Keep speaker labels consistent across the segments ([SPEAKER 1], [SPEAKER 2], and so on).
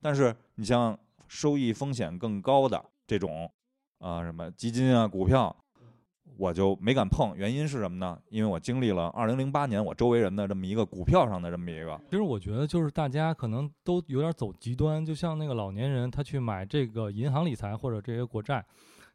[SPEAKER 1] 但是你像收益风险更高的这种啊、什么基金啊、股票，我就没敢碰。原因是什么呢？因为我经历了2008年我周围人的这么一个股票上的这么一个，
[SPEAKER 2] 其实我觉得就是大家可能都有点走极端，就像那个老年人他去买这个银行理财或者这些国债，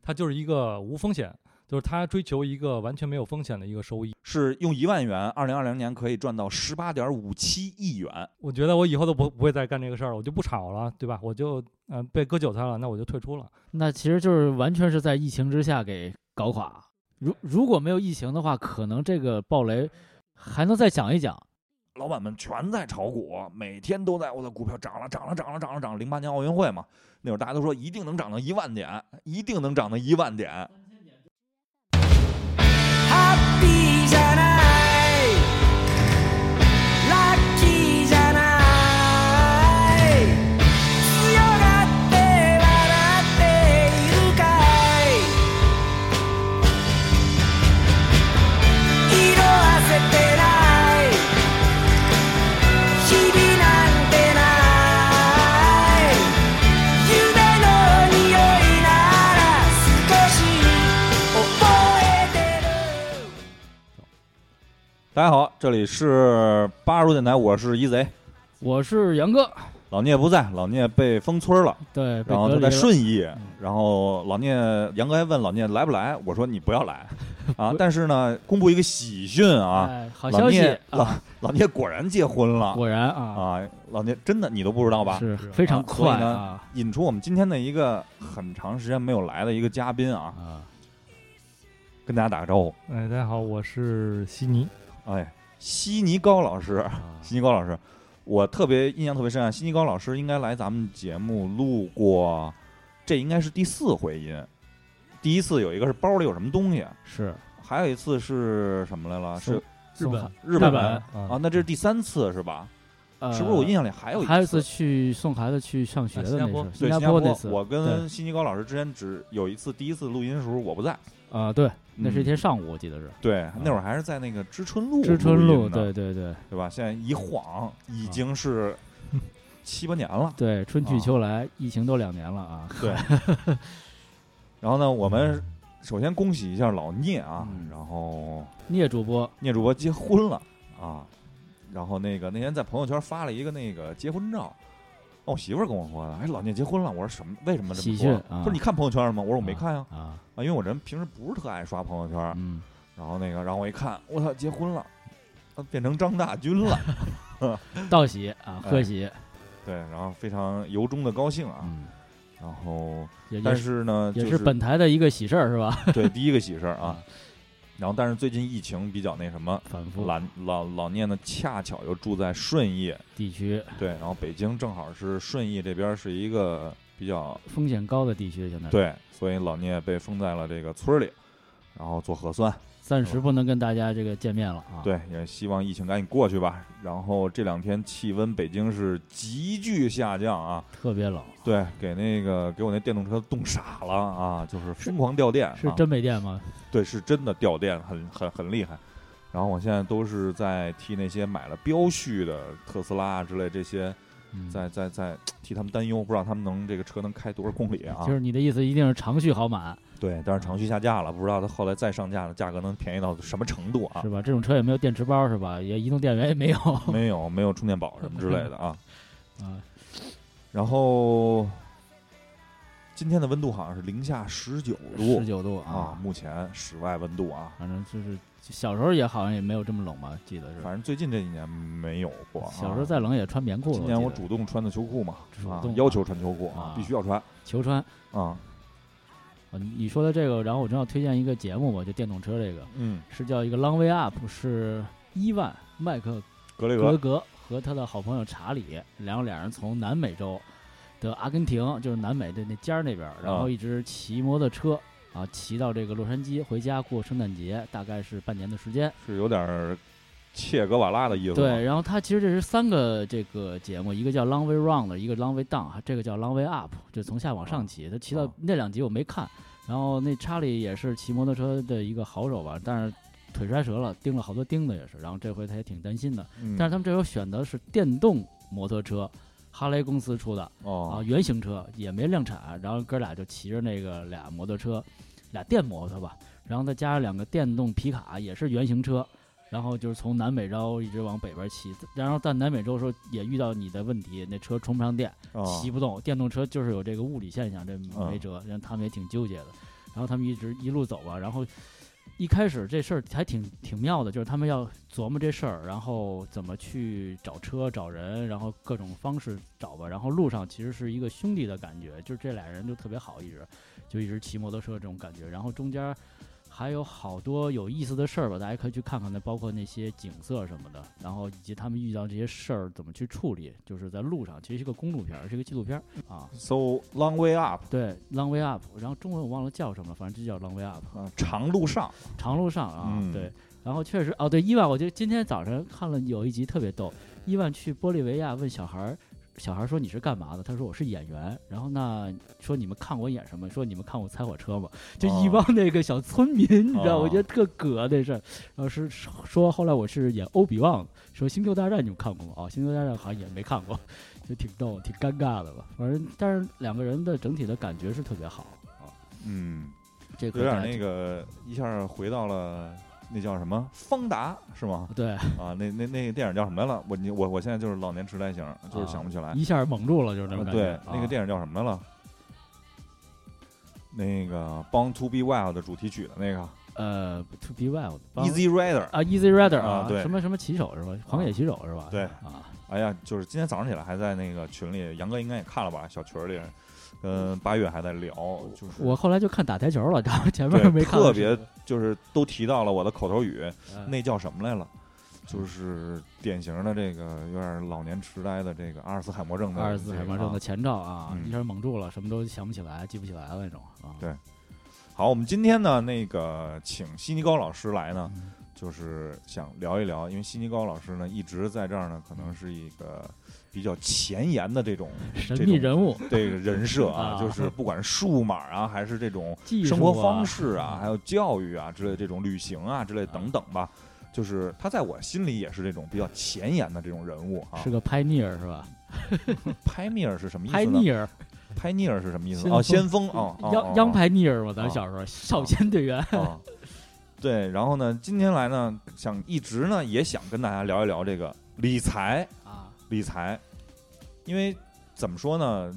[SPEAKER 2] 他就是一个无风险，就是他追求一个完全没有风险的一个收益。
[SPEAKER 1] 是用一万元，2 0 2 0年可以赚到18.57亿元。
[SPEAKER 2] 我觉得我以后都不不会再干这个事儿了，我就不炒了，对吧？我就嗯、呃被割韭菜了，那我就退出了。
[SPEAKER 3] 那其实就是完全是在疫情之下给搞垮。如如果没有疫情的话，可能这个暴雷还能再讲一讲。
[SPEAKER 1] 老板们全在炒股，每天都在我的股票涨了，涨了，涨了，涨了，涨了。零八年奥运会嘛，那会儿大家都说一定能涨到一万点，一定能涨到一万点。
[SPEAKER 4] ハッピーじゃないラッキーじゃない強がって笑っているかい色あせてない日々なんてない夢の匂いなら少し覚えてる
[SPEAKER 1] 大家好，这里是八十度电台，我是一贼。
[SPEAKER 3] 我是杨哥，
[SPEAKER 1] 老聂不在，老聂被封村了，
[SPEAKER 3] 对，被
[SPEAKER 1] 然后他
[SPEAKER 3] 隔离
[SPEAKER 1] 在
[SPEAKER 3] 了。
[SPEAKER 1] 顺义
[SPEAKER 3] 嗯。
[SPEAKER 1] 然后老聂，杨哥还问老聂来不来，我说你不要来啊
[SPEAKER 3] 不。
[SPEAKER 1] 但是呢，公布一个喜讯啊，
[SPEAKER 3] 哎，好
[SPEAKER 1] 老
[SPEAKER 3] 消息
[SPEAKER 1] 聂老
[SPEAKER 3] 啊，
[SPEAKER 1] 老聂果然结婚了
[SPEAKER 3] 果然啊，
[SPEAKER 1] 啊！老聂真的你都不知道吧？
[SPEAKER 3] 是
[SPEAKER 2] 是
[SPEAKER 3] 非常
[SPEAKER 1] 啊所以
[SPEAKER 3] 快
[SPEAKER 1] 呢
[SPEAKER 3] 啊
[SPEAKER 1] 引出我们今天的一个很长时间没有来的一个嘉宾啊，
[SPEAKER 3] 啊！
[SPEAKER 1] 跟大家打个招呼。
[SPEAKER 2] 哎，大家好，我是悉尼。
[SPEAKER 1] 哎，悉尼高老师，
[SPEAKER 3] 啊
[SPEAKER 1] 悉尼高老师，我特别印象特别深啊。悉尼高老师应该来咱们节目录过，这应该是第四回音。第一次有一个是包里有什么东西，
[SPEAKER 3] 是
[SPEAKER 1] 还有一次是什么来了？啊是
[SPEAKER 2] 日本
[SPEAKER 1] 日
[SPEAKER 3] 本
[SPEAKER 1] 本
[SPEAKER 2] 啊
[SPEAKER 1] 啊，那这是第三次是吧？
[SPEAKER 3] 呃
[SPEAKER 1] 是不是我印象里还有
[SPEAKER 3] 还有
[SPEAKER 1] 一
[SPEAKER 3] 一次？去送孩子去上学
[SPEAKER 2] 啊
[SPEAKER 3] 的
[SPEAKER 2] 新加
[SPEAKER 3] 那
[SPEAKER 2] 坡
[SPEAKER 3] 次，
[SPEAKER 1] 对，新
[SPEAKER 3] 坡
[SPEAKER 1] 坡
[SPEAKER 3] 那次，
[SPEAKER 1] 我
[SPEAKER 3] 对
[SPEAKER 1] 跟悉尼高老师之前只有一次第一次录音的时候我不在，
[SPEAKER 3] 啊，对，那是
[SPEAKER 1] 嗯
[SPEAKER 3] 一天上午，我记得是
[SPEAKER 1] 对，那会儿还是在那个知春路
[SPEAKER 3] 啊知春
[SPEAKER 1] 录
[SPEAKER 3] 路，
[SPEAKER 1] 音呢
[SPEAKER 3] 对啊对对
[SPEAKER 1] 对吧？现在一晃已经 是七八年了。
[SPEAKER 3] 对，春
[SPEAKER 1] 啊
[SPEAKER 3] 去秋来，疫情都两年了啊，
[SPEAKER 1] 然后呢，我们首先恭喜一下老聂啊，
[SPEAKER 3] 嗯
[SPEAKER 1] 然后
[SPEAKER 3] 聂主播
[SPEAKER 1] 聂主播结婚了啊，然后那个那天在朋友圈发了一个那个结婚照。哦我媳妇儿跟我说的，哎，老聂结婚了。我说什么？为什么这
[SPEAKER 3] 喜
[SPEAKER 1] 么
[SPEAKER 3] 讯
[SPEAKER 1] 说？
[SPEAKER 3] 啊
[SPEAKER 1] 她说你看朋友圈了吗？我说我没看呀、
[SPEAKER 3] 啊，
[SPEAKER 1] 啊，因为我人平时不是特爱刷朋友圈。
[SPEAKER 3] 嗯，
[SPEAKER 1] 然后那个，然后我一看，我操，结婚了，啊变成张大军 了。
[SPEAKER 3] 道喜啊，
[SPEAKER 1] 哎
[SPEAKER 3] 贺喜，
[SPEAKER 1] 对，然后非常由衷的高兴啊。
[SPEAKER 3] 嗯，
[SPEAKER 1] 然后，
[SPEAKER 3] 也
[SPEAKER 1] 但
[SPEAKER 3] 也
[SPEAKER 1] 是呢，
[SPEAKER 3] 也
[SPEAKER 1] 就是
[SPEAKER 3] 本台的一个喜事儿是 吧？
[SPEAKER 1] 对第一个喜事儿啊。然后，但是最近疫情比较那什么，
[SPEAKER 3] 反 复
[SPEAKER 1] 老老老聂呢，恰巧又住在顺义，
[SPEAKER 3] 地区
[SPEAKER 1] 对，然后北京正好是顺义这边是一个比较
[SPEAKER 3] 风险高的地区，现在
[SPEAKER 1] 对，所以老聂被封在了这个村儿里，然后做核酸，
[SPEAKER 3] 暂时不能跟大家这个见面了
[SPEAKER 1] 嗯
[SPEAKER 3] 啊，，
[SPEAKER 1] 对，也希望疫情赶紧过去吧。然后这两天气温北京是急剧下降啊，
[SPEAKER 3] 特别冷，
[SPEAKER 1] 对，给那个给我那电动车冻傻了啊，就是疯狂掉电，
[SPEAKER 3] 是
[SPEAKER 1] 啊
[SPEAKER 3] 真没电吗？
[SPEAKER 1] 对，是真的掉电，很很很厉害。然后我现在都是在替那些买了标续的特斯拉啊之类这些，
[SPEAKER 3] 嗯
[SPEAKER 1] 在在在替他们担忧，不知道他们能这个车能开多少公里啊
[SPEAKER 3] 就？是你的意思，一定是长续航满
[SPEAKER 1] 对，但是长续下架了，不知道它后来再上架的价格能便宜到什么程度啊
[SPEAKER 3] 是？吧？这 种车也没有电池包是吧？也移动电源也没有
[SPEAKER 1] 没有，没有充电宝什么之类的 啊。
[SPEAKER 3] 啊，
[SPEAKER 1] 然后今天的温度好像是零下十九度
[SPEAKER 3] 十九度
[SPEAKER 1] 啊，目前室外温度啊，
[SPEAKER 3] 反正就是小时候也好像也没有这么冷吧，记得是。
[SPEAKER 1] 反正最近这几年没有过、啊。
[SPEAKER 3] 小时候再冷也穿棉裤了。
[SPEAKER 1] 今年我
[SPEAKER 3] 记得
[SPEAKER 1] 主动穿的秋裤嘛，
[SPEAKER 3] 主
[SPEAKER 1] 啊
[SPEAKER 3] 动，
[SPEAKER 1] 要
[SPEAKER 3] 啊
[SPEAKER 1] 求穿秋裤
[SPEAKER 3] 啊
[SPEAKER 1] 必须要穿
[SPEAKER 3] 球穿。
[SPEAKER 1] 啊，
[SPEAKER 3] 啊你说的这个，然后我正要推荐一个节目吧，就电动车这个，
[SPEAKER 1] 嗯，
[SPEAKER 3] 是叫一个 Long Way Up，是伊万麦克
[SPEAKER 1] 格雷格，
[SPEAKER 3] 格格和他的好朋友查理，然后两人从南美洲的阿根廷，就是南美的那尖儿那边儿，然
[SPEAKER 1] 啊
[SPEAKER 3] 后一直骑摩托车啊，骑到这个洛杉矶回家过圣诞节，大概是半年的时间。
[SPEAKER 1] 是有点儿切格瓦拉的意思吗，
[SPEAKER 3] 对，然后它其实这是三个这个节目，一个叫 Long Way Round，一个 Long Way Down，这个叫 Long Way Up，就从下往上骑。它骑到
[SPEAKER 1] 啊
[SPEAKER 3] 那两集我没看，然后那查理也是骑摩托车的一个好手吧，但是腿摔折了，钉了好多钉子也是。然后这回他也挺担心的，
[SPEAKER 1] 嗯
[SPEAKER 3] 但是他们这回选的是电动摩托车，哈雷公司出的啊，
[SPEAKER 1] 哦，
[SPEAKER 3] 原型车也没量产，然后哥俩就骑着那个俩摩托车，俩电摩托吧，然后再加上两个电动皮卡，也是原型车，然后就是从南美洲一直往北边骑，然后到南美洲的时候也遇到你的问题，那车充不上电，
[SPEAKER 1] 哦
[SPEAKER 3] 骑不动，电动车就是有这个物理现象，这
[SPEAKER 1] 嗯
[SPEAKER 3] 没辙，让他们也挺纠结的。然后他们一直一路走吧，然后一开始这事儿还挺挺妙的，就是他们要琢磨这事儿，然后怎么去找车、找人，然后各种方式找吧。然后路上其实是一个兄弟的感觉，就是这俩人就特别好，一直就一直骑摩托车这种感觉。然后中间还有好多有意思的事儿吧，大家可以去看看那，包括那些景色什么的，然后以及他们遇到这些事儿怎么去处理，就是在路上，其实是个公路片儿，是个纪录片儿啊。
[SPEAKER 1] ，so long way up
[SPEAKER 3] 对，Long Way Up，然后中文我忘了叫什么了，反正就叫 Long Way Up，
[SPEAKER 1] 啊，长路上
[SPEAKER 3] 长路上啊，
[SPEAKER 1] 嗯
[SPEAKER 3] 对。然后确实，哦，对，伊万，我就今天早上看了有一集特别逗，伊万去玻利维亚问小孩儿，小孩儿说你是干嘛的？他说我是演员。然后那说你们看我演什么？说你们看我猜火车吗？就
[SPEAKER 1] 哦
[SPEAKER 3] 一帮那个小村民，你知道，
[SPEAKER 1] 哦
[SPEAKER 3] 我觉得特葛那事儿。然后是说后来我是演欧比旺，说《星球大战》你们看过吗？啊、星球大战》好像也没看过， 就挺逗，挺尴尬的吧。反正但是两个人的整体的感觉是特别好啊，
[SPEAKER 1] 嗯，
[SPEAKER 3] 这
[SPEAKER 1] 有
[SPEAKER 3] 个
[SPEAKER 1] 点那个一下回到了那叫什么方达是吗？
[SPEAKER 3] 对。
[SPEAKER 1] 啊，那那那个电影叫什么来了？我你我我现在就是老年痴呆型，就是想不起来。
[SPEAKER 3] 啊 一下蒙住了，就是那种
[SPEAKER 1] 啊
[SPEAKER 3] 感觉。
[SPEAKER 1] 对，那个电影叫什么来了？那个《Born to Be Wild》的主题曲的那个
[SPEAKER 3] 呃，To Be Wild 帮
[SPEAKER 1] Easy Rider。
[SPEAKER 3] 啊，Easy Rider
[SPEAKER 1] 啊对
[SPEAKER 3] 什么什么骑手是吧？狂野骑手是吧？
[SPEAKER 1] 对
[SPEAKER 3] 啊，
[SPEAKER 1] 哎呀，就是今天早上起来还在那个群里，杨哥应该也看了吧？小群里，跟八月还在聊，哦就是
[SPEAKER 3] 我后来就看打台球了，然后前面
[SPEAKER 1] 对
[SPEAKER 3] 没看呃
[SPEAKER 1] 特别就是都提到了我的口头语，
[SPEAKER 3] 那
[SPEAKER 1] 那叫什么来
[SPEAKER 3] 嗯
[SPEAKER 1] 了？就是典型的这个有点老年痴呆的这个阿尔茨海默症的
[SPEAKER 3] 阿尔兹海默症
[SPEAKER 1] 这个
[SPEAKER 3] 的
[SPEAKER 1] 啊
[SPEAKER 3] 前兆啊，
[SPEAKER 1] 嗯
[SPEAKER 3] 一下蒙住了，什么都想不起来，记不起来了那种啊。
[SPEAKER 1] 对好，我们今天呢，那个请悉尼高老师来呢，
[SPEAKER 3] 嗯
[SPEAKER 1] 就是想聊一聊，因为悉尼高老师呢一直在这儿呢，可能是一个比较前沿的这 种
[SPEAKER 3] 神
[SPEAKER 1] 这
[SPEAKER 3] 秘
[SPEAKER 1] 种
[SPEAKER 3] 人物，
[SPEAKER 1] 这个人设啊，
[SPEAKER 3] 啊
[SPEAKER 1] 就是不管是数码啊，还是这种
[SPEAKER 3] 技术
[SPEAKER 1] 生活方式啊，
[SPEAKER 3] 嗯
[SPEAKER 1] 还有教育啊之类的这种旅行啊之类等等吧，就是他在我心里也是这种比较前沿的这种人物啊
[SPEAKER 3] 啊。是个 pioneer 是吧
[SPEAKER 1] pioneer 是什么意思呢
[SPEAKER 3] ？pioneer
[SPEAKER 1] ？pioneer 是什么意思呢？哦，
[SPEAKER 3] 先
[SPEAKER 1] 先锋哦，哦哦
[SPEAKER 3] 央
[SPEAKER 1] 哦
[SPEAKER 3] 央 pioneer 嘛，咱
[SPEAKER 1] 哦
[SPEAKER 3] 小时候少先队员。
[SPEAKER 1] 啊，对，然后呢，今天来呢，想一直呢也想跟大家聊一聊这个理财，
[SPEAKER 3] 啊，
[SPEAKER 1] 理财，因为怎么说呢，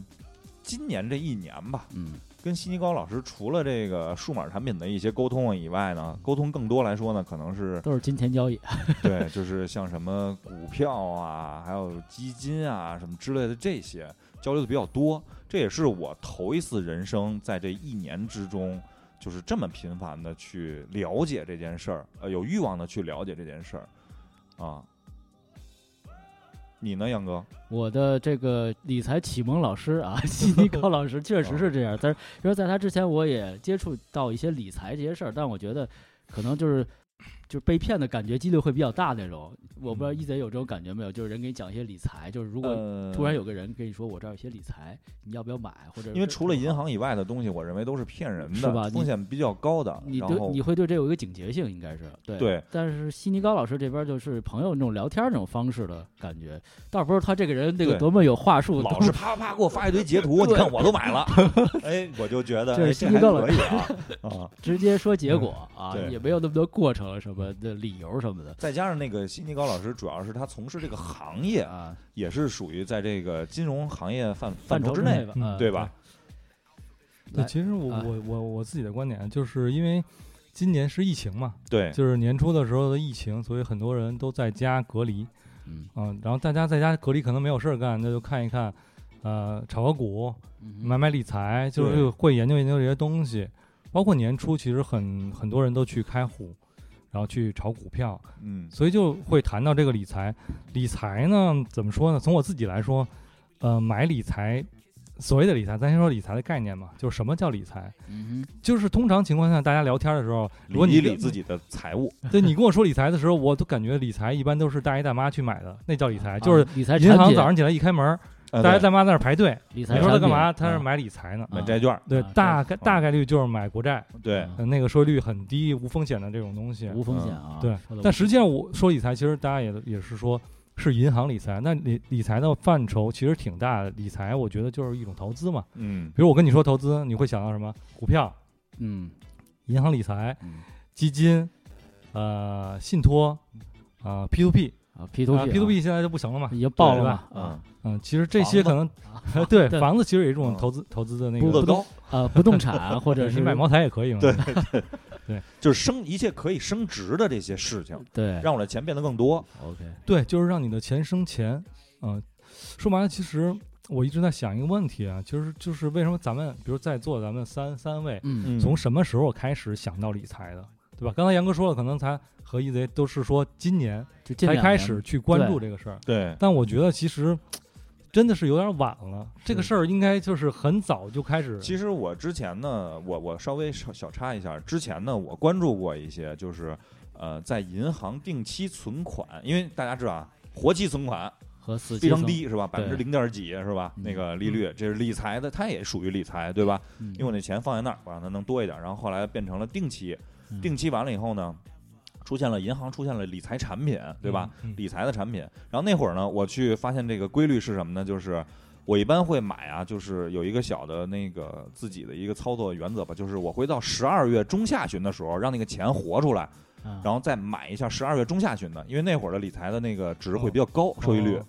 [SPEAKER 1] 今年这一年吧，
[SPEAKER 3] 嗯，
[SPEAKER 1] 跟悉尼高老师除了这个数码产品的一些沟通啊以外呢，沟通更多来说呢，可能是
[SPEAKER 3] 都是金钱交易，
[SPEAKER 1] 对，就是像什么股票啊，还有基金啊什么之类的这些交流的比较多。这也是我头一次人生在这一年之中，就是这么频繁的去了解这件事儿，呃，有欲望的去了解这件事儿啊。你呢，杨哥？
[SPEAKER 3] 我的这个理财启蒙老师 啊，悉尼高老师确实是
[SPEAKER 1] 哦
[SPEAKER 3] 这样。但是，因为在他之前，我也接触到一些理财这些事儿，但我觉得可能就是就是被骗的感觉几率会比较大那种。我不知道一贼有这种感觉没有？就是人给你讲一些理财，就是如果
[SPEAKER 1] 嗯呃
[SPEAKER 3] 突然有个人跟你说我这儿有些理财，你要不要买？或者
[SPEAKER 1] 因为除了银
[SPEAKER 3] 行。
[SPEAKER 1] 行以外的东西，我认为都是骗人
[SPEAKER 3] 是吧
[SPEAKER 1] 的，
[SPEAKER 3] 你
[SPEAKER 1] 风险比较高的。
[SPEAKER 3] 你
[SPEAKER 1] 然
[SPEAKER 3] 对
[SPEAKER 1] 后
[SPEAKER 3] 你会对这有一个警觉性，应该是对。
[SPEAKER 1] 对
[SPEAKER 3] 但是悉尼高老师这边就是朋友那种聊天那种方式的感觉，倒不是他这个人那个
[SPEAKER 1] 对
[SPEAKER 3] 多么有话术，
[SPEAKER 1] 老
[SPEAKER 3] 多
[SPEAKER 1] 是
[SPEAKER 3] 么
[SPEAKER 1] 啪啪啪给我发一堆截图，你看我都买了，哎，我就觉得
[SPEAKER 3] 这是
[SPEAKER 1] 哎
[SPEAKER 3] 新
[SPEAKER 1] 还
[SPEAKER 3] 一个了
[SPEAKER 1] 可以啊啊！
[SPEAKER 3] 直接说结果啊，
[SPEAKER 1] 对
[SPEAKER 3] 也没有那么多过程什么的理由什么的
[SPEAKER 1] 再加上那个悉尼高老师，主要是他从事这个行业，
[SPEAKER 3] 啊，
[SPEAKER 1] 也是属于在这个金融行业范
[SPEAKER 3] 范
[SPEAKER 1] 畴之
[SPEAKER 3] 内
[SPEAKER 1] 内，
[SPEAKER 3] 吧，
[SPEAKER 2] 嗯
[SPEAKER 3] 啊
[SPEAKER 1] 对？吧？
[SPEAKER 2] 对，
[SPEAKER 3] 来
[SPEAKER 2] 其实我、
[SPEAKER 3] 啊
[SPEAKER 2] 我我我自己的观点就是因为今年是疫情嘛，
[SPEAKER 3] 哎
[SPEAKER 1] 对，
[SPEAKER 2] 就是年初的时候的疫情，所以很多人都在家隔离，
[SPEAKER 3] 嗯
[SPEAKER 2] 嗯，然后大家在家隔离可能没有事儿干，那就看一看，呃，炒个股，
[SPEAKER 3] 嗯
[SPEAKER 2] 买买理财，就
[SPEAKER 1] 对
[SPEAKER 2] 是会研究研究这些东西。包括年初，其实很很多人都去开户，然后去炒股票，
[SPEAKER 1] 嗯
[SPEAKER 2] 所以就会谈到这个理财。理财呢，怎么说呢？从我自己来说，呃，买理财，所谓的理财，咱先说理财的概念嘛，就是什么叫理财？
[SPEAKER 3] 嗯哼
[SPEAKER 2] 就是通常情况下，大家聊天的时候，如果
[SPEAKER 1] 理
[SPEAKER 2] 你
[SPEAKER 1] 一理自，己的财务，
[SPEAKER 2] 对你跟我说理财的时候，我都感觉理财一般都是大爷大妈去买的，那叫理财，就是
[SPEAKER 3] 啊理财
[SPEAKER 2] 银
[SPEAKER 3] 产
[SPEAKER 2] 行
[SPEAKER 3] 品
[SPEAKER 2] 早上起来一开门，
[SPEAKER 1] 呃
[SPEAKER 2] 嗯大爷
[SPEAKER 1] 对
[SPEAKER 2] 大妈在那儿排队，
[SPEAKER 3] 理财
[SPEAKER 2] 你说他
[SPEAKER 3] 啊产
[SPEAKER 2] 干嘛？
[SPEAKER 3] 品
[SPEAKER 2] 他是
[SPEAKER 3] 啊
[SPEAKER 2] 买理财呢。
[SPEAKER 1] 买债券，
[SPEAKER 2] 对
[SPEAKER 3] 啊，
[SPEAKER 2] 大概大概率就是买国债，
[SPEAKER 1] 对
[SPEAKER 3] 嗯
[SPEAKER 2] 呃那个收益率很低、无风险的这种东西。
[SPEAKER 3] 无风险啊，
[SPEAKER 2] 对
[SPEAKER 3] 说得无
[SPEAKER 2] 但实际上，我说理财，其实大家也也是说，是银行理财。那理理财的范畴其实挺大的，理财我觉得就是一种投资嘛。
[SPEAKER 1] 嗯
[SPEAKER 2] 比如我跟你说投资，你会想到什么？股票、
[SPEAKER 3] 嗯
[SPEAKER 2] 银行理财、
[SPEAKER 3] 嗯
[SPEAKER 2] 基金、呃信托、啊 P to P
[SPEAKER 3] 啊，P to
[SPEAKER 2] 啊 P to P 现在就不行了嘛。
[SPEAKER 3] 已经爆了
[SPEAKER 2] 对
[SPEAKER 3] 嘛
[SPEAKER 1] 嗯
[SPEAKER 3] 啊，，
[SPEAKER 2] 嗯，其实这些可能 对房子其实也是一
[SPEAKER 3] 嗯
[SPEAKER 2] 种投资投资的那
[SPEAKER 1] 乐
[SPEAKER 2] 个，
[SPEAKER 1] 高
[SPEAKER 3] 呃，不动产或者
[SPEAKER 2] 嗯对
[SPEAKER 3] 是
[SPEAKER 2] 你买茅台也可以嘛。
[SPEAKER 1] 对就是升一切可以升值的这些事情，
[SPEAKER 3] 对
[SPEAKER 1] 让我的钱变得更多。
[SPEAKER 3] ，OK，
[SPEAKER 2] 对，就是让你的钱生钱。嗯、说白了，其实我一直在想一个问题啊，就是就是为什么咱们，比如在座咱们三三位，
[SPEAKER 3] 嗯
[SPEAKER 1] 嗯，
[SPEAKER 2] 从什么时候开始想到理财的，对吧？刚才杨哥说了，可能才和一贼都是说今年
[SPEAKER 3] 就近
[SPEAKER 2] 才
[SPEAKER 3] 两
[SPEAKER 2] 开
[SPEAKER 3] 年
[SPEAKER 2] 始去关注这个事儿，
[SPEAKER 1] 对
[SPEAKER 2] 但我觉得其实真的是有点晚了。这个事儿应该就是很早就开始，
[SPEAKER 1] 其实我之前呢，我我稍微小小插一下，之前呢，我关注过一些，就是呃，在银行定期存款，因为大家知道啊，活期存款
[SPEAKER 3] 和四
[SPEAKER 1] 非常
[SPEAKER 3] 季
[SPEAKER 1] 低是吧？百分之零点几是吧？
[SPEAKER 3] 嗯
[SPEAKER 1] 那个利率，这是理财的，它也属于理财对吧？
[SPEAKER 3] 风，嗯
[SPEAKER 1] 因为我那钱放在那儿，我让它能多一点，然后后来变成了定期
[SPEAKER 3] 嗯，
[SPEAKER 1] 定期完了以后呢，出现了银行出现了理财产品对吧？
[SPEAKER 2] 嗯？嗯
[SPEAKER 1] 理财的产品。然后那会儿呢，我去发现这个规律是什么呢？就是我一般会买啊，就是有一个小的那个自己的一个操作原则吧，就是我会到十二月中下旬的时候，让那个钱活出来，
[SPEAKER 3] 啊
[SPEAKER 1] 然后再买一下十二月中下旬的，因为那会儿的理财的那个值会比较高，收益率
[SPEAKER 2] 哦。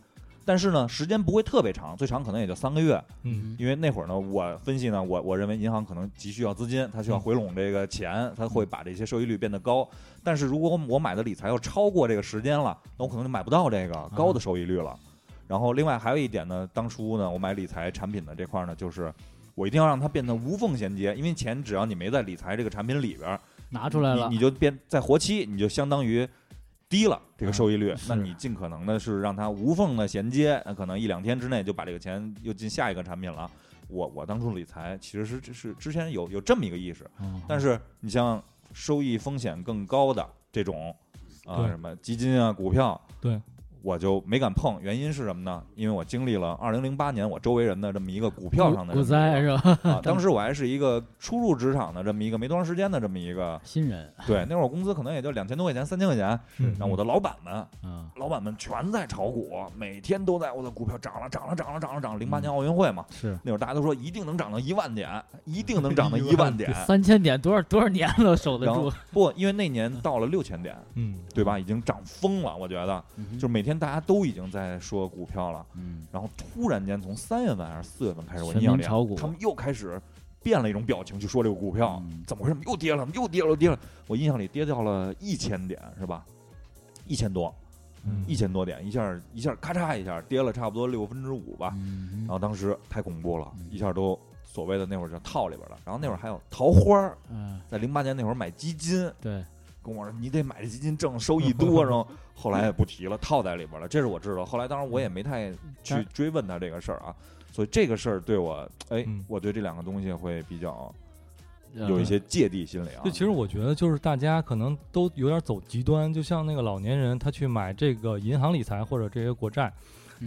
[SPEAKER 1] 但是呢，时间不会特别长，最长可能也就三个月，
[SPEAKER 2] 嗯，
[SPEAKER 1] 因为那会儿呢，我分析呢，我我认为银行可能急需要资金，它需要回笼这个钱，它会把这些收益率变得高。但是如果我买的理财要超过这个时间了，那我可能就买不到这个高的收益率了。然后另外还有一点呢，当初呢，我买理财产品的这块儿呢，就是我一定要让它变得无缝衔接，因为钱只要你没在理财这个产品里边儿，
[SPEAKER 3] 拿出来了
[SPEAKER 1] 你你就变在活期，你就相当于低了这个收益率。
[SPEAKER 3] 啊是
[SPEAKER 1] 那你尽可能的是让它无缝的衔接，那可能一两天之内就把这个钱又进下一个产品了。我我当初理财其实是这是之前有有这么一个意识，
[SPEAKER 3] 嗯，
[SPEAKER 1] 但是你像收益风险更高的这种啊、
[SPEAKER 2] 对
[SPEAKER 1] 什么基金啊股票，
[SPEAKER 2] 对。
[SPEAKER 1] 我就没敢碰，原因是什么呢？因为我经历了二零零八年我周围人的这么一个股票上的
[SPEAKER 3] 股
[SPEAKER 1] 这么一
[SPEAKER 3] 灾
[SPEAKER 1] 个
[SPEAKER 3] 是吧？
[SPEAKER 1] 啊， 当时我还是一个初入职场的这么一个没多长时间的这么一个
[SPEAKER 3] 新人，
[SPEAKER 1] 对，那会儿工资可能也就两千多块钱、三千块钱，
[SPEAKER 2] 嗯
[SPEAKER 1] 然后我的老板们，
[SPEAKER 3] 嗯
[SPEAKER 1] 老板们全在炒股，每天都在我的股票涨了、涨了、涨了、涨了、涨了。零八年奥运会嘛，
[SPEAKER 3] 是
[SPEAKER 1] 那会儿大家都说一定能涨到一万点，一定能涨到 一万点。
[SPEAKER 3] 三千点多少多少年了，守得
[SPEAKER 1] 然
[SPEAKER 3] 住
[SPEAKER 1] 后，不，因为那年到了六千点，
[SPEAKER 2] 嗯，
[SPEAKER 1] 对吧？已经涨疯了，我觉得，
[SPEAKER 3] 嗯
[SPEAKER 1] 就是每天大家都已经在说股票了，
[SPEAKER 3] 嗯
[SPEAKER 1] 然后突然间从三月份还是四月份开始，我
[SPEAKER 3] 全
[SPEAKER 1] 印象
[SPEAKER 3] 民
[SPEAKER 1] 里啊
[SPEAKER 3] 炒股
[SPEAKER 1] 他们又开始变了一种表情去说这个股票，
[SPEAKER 3] 嗯
[SPEAKER 1] 怎么回事？又跌了，又跌了，又跌了。我印象里跌掉了一千点，是吧？一千多，
[SPEAKER 2] 嗯
[SPEAKER 1] 一千多点，一下一下咔嚓一下跌了差不多六分之五吧。哦
[SPEAKER 3] 嗯
[SPEAKER 1] 然后当时太恐怖了
[SPEAKER 3] 嗯，
[SPEAKER 1] 一下都所谓的那会儿叫套里边了。然后那会儿还有桃花儿，
[SPEAKER 3] 嗯，
[SPEAKER 1] 在零八年那会儿买基金，
[SPEAKER 3] 对，
[SPEAKER 1] 跟我说你得买这基金挣收益多，然 后后来也不提了，套在里边了。这是我知道。后来当然我也没太去
[SPEAKER 3] 但
[SPEAKER 1] 追问他这个事儿啊，所以这个事儿对我，哎
[SPEAKER 2] 嗯，
[SPEAKER 1] 我对这两个东西会比较
[SPEAKER 3] 呃
[SPEAKER 1] 有一些芥蒂心理啊
[SPEAKER 2] 就。其实我觉得，就是大家可能都有点走极端，就像那个老年人，他去买这个银行理财或者这些国债，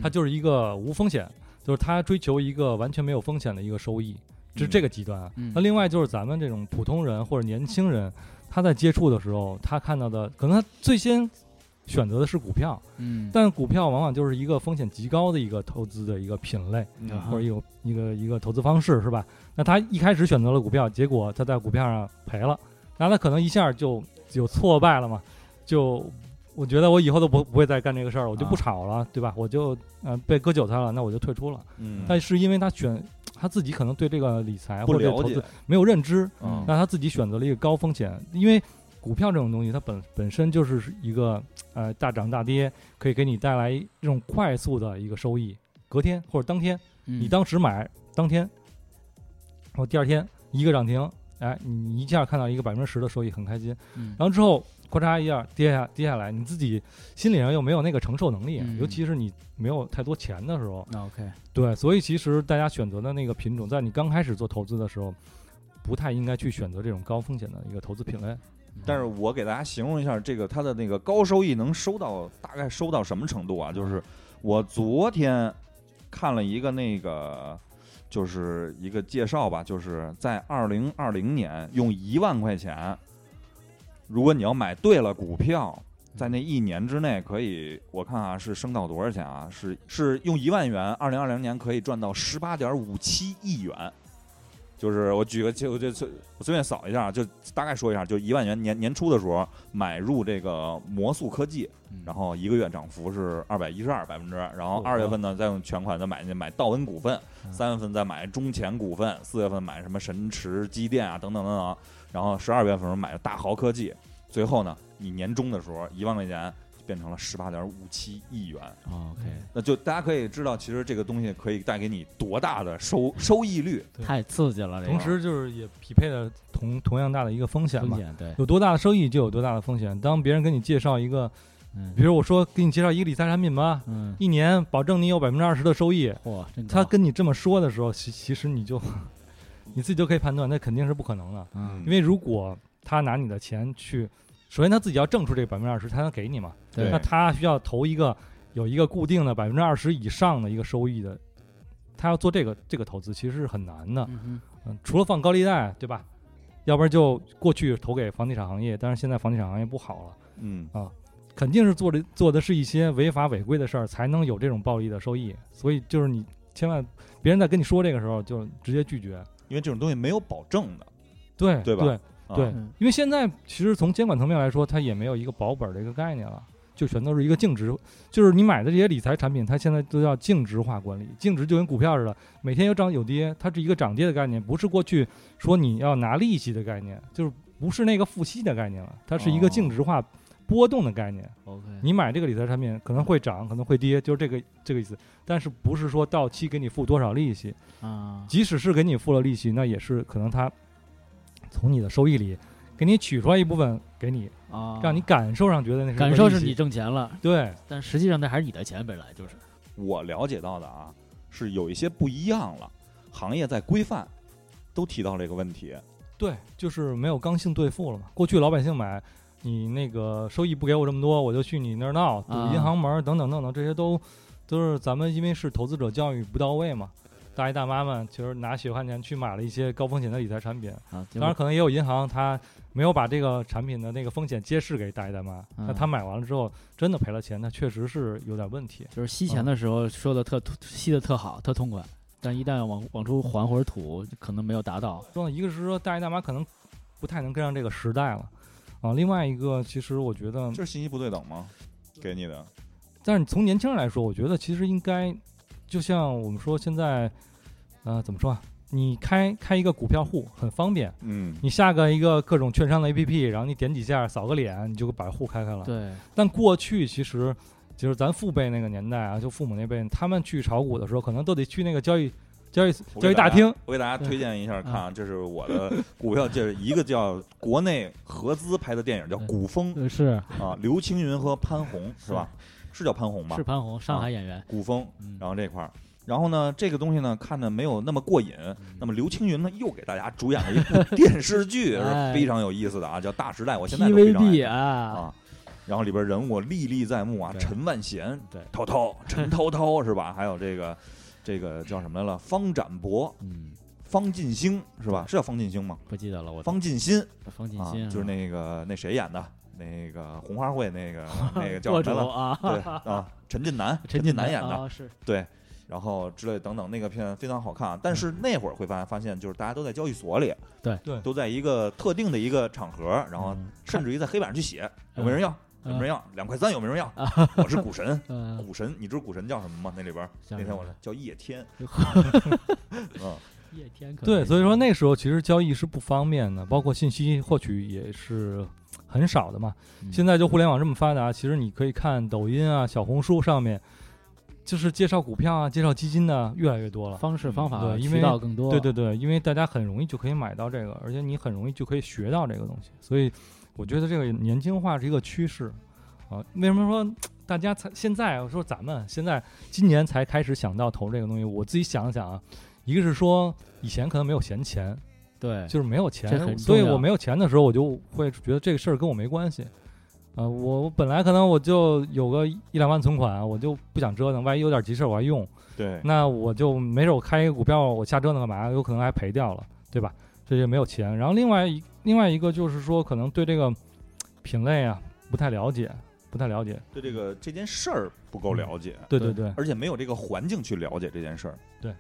[SPEAKER 2] 他
[SPEAKER 3] 嗯
[SPEAKER 2] 就是一个无风险，就是他追求一个完全没有风险的一个收益，这是
[SPEAKER 1] 嗯
[SPEAKER 2] 这个极端啊。
[SPEAKER 3] 嗯
[SPEAKER 2] 那另外就是咱们这种普通人或者年轻人，他在接触的时候，他看到的可能他最先选择的是股票，
[SPEAKER 3] 嗯，
[SPEAKER 2] 但股票往往就是一个风险极高的一个投资的一个品类。
[SPEAKER 1] 嗯
[SPEAKER 3] 啊
[SPEAKER 2] 或者有一个一个投资方式是吧？那他一开始选择了股票，结果他在股票上赔了，那他可能一下就就挫败了嘛，就我觉得我以后都不不会再干这个事儿了，我就不
[SPEAKER 3] 啊
[SPEAKER 2] 炒了，对吧？我就嗯、呃被割韭菜了，那我就退出了。
[SPEAKER 1] 嗯，
[SPEAKER 2] 但是因为他选他自己可能对这个理财
[SPEAKER 1] 不
[SPEAKER 2] 或者
[SPEAKER 1] 了
[SPEAKER 2] 投
[SPEAKER 1] 解
[SPEAKER 2] 资，没有认知，
[SPEAKER 1] 嗯
[SPEAKER 2] 那他自己选择了一个高风险，因为股票这种东西，它本本身就是一个呃大涨大跌，可以给你带来这种快速的一个收益，隔天或者当天。你
[SPEAKER 3] 你
[SPEAKER 2] 当时买当天，然后第二天一个涨停，哎，你一下看到一个百分之十的收益，很开心。
[SPEAKER 3] 然
[SPEAKER 2] 然后之后咔嚓一下跌下跌下来，你自己心理上又没有那个承受能力，
[SPEAKER 3] 嗯
[SPEAKER 2] 尤其是你没有太多钱的时候，
[SPEAKER 3] 那 OK，嗯
[SPEAKER 2] 对，所以其实大家选择的那个品种，在你刚开始做投资的时候。不太应该去选择这种高风险的一个投资品类，
[SPEAKER 3] 嗯
[SPEAKER 1] 但是我给大家形容一下，这个它的那个高收益能收到大概收到什么程度啊？就是我昨天看了一个那个，就是一个介绍吧，就是在二零二零年用一万块钱，如果你要买对了股票，在那一年之内可以，我看啊是升到多少钱啊？是是用一万元，二零二零年可以赚到十八点五七亿元。就是我举个，就我就随我随便扫一下，就大概说一下，就一万元年年初的时候买入这个魔速科技，
[SPEAKER 3] 嗯
[SPEAKER 1] 然后一个月涨幅是二百一十二百分之，然后
[SPEAKER 2] 哦
[SPEAKER 1] 二月份呢再用全款再买进买道恩股份，
[SPEAKER 2] 嗯
[SPEAKER 1] 三月份再买中潜股份，四月份买什么神驰机电啊等等等等，然后十二月份买大豪科技，最后呢你年终的时候一万块钱就变成了十八点五七亿元，
[SPEAKER 3] 哦 OK，
[SPEAKER 1] 那就大家可以知道，其实这个东西可以带给你多大的收收益率。
[SPEAKER 2] 对
[SPEAKER 3] 太刺激了，这
[SPEAKER 2] 同
[SPEAKER 3] 个
[SPEAKER 2] 时就是也匹配了同同样大的一个风险
[SPEAKER 3] 风
[SPEAKER 2] 嘛。
[SPEAKER 3] 险对，
[SPEAKER 2] 有多大的收益就有多大的风险。当别人给你介绍一个，
[SPEAKER 3] 嗯
[SPEAKER 2] 比如我说给你介绍一个理财产品吧，
[SPEAKER 3] 嗯，
[SPEAKER 2] 一年保证你有百分之二十的收益，
[SPEAKER 3] 嚯，真
[SPEAKER 2] 他
[SPEAKER 3] 高
[SPEAKER 2] 跟你这么说的时候，其其实你就你自己就可以判断，那肯定是不可能的。
[SPEAKER 3] 嗯
[SPEAKER 2] 因为如果他拿你的钱去，首先他自己要挣出这百分之二十，他能给你嘛？
[SPEAKER 3] 对
[SPEAKER 2] 那他需要投一个有一个固定的百分之二十以上的一个收益的，他要做这个这个投资其实是很难的。
[SPEAKER 3] 嗯哼
[SPEAKER 2] 嗯，除了放高利贷，对吧？要不然就过去投给房地产行业，但是现在房地产行业不好了，
[SPEAKER 1] 嗯
[SPEAKER 2] 肯定是做的做的是一些违法违规的事儿，才能有这种暴利的收益。所以就是你千万别人在跟你说这个时候，就直接拒绝。
[SPEAKER 1] 因为这种东西没有保证的。
[SPEAKER 2] 对
[SPEAKER 1] 对吧
[SPEAKER 2] 对
[SPEAKER 1] 啊
[SPEAKER 2] 对
[SPEAKER 3] 嗯
[SPEAKER 2] 因为现在其实从监管层面来说，它也没有一个保本儿的一个概念了，就全都是一个净值，就是你买的这些理财产品，它现在都叫净值化管理，净值就跟股票似的，每天有涨有跌，它是一个涨跌的概念，不是过去说你要拿利息的概念，就是不是那个付息的概念了，它是一个
[SPEAKER 3] 哦
[SPEAKER 2] 净值化波动的概念。
[SPEAKER 3] ，OK，
[SPEAKER 2] 你买这个理财产品可能会涨，可能会跌，就是这个这个意思，但是不是说到期给你付多少利息，
[SPEAKER 3] 啊，
[SPEAKER 2] 即使是给你付了利息，那也是可能他从你的收益里给你取出来一部分给你，
[SPEAKER 3] 啊
[SPEAKER 2] 让你感受上觉得那是
[SPEAKER 3] 感受
[SPEAKER 2] 个
[SPEAKER 3] 是
[SPEAKER 2] 利息
[SPEAKER 3] 你挣钱了，
[SPEAKER 2] 对
[SPEAKER 3] 但实际上那还是你的钱，本来就是，
[SPEAKER 1] 我了解到的啊，是有一些不一样了，行业在规范，都提到这个问题。
[SPEAKER 2] 对，就是没有刚性兑付了嘛。过去老百姓买你那个收益不给我这么多，我就去你那儿闹堵
[SPEAKER 3] 啊
[SPEAKER 2] 银行门儿等等等等，这些都都是咱们因为是投资者教育不到位嘛。大爷大妈们其实拿血汗钱去买了一些高风险的理财产品，
[SPEAKER 3] 啊，
[SPEAKER 2] 当然，可能也有银行它没有把这个产品的那个风险揭示给大爷大妈，那、
[SPEAKER 3] 嗯
[SPEAKER 2] 他买完了之后真的赔了钱，那确实是有点问题。
[SPEAKER 3] 就是吸钱的时候说的特吸的特好，特痛快，但一旦往往出还或者吐，可能没有达到。
[SPEAKER 2] 说一个是说大爷大妈可能不太能跟上这个时代了啊，另外一个其实我觉得，
[SPEAKER 1] 嗯就是信息不对等吗？给你的，
[SPEAKER 2] 但是从年轻人来说，我觉得其实应该就像我们说现在，呃，怎么说啊？你开开一个股票户很方便，
[SPEAKER 1] 嗯，
[SPEAKER 2] 你下个一个各种券商的 APP，然后你点几下扫个脸，你就把户开开了。
[SPEAKER 3] 对，
[SPEAKER 2] 但过去其实就是咱父辈那个年代啊，就父母那辈，他们去炒股的时候，可能都得去那个交易交易
[SPEAKER 1] 我
[SPEAKER 2] 交
[SPEAKER 1] 给
[SPEAKER 2] 易大
[SPEAKER 1] 家
[SPEAKER 2] 厅，
[SPEAKER 1] 我给大家推荐一下，看啊，这是我的股票，这是一个叫国内合资拍的电影，叫《古风
[SPEAKER 3] 呃是》
[SPEAKER 1] 啊，刘青云和潘虹是吧？是叫潘虹吧
[SPEAKER 3] 是？潘虹，上海演员，
[SPEAKER 1] 古风，
[SPEAKER 3] 嗯，
[SPEAKER 1] 然后这块儿。然后呢，这个东西呢看的没有那么过瘾。
[SPEAKER 3] 嗯
[SPEAKER 1] 那么刘青云呢，又给大家主演了一部电视剧，是
[SPEAKER 3] 哎
[SPEAKER 1] 非常有意思的啊，叫《大时代》，我现在都非常爱
[SPEAKER 3] TVB
[SPEAKER 1] 看
[SPEAKER 3] 啊，
[SPEAKER 1] 啊。然后里边人物历历在目啊，
[SPEAKER 3] 对
[SPEAKER 1] 陈万贤、
[SPEAKER 3] 对
[SPEAKER 1] 涛涛、陈涛涛是吧？还有这个这个叫什么来了？方展博、
[SPEAKER 3] 嗯，
[SPEAKER 1] 方进兴是吧？是叫方进兴吗？
[SPEAKER 3] 不记得了，我
[SPEAKER 1] 方进新
[SPEAKER 3] 方进
[SPEAKER 1] 啊
[SPEAKER 3] 新，
[SPEAKER 1] 就是那个那谁演的？那个红花会那 个那个叫
[SPEAKER 3] 舵
[SPEAKER 1] 什么
[SPEAKER 3] 主
[SPEAKER 1] 来了？
[SPEAKER 3] 啊，
[SPEAKER 1] 对啊，陈近 南，陈
[SPEAKER 3] 近
[SPEAKER 1] 南演的，
[SPEAKER 3] 啊是
[SPEAKER 1] 对，然后之类等等，那个片非常好看啊。但是那会儿会发发现，就是大家都在交易所里，
[SPEAKER 3] 嗯对
[SPEAKER 2] 对
[SPEAKER 1] 都在一个特定的一个场合，然后
[SPEAKER 3] 嗯
[SPEAKER 1] 甚至于在黑板上去写有没有人要，有
[SPEAKER 2] 嗯
[SPEAKER 1] 没有人要，两块三有没有人要，
[SPEAKER 2] 啊
[SPEAKER 1] 我 是股神。
[SPEAKER 3] 嗯，
[SPEAKER 1] 股神，你知道股神叫什么吗？那里边儿
[SPEAKER 3] 像
[SPEAKER 1] 那天我
[SPEAKER 3] 什么
[SPEAKER 1] 叫叶天，嗯，
[SPEAKER 3] 叶天可
[SPEAKER 2] 对，
[SPEAKER 3] 以
[SPEAKER 2] 所以说那时候其实交易是不方便的，包括信息获取也是很少的嘛。
[SPEAKER 3] 嗯
[SPEAKER 2] 现在就互联网这么发达，其实你可以看抖音啊、小红书上面，就是介绍股票啊、介绍基金的越来越多了。
[SPEAKER 3] 方式方法
[SPEAKER 2] 对因为
[SPEAKER 3] 渠道更多，
[SPEAKER 2] 对对对，因为大家很容易就可以买到这个，而且你很容易就可以学到这个东西，所以我觉得这个年轻化是一个趋势啊。为什么说大家才现在？啊我说咱们现在今年才开始想到投这个东西，我自己想了想啊，一个是说以前可能没有闲钱，
[SPEAKER 3] 对，
[SPEAKER 2] 就是没有
[SPEAKER 3] 哎这很
[SPEAKER 2] 钱，
[SPEAKER 3] 重
[SPEAKER 2] 所以
[SPEAKER 3] 要
[SPEAKER 2] 我没有钱的时候，我就会觉得这个事儿跟我没关系。啊、我我本来可能我就有个一两万存款，啊我就不想折腾，万一有点急事儿我还用。
[SPEAKER 1] 对，
[SPEAKER 2] 那我就没准我开一个股票，我瞎折腾干嘛？有可能还赔掉了，对吧？这就没有钱。然后另外一另外一个就是说，可能对这个品类啊不太了解，不不太了解。
[SPEAKER 1] 对这个这件事儿不够了解，
[SPEAKER 2] 对对对，
[SPEAKER 1] 而且没有这个环境去了解这件事儿。
[SPEAKER 2] 嗯对，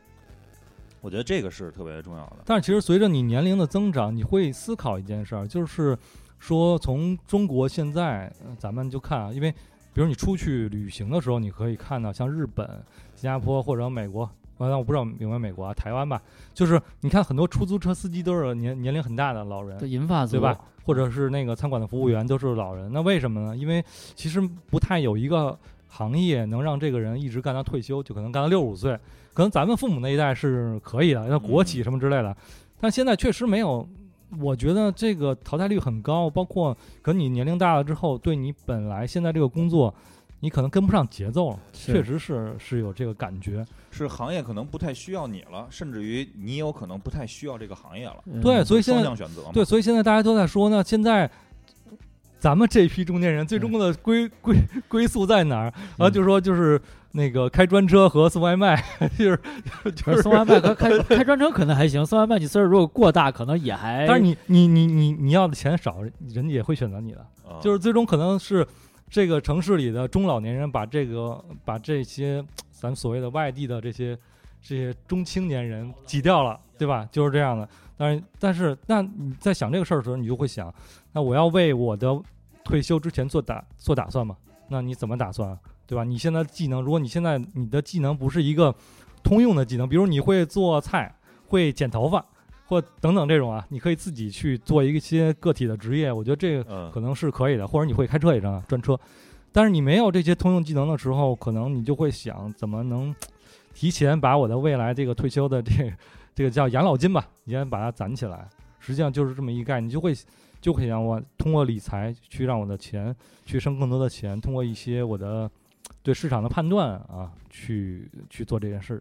[SPEAKER 1] 我觉得这个是特别重要的。
[SPEAKER 2] 但是其实随着你年龄的增长，你会思考一件事儿，就是说从中国现在、呃咱们就看啊，因为比如你出去旅行的时候，你可以看到像日本、新加坡或者美国。完了，我不知道有没有美国啊，台湾吧，就是你看很多出租车司机都是年年龄很大的老人，
[SPEAKER 3] 这银发族
[SPEAKER 2] 对吧？或者是那个餐馆的服务员都是老人，那为什么呢？因为其实不太有一个行业能让这个人一直干到退休，就可能干到六十五岁。可能咱们父母那一代是可以的，像国企什么之类的，但现在确实没有。我觉得这个淘汰率很高，包括可能你年龄大了之后，对你本来现在这个工作，你可能跟不上节奏了，
[SPEAKER 3] 是
[SPEAKER 2] 确实是是有这个感觉。
[SPEAKER 1] 是行业可能不太需要你了，甚至于你有可能不太需要这个行业了。
[SPEAKER 3] 嗯
[SPEAKER 2] 对，所以现
[SPEAKER 1] 双
[SPEAKER 2] 在
[SPEAKER 1] 向选择嘛，
[SPEAKER 2] 对，所以现在大家都在说呢，现在咱们这批中间人最
[SPEAKER 3] 嗯
[SPEAKER 2] 终的归、归归宿在哪儿？然后就说就是那个开专车和送外卖， 就是
[SPEAKER 3] 可
[SPEAKER 2] 就是是
[SPEAKER 3] 送。外卖，可 开开专车可能还行，送外卖你岁数如果过大，可能也还。
[SPEAKER 2] 但是你你你你你要的钱少，人家也会选择你的。
[SPEAKER 1] 啊
[SPEAKER 2] 就是最终可能是这个城市里的中老年人把这个把这些咱们所谓的外地的这些这些中青年人挤掉了，对吧？就是这样的。但是但是，那你在想这个事儿的时候，你就会想，那我要为我的退休之前做打做打算吗？那你怎么打算啊、对吧？你现在技能，如果你现在你的技能不是一个通用的技能，比如你会做菜，会剪头发。或等等这种啊，你可以自己去做一些个体的职业，我觉得这个
[SPEAKER 1] 嗯，
[SPEAKER 2] 可能是可以的，或者你会开车也成专车，但是你没有这些通用技能的时候，可能你就会想怎么能提前把我的未来这个退休的这个、 这个叫养老金吧，你先把它攒起来。实际上就是这么一概念，你就会就会想我通过理财去让我的钱去生更多的钱，通过一些我的对市场的判断啊，去去做这件事。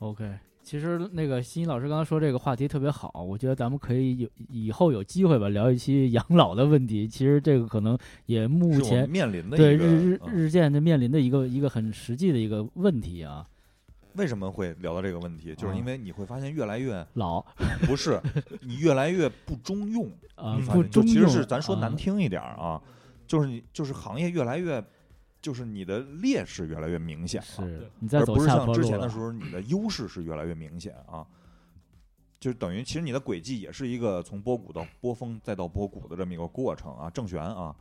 [SPEAKER 3] OK，其实那个欣欣老师刚才说这个话题特别好，我觉得咱们可以有以后有机会吧，聊一期养老的问题。其实这个可能也目
[SPEAKER 1] 是我们
[SPEAKER 3] 前
[SPEAKER 1] 面临的
[SPEAKER 3] 对
[SPEAKER 1] 一个
[SPEAKER 3] 日日
[SPEAKER 1] 嗯
[SPEAKER 3] 日渐的面临的一个一个很实际的一个问题啊，
[SPEAKER 1] 为什么会聊到这个问题，
[SPEAKER 2] 啊
[SPEAKER 1] 就是因为你会发现越来越
[SPEAKER 3] 老
[SPEAKER 1] 不是，你越来越不中用。
[SPEAKER 3] 啊
[SPEAKER 1] 你发
[SPEAKER 3] 不
[SPEAKER 1] 现
[SPEAKER 3] 中
[SPEAKER 1] 嗯就
[SPEAKER 3] 用，
[SPEAKER 1] 其实是咱说难
[SPEAKER 3] 啊，
[SPEAKER 1] 听一点儿啊，就是你就是行业越来越，就是你的劣势越来越明显了，
[SPEAKER 3] 啊是你再
[SPEAKER 1] 而
[SPEAKER 3] 走
[SPEAKER 1] 不是
[SPEAKER 3] 下
[SPEAKER 1] 像
[SPEAKER 3] 坡路
[SPEAKER 1] 之前
[SPEAKER 3] 了
[SPEAKER 1] 的时候你的优势是越来越明显啊。就是等于，其实你的轨迹也是一个从波谷到波峰再到波谷的这么一个过程啊，正弦啊，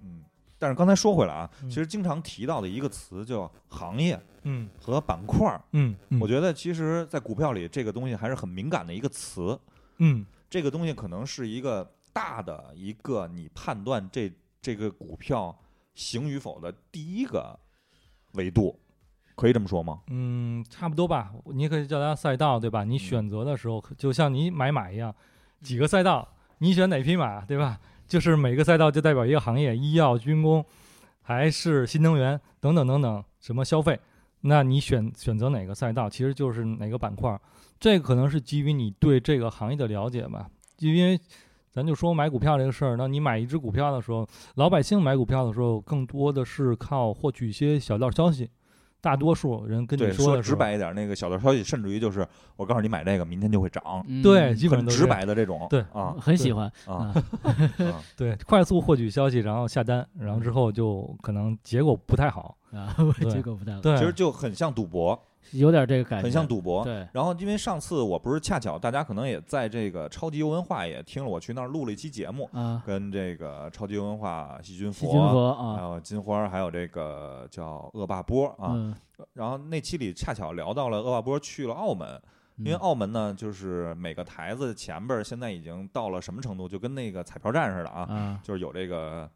[SPEAKER 1] 嗯。但是刚才说回来啊，
[SPEAKER 2] 嗯
[SPEAKER 1] 其实经常提到的一个词叫行业
[SPEAKER 2] 嗯
[SPEAKER 1] 和板块儿，
[SPEAKER 2] 嗯，
[SPEAKER 1] 我
[SPEAKER 2] 得
[SPEAKER 1] 觉得其实，在股票里这个东西还是很敏感的一个词。
[SPEAKER 2] 嗯
[SPEAKER 1] 这个东西可能是一个大的一个你判断这这个股票行与否的第一个维度，可以这么说吗？
[SPEAKER 2] 嗯，差不多吧。你也可以叫它赛道，对吧？你选择的时候，就像你买马一样，几个赛道，你选哪匹马，对吧？就是每个赛道就代表一个行业，医药、军工，还是新能源等等等等，什么消费。那你选选择哪个赛道，其实就是哪个板块儿。这可能是基于你对这个行业的了解吧。因为咱就说买股票这个事儿，那你买一只股票的时候，老百姓买股票的时候，更多的是靠获取一些小道消息。大多数人跟你
[SPEAKER 1] 对，
[SPEAKER 2] 说
[SPEAKER 1] 说
[SPEAKER 2] 的时
[SPEAKER 1] 直
[SPEAKER 2] 候，
[SPEAKER 1] 白一点，那个小道消息，甚至于就是我告诉你买这个，明天就会涨，
[SPEAKER 3] 嗯
[SPEAKER 2] 对，基本上
[SPEAKER 1] 很
[SPEAKER 2] 都是
[SPEAKER 1] 直
[SPEAKER 2] 这样。
[SPEAKER 1] 白的这种，
[SPEAKER 2] 对嗯
[SPEAKER 1] 啊
[SPEAKER 3] 很喜欢，
[SPEAKER 1] 啊，啊
[SPEAKER 2] 对，快速获取消息，然后下单，然后之后就可能结果不太好。
[SPEAKER 3] 啊，
[SPEAKER 2] 对
[SPEAKER 3] 结果不太好，
[SPEAKER 2] 对，哎
[SPEAKER 1] 其实就很像赌博，
[SPEAKER 3] 有点这个感觉，
[SPEAKER 1] 很像赌博。
[SPEAKER 3] 对，
[SPEAKER 1] 然后，因为上次我不是恰巧大家可能也在这个超级游文化也听了我去那儿录了一期节目，
[SPEAKER 3] 啊，
[SPEAKER 1] 跟这个超级游文化细菌
[SPEAKER 3] 细
[SPEAKER 1] 佛、
[SPEAKER 3] 菌佛
[SPEAKER 1] 还
[SPEAKER 3] 啊，
[SPEAKER 1] 有金花儿，还有这个叫恶霸波啊，
[SPEAKER 3] 嗯，
[SPEAKER 1] 然后那期里恰巧聊到了恶霸波去了澳门，因为
[SPEAKER 3] 嗯
[SPEAKER 1] 澳门呢，就是每个台子前边儿现在已经到了什么程度，就跟那个彩票站似的啊，
[SPEAKER 3] 啊，
[SPEAKER 1] 就是有这个，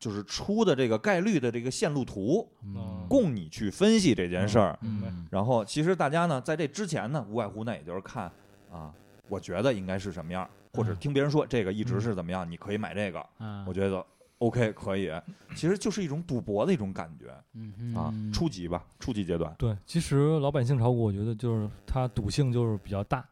[SPEAKER 1] 就是出的这个概率的这个线路图，
[SPEAKER 3] 嗯
[SPEAKER 1] 供你去分析这件事儿。
[SPEAKER 3] 嗯
[SPEAKER 1] 然后其实大家呢，在这之前呢，无外乎那也就是看啊，我觉得应该是什么样儿，或者
[SPEAKER 3] 嗯
[SPEAKER 1] 听别人说这个一直是怎么样，你可以买这个，
[SPEAKER 3] 啊，
[SPEAKER 1] 我觉得 OK 可以，其实就是一种赌博的一种感觉
[SPEAKER 3] 嗯
[SPEAKER 1] 啊，
[SPEAKER 3] 嗯
[SPEAKER 1] 初级吧，初级阶段。
[SPEAKER 2] 对，其实老百姓炒股，我觉得就是它赌性就是比较大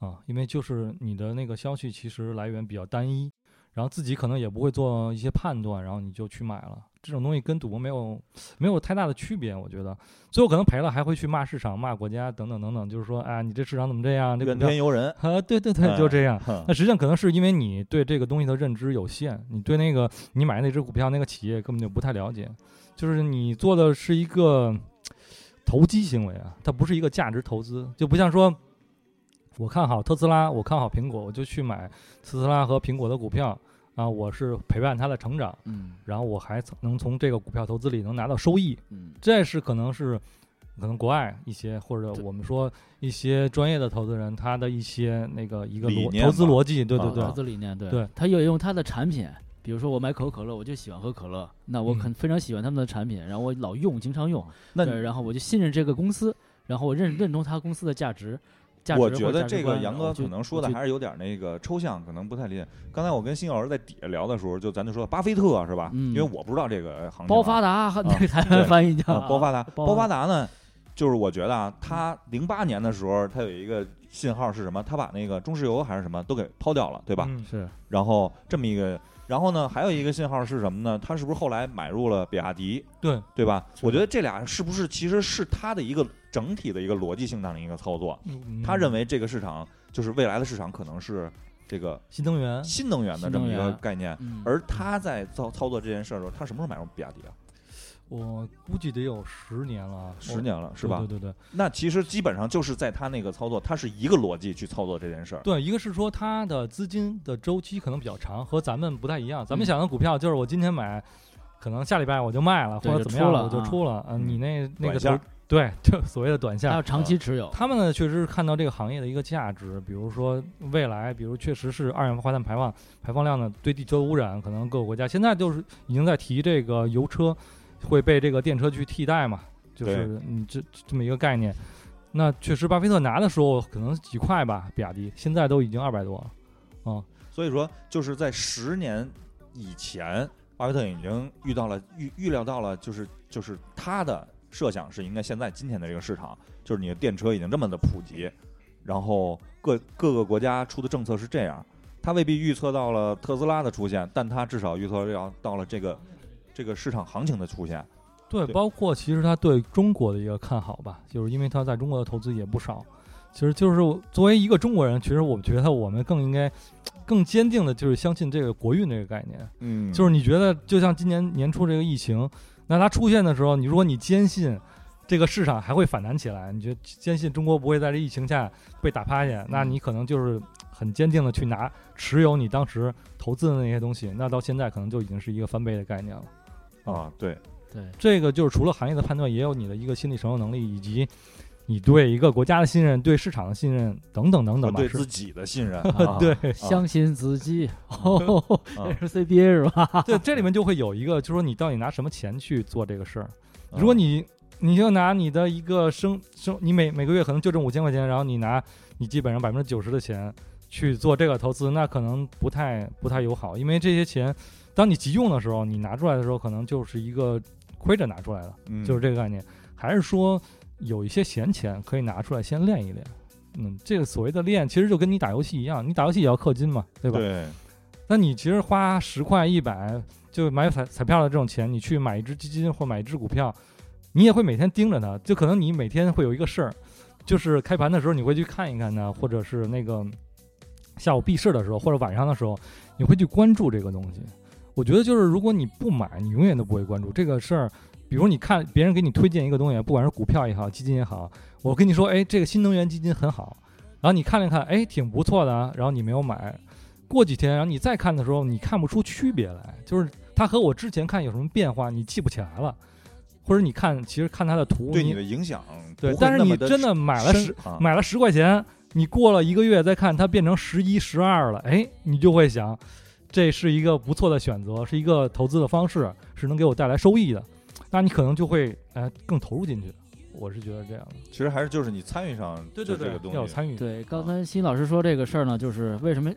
[SPEAKER 2] 啊，因为就是你的那个消息其实来源比较单一，然后自己可能也不会做一些判断，然后你就去买了，这种东西跟赌博没有没有太大的区别，我觉得最后可能赔了还会去骂市场、骂国家等等等等，就是说啊，你这市场怎么这样？这个
[SPEAKER 1] 怨天哎尤 人，
[SPEAKER 2] 啊， 对对对，就这样。
[SPEAKER 1] 哼
[SPEAKER 2] 那实际上可能是因为你对这个东西的认知有限，你对那个你买那只股票那个企业根本就不太了解，就是你做的是一个投机行为啊，它不是一个价值投资，就不像说我看好特斯拉，我看好苹果，我就去买特斯拉和苹果的股票啊，我是陪伴它的成长，
[SPEAKER 3] 嗯
[SPEAKER 2] 然后我还能从这个股票投资里能拿到收益，
[SPEAKER 3] 嗯，
[SPEAKER 2] 这是可能是可能国外一些或者我们说一些专业的投资人他的一些那个一个
[SPEAKER 1] 理
[SPEAKER 2] 逻
[SPEAKER 1] 念
[SPEAKER 2] 投资
[SPEAKER 1] 吧
[SPEAKER 2] 逻辑，对对
[SPEAKER 1] 啊
[SPEAKER 2] 对
[SPEAKER 3] 投，资理念对
[SPEAKER 2] 对
[SPEAKER 3] 他也用他的产品。比如说我买可口可乐，我就喜欢喝可乐，那我
[SPEAKER 2] 嗯
[SPEAKER 3] 很非常喜欢他们的产品，然后我老用，经常用，
[SPEAKER 1] 那
[SPEAKER 3] 对，然后我就信任这个公司，然后我认认同他公司的价值，价值
[SPEAKER 1] 我
[SPEAKER 3] 或
[SPEAKER 1] 觉
[SPEAKER 3] 者
[SPEAKER 1] 得
[SPEAKER 3] 价值
[SPEAKER 1] 这个
[SPEAKER 3] 观
[SPEAKER 1] 杨
[SPEAKER 3] 然
[SPEAKER 1] 哥
[SPEAKER 3] 后就
[SPEAKER 1] 可能说的
[SPEAKER 3] 我就
[SPEAKER 1] 还是有点那个抽象，可能不太理解。刚才我跟辛老师在底下聊的时候，就咱就说巴菲特是吧？
[SPEAKER 3] 嗯
[SPEAKER 1] 因为我不知道这个行情啊。
[SPEAKER 3] 包发达， 那 个台湾
[SPEAKER 1] 对
[SPEAKER 3] 翻译叫
[SPEAKER 1] 啊，包发达，
[SPEAKER 3] 包
[SPEAKER 1] 包发达呢，就是我觉得啊，他零八年的时候，他有一个信号是什么？他把那个中石油还是什么都给抛掉了，对吧？
[SPEAKER 2] 嗯
[SPEAKER 3] 是
[SPEAKER 1] 然后这么一个，然后呢，还有一个信号是什么呢？他是不是后来买入了比亚迪，
[SPEAKER 2] 对，
[SPEAKER 1] 对吧？我觉得这俩是不是其实是他的一个整体的一个逻辑性上的一个操作？他认
[SPEAKER 2] 为
[SPEAKER 1] 为这个市场就是未来的市场可能是这个
[SPEAKER 2] 新能源
[SPEAKER 1] 新能源的这么一
[SPEAKER 3] 新能
[SPEAKER 1] 个
[SPEAKER 3] 源
[SPEAKER 1] 概念。
[SPEAKER 3] 嗯
[SPEAKER 1] 而他在操操作这件事儿的时候，他什么时候买入比亚迪啊？
[SPEAKER 2] 我估计得有十年了啊，
[SPEAKER 1] 十年了，
[SPEAKER 2] 我
[SPEAKER 1] 是吧？
[SPEAKER 2] 对对对对
[SPEAKER 1] 那其实基本上就是在他那个操作，他是一个逻辑去操作这件事儿。
[SPEAKER 2] 对，一个是说它的资金的周期可能比较长，和咱们不太一样，
[SPEAKER 1] 嗯
[SPEAKER 2] 咱们想的股票就是我今天买，可能下礼拜我就卖了，
[SPEAKER 3] 对
[SPEAKER 2] 或者
[SPEAKER 3] 就
[SPEAKER 2] 怎么
[SPEAKER 3] 出
[SPEAKER 2] 样
[SPEAKER 3] 了
[SPEAKER 2] 我就
[SPEAKER 3] 啊
[SPEAKER 2] 出了，嗯，你那那
[SPEAKER 1] 短
[SPEAKER 2] 个
[SPEAKER 1] 线
[SPEAKER 2] 投
[SPEAKER 1] 儿
[SPEAKER 2] 对，就所谓的短线
[SPEAKER 3] 还
[SPEAKER 2] 儿
[SPEAKER 3] 要。长
[SPEAKER 1] 啊
[SPEAKER 3] 期 持有，
[SPEAKER 2] 他们呢，确实是看到这个行业的一个价值，比如说未来，比如确实是二氧化碳排放排放量呢对地球污染，可能各个国家现在就是已经在提这个油车会被这个电车去替代嘛，就是嗯这这么一个概念。那确实，巴菲特拿的时候可能几块吧，比亚迪现在都已经二百多了。
[SPEAKER 1] 所以说，就是在十年以前，巴菲特已经遇到了预预料到了，就是就是他的设想是应该现在今天的这个市场，就是你的电车已经这么的普及，然后各各个国家出的政策是这样，他未必预测到了特斯拉的出现，但他至少预测到到了这个这个市场行情的出现。
[SPEAKER 2] 对，
[SPEAKER 1] 对
[SPEAKER 2] 包括其实他对中国的一个看好吧，就是因为他在中国的投资也不少。其实就是作为一个中国人，其实我觉得我们更应该更坚定的就是相信这个国运这个概念。
[SPEAKER 1] 嗯
[SPEAKER 2] 就是你觉得，就像今年年初这个疫情，那它出现的时候，你如果你坚信这个市场还会反弹起来，你觉得坚信中国不会在这疫情下被打趴
[SPEAKER 1] 嗯
[SPEAKER 2] 下，那你可能就是很坚定的去拿持有你当时投资的那些东西，那到现在可能就已经是一个翻倍的概念了。
[SPEAKER 1] 啊，对，
[SPEAKER 3] 对，
[SPEAKER 2] 这个就是除了行业的判断，也有你的一个心理承受能力，以及你对一个国家的信任、对市场的信任等等等
[SPEAKER 1] 我
[SPEAKER 2] 等吧。
[SPEAKER 1] 啊对
[SPEAKER 2] 是，
[SPEAKER 1] 自己的信任
[SPEAKER 2] 对，
[SPEAKER 3] 相信自己，哦，
[SPEAKER 1] 啊
[SPEAKER 3] 这是 CBA 是吧？
[SPEAKER 2] 对，啊这里面就会有一个，就是说你到底拿什么钱去做这个事儿。如
[SPEAKER 1] 啊
[SPEAKER 2] 果你你就拿你的一个生生，你每每个月可能就挣五千块钱，然后你拿你基本上百分之九十的钱去做这个投资，那可能不太不太友好，因为这些钱当你急用的时候，你拿出来的时候，可能就是一个亏着拿出来的，
[SPEAKER 1] 嗯
[SPEAKER 2] 就是这个概念。还是说有一些闲钱可以拿出来先练一练。嗯，这个所谓的练，其实就跟你打游戏一样，你打游戏也要氪金嘛，对吧？
[SPEAKER 1] 对，
[SPEAKER 2] 那你其实花十块一百就买彩彩票的这种钱，你去买一只基金或买一只股票，你也会每天盯着它。就可能你每天会有一个事儿，就是开盘的时候你会去看一看它，或者是那个下午闭市的时候，或者晚上的时候，你会去关注这个东西。我觉得就是如果你不买，你永远都不会关注这个事儿。比如你看别人给你推荐一个东西，不管是股票也好，基金也好，我跟你说，哎，这个新能源基金很好，然后你看了看，哎，挺不错的啊，然后你没有买，过几天，然后你再看的时候，你看不出区别来，就是它和我之前看有什么变化，你记不起来了，或者你看，其实看它的图，
[SPEAKER 1] 对
[SPEAKER 2] 你
[SPEAKER 1] 你的影响不
[SPEAKER 2] 对
[SPEAKER 1] 会，
[SPEAKER 2] 但是
[SPEAKER 1] 那么
[SPEAKER 2] 你真的买了
[SPEAKER 1] 深
[SPEAKER 2] 十
[SPEAKER 1] 啊，
[SPEAKER 2] 买了十块钱，你过了一个月再看，它变成十一、十二了，哎，你就会想，这是一个不错的选择，是一个投资的方式，是能给我带来收益的，那你可能就会呃更投入进去。我是觉得这样的，
[SPEAKER 1] 其实还是就是你参与上就这个东
[SPEAKER 2] 要有
[SPEAKER 1] 西，
[SPEAKER 2] 参与。
[SPEAKER 3] 对，刚才辛老师说这个事儿呢，就是为什么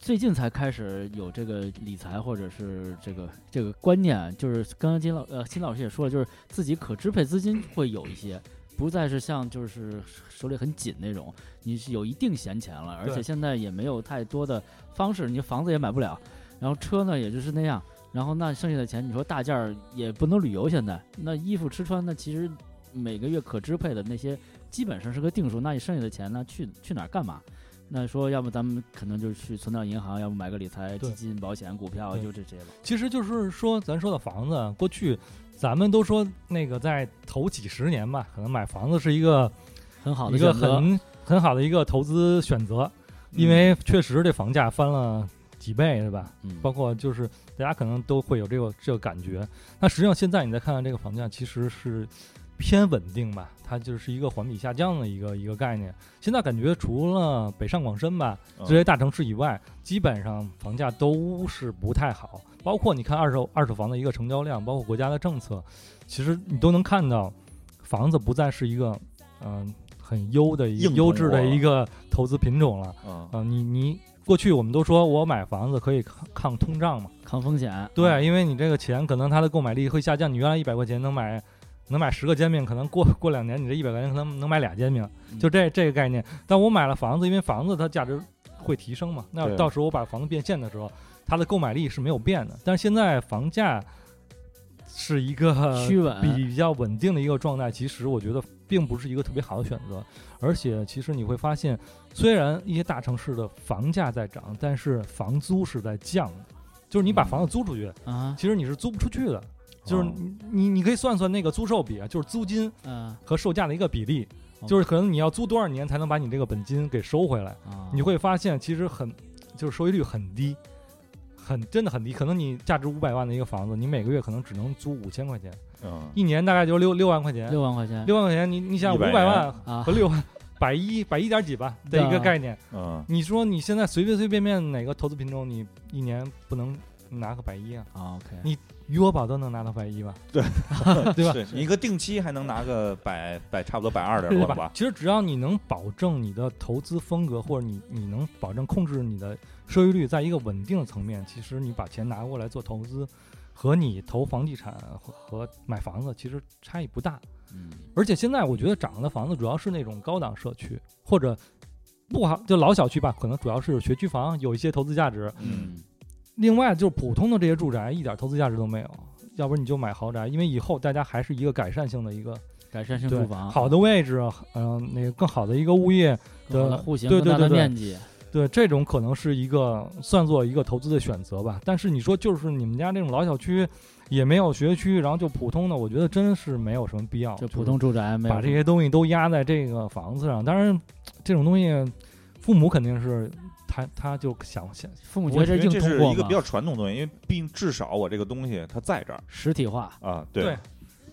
[SPEAKER 3] 最近才开始有这个理财或者是这个这个观念，就是刚刚金老呃辛老师也说了，就是自己可支配资金会有一些，不再是像就是手里很紧那种，你是有一定闲钱了，而
[SPEAKER 2] 对
[SPEAKER 3] 且现在也没有太多的方式，你房子也买不了，然后车呢也就是那样。然后那剩下的钱，你说大件儿也不能旅游，现在那衣服吃穿，那其实每个月可支配的那些基本上是个定数。那你剩下的钱呢，去去哪儿干嘛？那说要么咱们可能就去存到银行，要么买个理财
[SPEAKER 2] 对
[SPEAKER 3] 基金、保险、股票，
[SPEAKER 2] 对
[SPEAKER 3] 就这些了。
[SPEAKER 2] 其实就是说，咱说到房子，啊过去咱们都说那个在头几十年吧，可能买房子是一个
[SPEAKER 3] 很好的
[SPEAKER 2] 一个
[SPEAKER 3] 选择嗯
[SPEAKER 2] 很很好的一个投资选择，
[SPEAKER 1] 嗯
[SPEAKER 2] 因为确实这房价翻了几倍，对吧？
[SPEAKER 3] 嗯
[SPEAKER 2] 包括就是大家可能都会有这个这个感觉。那实际上现在你再看看这个房价，其实是偏稳定吧，它就是一个环比下降的一个一个概念。现在感觉除了北上广深吧
[SPEAKER 1] 嗯
[SPEAKER 2] 这些大城市以外，基本上房价都是不太好。包括你看二手二手房的一个成交量，包括国家的政策，其实你都能看到，房子不再是一个嗯、很优的一
[SPEAKER 1] 硬通货
[SPEAKER 2] 优质的一个投资品种了。
[SPEAKER 1] 啊，
[SPEAKER 2] 啊，你你过去我们都说我买房子可以抗抗通胀嘛，
[SPEAKER 3] 抗风险。
[SPEAKER 2] 对，啊因为你这个钱可能它的购买力会下降，你原来一百块钱能买能买十个煎饼，可能过过两年你这一百块钱可能能买俩煎饼，就这这个概念。但我买了房子，因为房子它价值会提升嘛，那
[SPEAKER 1] 对
[SPEAKER 2] 到时候我把房子变现的时候，它的购买力是没有变的。但是现在房价是一个
[SPEAKER 3] 趋嗯稳
[SPEAKER 2] 比较稳定的一个状态，其实我觉得并不是一个特别好的选择。而且，其实你会发现，虽然一些大城市的房价在涨，但是房租是在降的。就是你把
[SPEAKER 3] 嗯
[SPEAKER 2] 房子租出去，
[SPEAKER 3] 啊，
[SPEAKER 2] 其实你是租不出去的。就是
[SPEAKER 1] 哦
[SPEAKER 2] 你你你可以算算那个租售比啊，就是租金
[SPEAKER 3] 嗯、
[SPEAKER 2] 和售价的一个比例，
[SPEAKER 3] 哦
[SPEAKER 2] 就是可能你要租多少年才能把你这个本金给收回来。
[SPEAKER 3] 啊，
[SPEAKER 2] 你会发现，其实很就是收益率很低，很真的很低。可能你价值五百万的一个房子，你每个月可能只能租五千块钱，
[SPEAKER 1] 嗯，
[SPEAKER 2] 一年大概就六六万块钱。
[SPEAKER 3] 六万块钱
[SPEAKER 2] 六万块钱，你你想五
[SPEAKER 1] 100
[SPEAKER 2] 百
[SPEAKER 1] 元
[SPEAKER 2] 万
[SPEAKER 3] 啊
[SPEAKER 2] 和，六万， 百一百一点几吧的一个概念。
[SPEAKER 1] 嗯，
[SPEAKER 2] 你说你现在随随随便便哪个投资品种，你一年不能拿个百一啊？
[SPEAKER 3] 啊，OK，
[SPEAKER 2] 你余额宝都能拿到百一吧？对吧
[SPEAKER 1] 对你一个定期还能拿个百百差不多百二点多了吧？
[SPEAKER 2] 其实只要你能保证你的投资风格，或者你你能保证控制你的收益率在一个稳定的层面，其实你把钱拿过来做投资，和你投房地产和和买房子其实差异不大。
[SPEAKER 3] 嗯，
[SPEAKER 2] 而且现在我觉得涨的房子主要是那种高档社区或者不好就老小区吧，可能主要是学区房有一些投资价值。
[SPEAKER 1] 嗯，
[SPEAKER 2] 另外就是普通的这些住宅一点投资价值都没有，要不然你就买豪宅，因为以后大家还是一个改善性的一个
[SPEAKER 3] 改善性
[SPEAKER 2] 对
[SPEAKER 3] 住房，
[SPEAKER 2] 好的位置，嗯、那个更好的一个物业，
[SPEAKER 3] 更好的
[SPEAKER 2] 的
[SPEAKER 3] 户型
[SPEAKER 2] 对
[SPEAKER 3] 更大
[SPEAKER 2] 对
[SPEAKER 3] 的
[SPEAKER 2] 对对
[SPEAKER 3] 面积，
[SPEAKER 2] 对这种可能是一个算作一个投资的选择吧。但是你说就是你们家这种老小区也没有学区，然后就普通的，我觉得真是没有什么必要，
[SPEAKER 3] 就是普通住宅没有
[SPEAKER 2] 把这些东西都压在这个房子上。当然，这种东西父母肯定是他他就想想
[SPEAKER 3] 父母觉
[SPEAKER 1] 我觉
[SPEAKER 3] 得
[SPEAKER 1] 得
[SPEAKER 3] 硬
[SPEAKER 1] 这
[SPEAKER 3] 通
[SPEAKER 1] 是
[SPEAKER 3] 货
[SPEAKER 1] 一个
[SPEAKER 3] 嘛
[SPEAKER 1] 比，较传统的东西，因为毕竟至少我这个东西它在这儿
[SPEAKER 3] 实体化，
[SPEAKER 1] 啊，
[SPEAKER 2] 对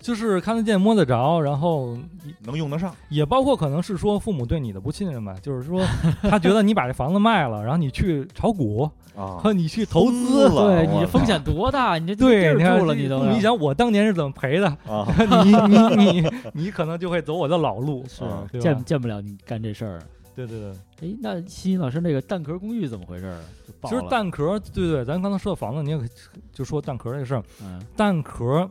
[SPEAKER 2] 就是看得见摸得着，然后
[SPEAKER 1] 能用得上。
[SPEAKER 2] 也包括可能是说父母对你的不信任吧，就是 说他觉得你把这房子卖了，然后你去炒股
[SPEAKER 1] 啊，
[SPEAKER 2] 和你去投资
[SPEAKER 1] 疯了
[SPEAKER 3] 对
[SPEAKER 1] 我操
[SPEAKER 3] 你风险多大？你这
[SPEAKER 2] 对，
[SPEAKER 3] 地
[SPEAKER 2] 你
[SPEAKER 3] 儿
[SPEAKER 2] 看
[SPEAKER 3] 住了，
[SPEAKER 2] 这
[SPEAKER 3] 你都
[SPEAKER 2] 父母
[SPEAKER 3] 要
[SPEAKER 2] 一想，我当年是怎么赔 的？
[SPEAKER 1] 啊，
[SPEAKER 2] 你你你你可能就会走我的老路，
[SPEAKER 1] 是
[SPEAKER 2] 啊对吧
[SPEAKER 3] 见？见不了你干这事儿。
[SPEAKER 2] 对对对，
[SPEAKER 3] 哎，那欣欣老师那个蛋壳公寓怎么回事儿？啊就爆
[SPEAKER 2] 其实
[SPEAKER 3] 了
[SPEAKER 2] 蛋壳，对对，咱刚才说的房子，你也可以就说蛋壳这事儿，
[SPEAKER 3] 嗯
[SPEAKER 2] 蛋壳，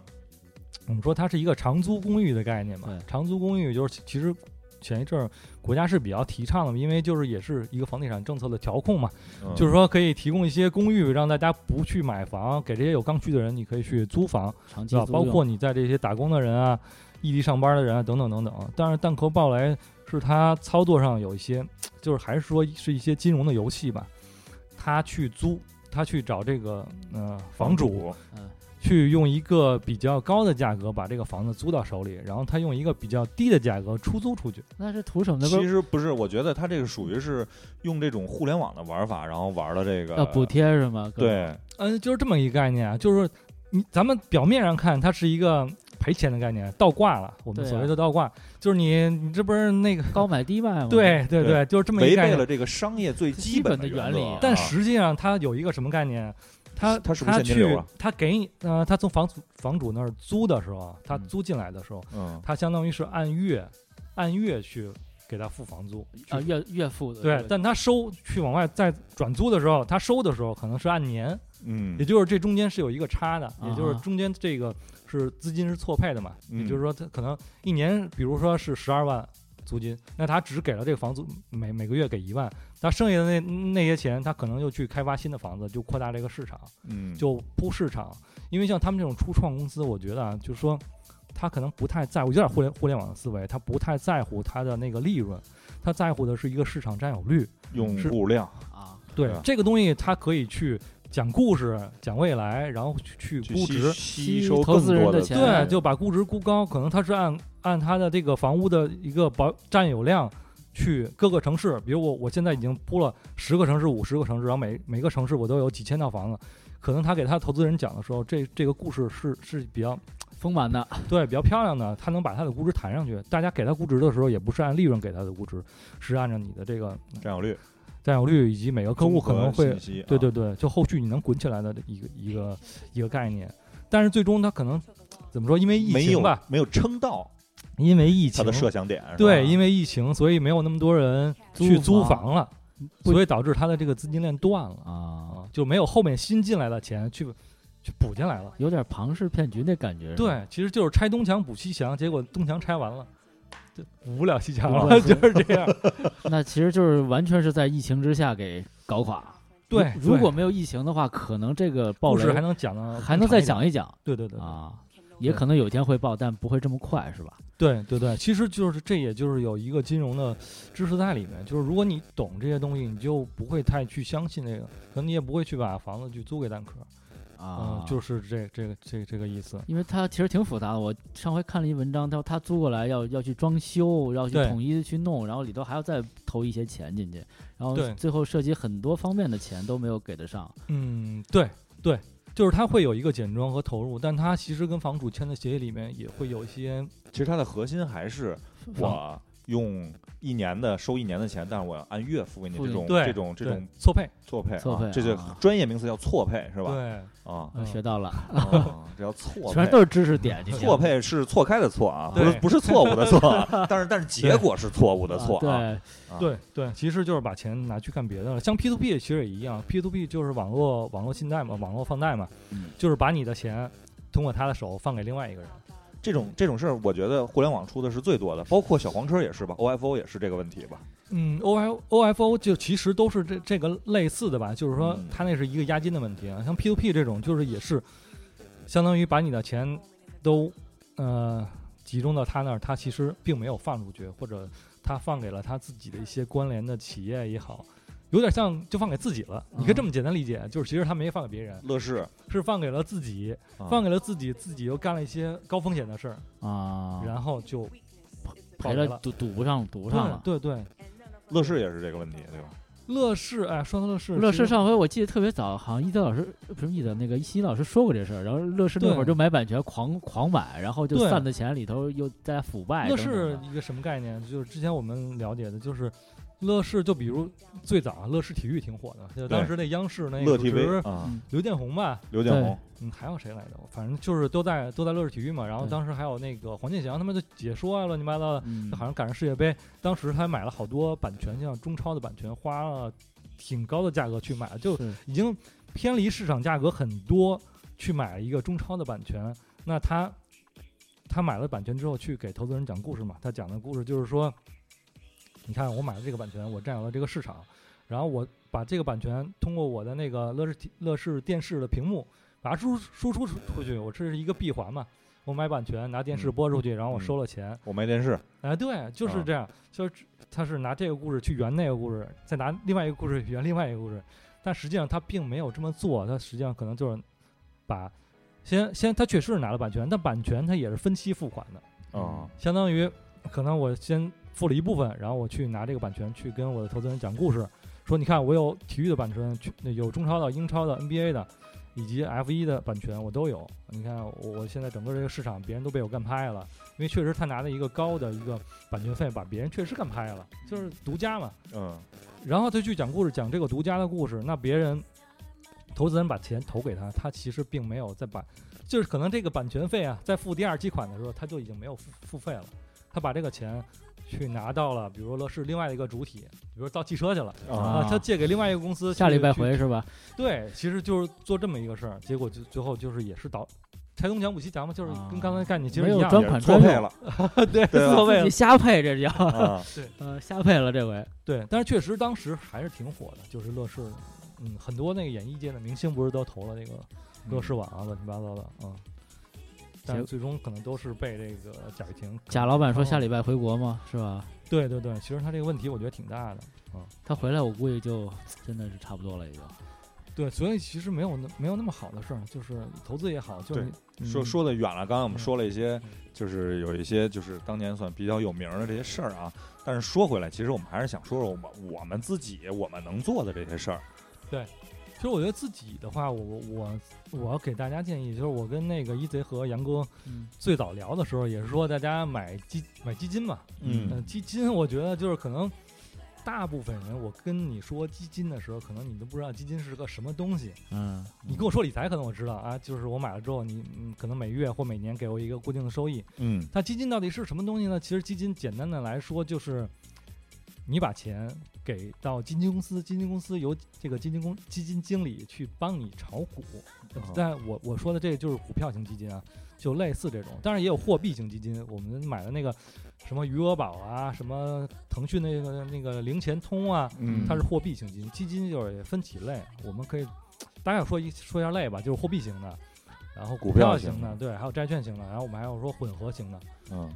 [SPEAKER 2] 我们说它是一个长租公寓的概念嘛
[SPEAKER 3] 对。
[SPEAKER 2] 长租公寓就是其其实前一阵儿国家是比较提倡的嘛，因为就是也是一个房地产政策的调控嘛，
[SPEAKER 1] 嗯
[SPEAKER 2] 就是说可以提供一些公寓，让大家不去买房，给这些有刚需的人，你可以去租房，
[SPEAKER 3] 长期
[SPEAKER 2] 对吧？
[SPEAKER 3] 租
[SPEAKER 2] 包
[SPEAKER 3] 用
[SPEAKER 2] 括你在这些打工的人啊、异地上班的人啊等等等等。但是蛋壳爆雷是它操作上有一些，就是还是说是一些金融的游戏吧，他去租。他去找这个呃房主，
[SPEAKER 3] 嗯
[SPEAKER 2] 去用一个比较高的价格把这个房子租到手里，然后他用一个比较低的价格出租出去。
[SPEAKER 3] 那是图什么呢？不
[SPEAKER 1] 其
[SPEAKER 3] 是
[SPEAKER 1] 实不是，我觉得它这个属于是用这种互联网的玩法，然后玩了这个
[SPEAKER 3] 要补贴是吗？哥，
[SPEAKER 1] 对，
[SPEAKER 2] 嗯，就是这么一个概念啊，就是你咱们表面上看它是一个赔钱的概念，倒挂了，我们
[SPEAKER 3] 对啊
[SPEAKER 2] 所谓的倒挂，就是你你这不是那个
[SPEAKER 3] 高买低卖嘛。，
[SPEAKER 2] 对对
[SPEAKER 1] 嗯对
[SPEAKER 2] 对，就是这么一
[SPEAKER 1] 违
[SPEAKER 2] 个概
[SPEAKER 1] 背
[SPEAKER 2] 念
[SPEAKER 1] 了。这个商业最
[SPEAKER 3] 基
[SPEAKER 1] 本
[SPEAKER 3] 本的
[SPEAKER 1] 原
[SPEAKER 3] 原理
[SPEAKER 1] 则啊
[SPEAKER 2] 但实际上它有一个什么概念？它
[SPEAKER 1] 它是不是
[SPEAKER 2] 它
[SPEAKER 1] 现金
[SPEAKER 2] 去
[SPEAKER 1] 流啊
[SPEAKER 2] 它给你呃，它从房主房主那儿租的时候啊，它
[SPEAKER 3] 嗯
[SPEAKER 2] 租进来的时候，
[SPEAKER 1] 嗯，
[SPEAKER 2] 它相当于是按月按月去给他付房租去
[SPEAKER 3] 啊，岳岳父的
[SPEAKER 2] 对
[SPEAKER 3] 这，个
[SPEAKER 2] 但他收去往外再转租的时候，他收的时候可能是按年，
[SPEAKER 1] 嗯
[SPEAKER 2] 也，就是这中间是有一个差的，也就是
[SPEAKER 3] 啊哈
[SPEAKER 2] 中间这个是资金是错配的嘛，
[SPEAKER 1] 嗯
[SPEAKER 2] 也就是说他可能一年，比如说是十二万租金，那他只给了这个房租每每个月给一万，他剩下的那那些钱，他可能就去开发新的房子，就扩大这个市场，
[SPEAKER 1] 嗯，
[SPEAKER 2] 就铺市场。因为像他们这种初创公司，我觉得啊，就是说他可能不太在乎，有点互联互联网的思维，他不太在乎他的那个利润，他在乎的是一个市场占有率。
[SPEAKER 1] 用
[SPEAKER 2] 是
[SPEAKER 1] 户量
[SPEAKER 3] 啊，
[SPEAKER 2] 对
[SPEAKER 1] 对啊
[SPEAKER 2] 这个东西，他可以去讲故事、讲未来，然后去去
[SPEAKER 1] 去
[SPEAKER 2] 估值
[SPEAKER 1] 吸。吸
[SPEAKER 3] 吸
[SPEAKER 1] 收
[SPEAKER 3] 投
[SPEAKER 1] 更
[SPEAKER 3] 资人
[SPEAKER 1] 多
[SPEAKER 3] 的
[SPEAKER 1] 的
[SPEAKER 3] 钱
[SPEAKER 2] 对，就把估值估高，可能它是按按它的这个房屋的一个保占有量去各个城市，比如我我现在已经铺了十个城市、五十个城市，然后每每个城市我都有几千套房子，可能他给他投资人讲的时候，这这个故事是是比较
[SPEAKER 3] 丰满的，
[SPEAKER 2] 对比较漂亮的，他能把他的估值抬上去。大家给他估值的时候，也不是按利润给他的估值，是按照你的这个
[SPEAKER 1] 占有率，
[SPEAKER 2] 占有率以及每个客户可能会
[SPEAKER 1] 综合信息啊
[SPEAKER 2] 对对对，就后续你能滚起来的一个一个一个概念，但是最终它可能怎么说？因为疫
[SPEAKER 1] 没
[SPEAKER 2] 情
[SPEAKER 1] 有
[SPEAKER 2] 吧，
[SPEAKER 1] 没有撑到
[SPEAKER 2] 因为疫
[SPEAKER 1] 他
[SPEAKER 2] 情
[SPEAKER 1] 的设想点，是吧
[SPEAKER 2] 对，因为疫情，所以没有那么多人去租房了，
[SPEAKER 3] 不
[SPEAKER 2] 所以导致它的这个资金链断了
[SPEAKER 3] 啊，
[SPEAKER 2] 啊，就没有后面新进来的钱去去补进来了。
[SPEAKER 3] 有点庞氏骗局那感觉。
[SPEAKER 2] 对，其实就是拆东墙补西墙，结果东墙拆完了，就补不了西墙
[SPEAKER 3] 补不
[SPEAKER 2] 了，
[SPEAKER 3] 了
[SPEAKER 2] 就是这样。
[SPEAKER 3] 那其实就是完全是在疫情之下给搞垮。
[SPEAKER 2] 对，
[SPEAKER 3] 如如
[SPEAKER 2] 对
[SPEAKER 3] 果没有疫情的话，可能这个暴
[SPEAKER 2] 故事
[SPEAKER 3] 雷
[SPEAKER 2] 还能讲的
[SPEAKER 3] 还能再讲一讲
[SPEAKER 2] 对对对对
[SPEAKER 3] 啊，也可能有一天会爆，但不会这么快，是吧？
[SPEAKER 2] 对对对，其实就是这，也就是有一个金融的知识在里面。就是如果你懂这些东西，你就不会太去相信这个，可能你也不会去把房子去租给蛋壳。
[SPEAKER 3] 啊
[SPEAKER 1] 啊
[SPEAKER 2] 嗯，就是这这个这个这个意思。
[SPEAKER 3] 因为它其实挺复杂的。我上回看了一文章，他说他租过来要要去装修，要去
[SPEAKER 2] 对
[SPEAKER 3] 统一地去弄，然后里头还要再投一些钱进去，然后
[SPEAKER 2] 对
[SPEAKER 3] 最后涉及很多方面的钱都没有给得上。
[SPEAKER 2] 嗯，对对，就是它会有一个简装和投入，但它其实跟房主签的协议里面也会有一些
[SPEAKER 1] 其实它的核心还是我用一年的收一年的钱，但是我要按月付给你
[SPEAKER 3] 付
[SPEAKER 1] 这
[SPEAKER 3] 给
[SPEAKER 1] 种
[SPEAKER 2] 对
[SPEAKER 1] 这种这
[SPEAKER 2] 对
[SPEAKER 1] 种
[SPEAKER 2] 错配，
[SPEAKER 1] 错配啊，
[SPEAKER 3] 错配啊
[SPEAKER 1] 这就专业名词叫错配是吧？
[SPEAKER 2] 对
[SPEAKER 1] 啊，
[SPEAKER 3] 呃
[SPEAKER 2] 嗯
[SPEAKER 3] 学到了，
[SPEAKER 1] 啊这叫错
[SPEAKER 3] 全
[SPEAKER 1] 配
[SPEAKER 3] 都。是知识点。今天
[SPEAKER 1] 错配是错开的错啊，不是
[SPEAKER 2] 对
[SPEAKER 1] 不是错误的错 啊，但是但是结
[SPEAKER 2] 对
[SPEAKER 1] 果是错误的错啊。
[SPEAKER 3] 啊
[SPEAKER 1] 啊
[SPEAKER 2] 对对，其实就是把钱拿去干别的了。像 P to P 其实也一样，P to P 就是网络网络信贷嘛，网络放贷嘛，
[SPEAKER 1] 嗯
[SPEAKER 2] 就是把你的钱通过他的手放给另外一个人。
[SPEAKER 1] 这种这种事儿，我觉得互联网出的是最多的，包括小黄车也是吧，OFO 也是这个问题吧。
[SPEAKER 2] 嗯，O I O F O 就其实都是这这个类似的吧，就是说
[SPEAKER 1] 嗯
[SPEAKER 2] 它那是一个押金的问题啊，像 P to P 这种就是也是相当于把你的钱都呃集中到他那儿，他其实并没有放出去，或者他放给了他自己的一些关联的企业也好，有点像就放给自己了，你
[SPEAKER 3] 嗯
[SPEAKER 2] 可以这么简单理解，就是其实他没放给别人，
[SPEAKER 1] 乐视
[SPEAKER 2] 是放给了自己，
[SPEAKER 1] 啊
[SPEAKER 2] 放给了自己，自己又干了一些高风险的事儿，
[SPEAKER 3] 啊，
[SPEAKER 2] 然后就
[SPEAKER 3] 赔
[SPEAKER 2] 了
[SPEAKER 3] 了赌赌不上，赌不上了。
[SPEAKER 2] 对对对，
[SPEAKER 1] 乐视也是这个问题，对吧？
[SPEAKER 2] 乐视哎，说到乐视，
[SPEAKER 3] 乐
[SPEAKER 2] 其
[SPEAKER 3] 视
[SPEAKER 2] 实
[SPEAKER 3] 上回我记得特别早，好像一德老师不是一德那个一席老师说过这事儿，然后乐视那
[SPEAKER 2] 对
[SPEAKER 3] 会儿就买版权狂狂买，然后就
[SPEAKER 2] 对
[SPEAKER 3] 散的钱里头又在腐败
[SPEAKER 2] 乐
[SPEAKER 3] 等等的。
[SPEAKER 2] 视一个什么概念？就是之前我们了解的，就是乐视，就比如最早啊乐视体育挺火的，就当时那央视那
[SPEAKER 1] 乐
[SPEAKER 2] 个主
[SPEAKER 1] TV
[SPEAKER 2] 持
[SPEAKER 1] 啊，
[SPEAKER 2] 刘建宏吧，
[SPEAKER 1] 刘建
[SPEAKER 3] 对
[SPEAKER 1] 宏
[SPEAKER 2] 嗯，还有谁来着？反正就是都在都在乐视体育嘛。然后
[SPEAKER 3] 对
[SPEAKER 2] 当时还有那个黄健翔他们就解说啊，乱七八糟的，
[SPEAKER 3] 嗯，
[SPEAKER 2] 好像赶上世界杯，当时他买了好多版权，像中超的版权，花了挺高的价格去买，就是已经偏离市场价格很多，去买一个中超的版权，那他他买了版权之后去给投资人讲故事嘛？他讲的故事就是说，你看我买了这个版权，我占有了这个市场，然后我把这个版权通过我的那个乐视乐视电视的屏幕把它输输出出去，我这是一个闭环嘛。我买版权拿电视
[SPEAKER 1] 嗯
[SPEAKER 2] 播出去，然后我
[SPEAKER 1] 嗯
[SPEAKER 2] 收了钱。
[SPEAKER 1] 我没电视，
[SPEAKER 2] 哎，对，就
[SPEAKER 1] 啊
[SPEAKER 2] 是这样，就是他是拿这个故事去圆那个故事，再拿另外一个故事去圆另外一个故事，但实际上他并没有这么做，他实际上可能就是把先先他确实是拿了版权，但版权他也是分期付款的，
[SPEAKER 1] 啊，
[SPEAKER 2] 相当于可能我先付了一部分，然后我去拿这个版权去跟我的投资人讲故事，说你看我有体育的版权，去有中超的、英超的、NBA 的，以及 F 1的版权我都有。你看我我现在整个这个市场，别人都被我干拍了，因为确实他拿了一个高的一个版权费，把别人确实干拍了，就是独家嘛。
[SPEAKER 1] 嗯，
[SPEAKER 2] 然后他去讲故事，讲这个独家的故事，那别人投资人把钱投给他，他其实并没有在把，就是可能这个版权费啊，在付第二期款的时候，他就已经没有付付费了，他把这个钱去拿到了，比如说乐视另外一个主体，比如造汽车去了
[SPEAKER 1] 啊
[SPEAKER 2] 他借给另外一个公司去，
[SPEAKER 3] 下礼拜
[SPEAKER 2] 去
[SPEAKER 3] 回是吧？
[SPEAKER 2] 对，其实就是做这么一个事儿，结果就最后就是也是导拆东墙补西墙嘛，就是跟刚才概念其实
[SPEAKER 3] 没
[SPEAKER 2] 一
[SPEAKER 3] 有
[SPEAKER 2] 样
[SPEAKER 3] 专
[SPEAKER 1] 也
[SPEAKER 2] 的，
[SPEAKER 3] 款
[SPEAKER 1] 是错配
[SPEAKER 3] 专用
[SPEAKER 1] 了
[SPEAKER 2] 对，
[SPEAKER 1] 对 啊
[SPEAKER 2] 错位
[SPEAKER 3] 自
[SPEAKER 2] 了
[SPEAKER 3] 己，瞎配这叫，
[SPEAKER 1] 啊，
[SPEAKER 3] 呃，瞎配了这回。
[SPEAKER 2] 对。但是确实当时还是挺火的，就是乐视，嗯，很多那个演艺界的明星不是都投了那个
[SPEAKER 3] 嗯
[SPEAKER 2] 乐视网啊，乱七八糟的，嗯。但是最终可能都是被这个贾跃亭
[SPEAKER 3] 贾老板说下
[SPEAKER 2] 礼
[SPEAKER 3] 礼拜回国嘛，是吧？
[SPEAKER 2] 对对对，其实他这个问题我觉得挺大的，
[SPEAKER 3] 他回来我估计就真的是差不多了，也就。
[SPEAKER 2] 对，所以其实没有那没有那么好的事儿，就是投资也好，就是
[SPEAKER 1] 对
[SPEAKER 2] 你
[SPEAKER 1] 说
[SPEAKER 2] 嗯
[SPEAKER 1] 说的远了，刚刚我们说了一些
[SPEAKER 2] 嗯，
[SPEAKER 1] 就是有一些就是当年算比较有名的这些事儿啊。但是说回来，其实我们还是想说说我们我们自己我们能做的这些事儿。
[SPEAKER 2] 其实我觉得自己的话，我我我我要给大家建议，就是我跟那个一贼和杨哥
[SPEAKER 3] 嗯，
[SPEAKER 2] 最早聊的时候，也是说大家买基买基金嘛。
[SPEAKER 1] 嗯
[SPEAKER 2] 呃基金我觉得就是可能大部分人，我跟你说基金的时候，可能你都不知道基金是个什么东西。
[SPEAKER 3] 嗯，
[SPEAKER 2] 你跟我说理财，可能我知道啊，就是我买了之后，你嗯可能每月或每年给我一个固定的收益。
[SPEAKER 1] 嗯
[SPEAKER 2] 那基金到底是什么东西呢？其实基金简单的来说就是，你把钱给到基金公司，基金公司由这个基金公基金经理去帮你炒股。
[SPEAKER 1] 哦
[SPEAKER 2] 但我我说的这个就是股票型基金啊，就类似这种，当然也有货币型基金。我们买的那个什么余额宝啊，什么腾讯那个那个零钱通啊，
[SPEAKER 1] 嗯
[SPEAKER 2] 它是货币型基金。基金就是也分几类，我们可以大概说一说一下类吧，就是货币型的。然后
[SPEAKER 1] 股
[SPEAKER 2] 股
[SPEAKER 1] 票
[SPEAKER 2] 票
[SPEAKER 1] 型
[SPEAKER 2] 型的，
[SPEAKER 1] 的
[SPEAKER 2] 对，还有债券型的，然后我们还有说混合型的，
[SPEAKER 1] 嗯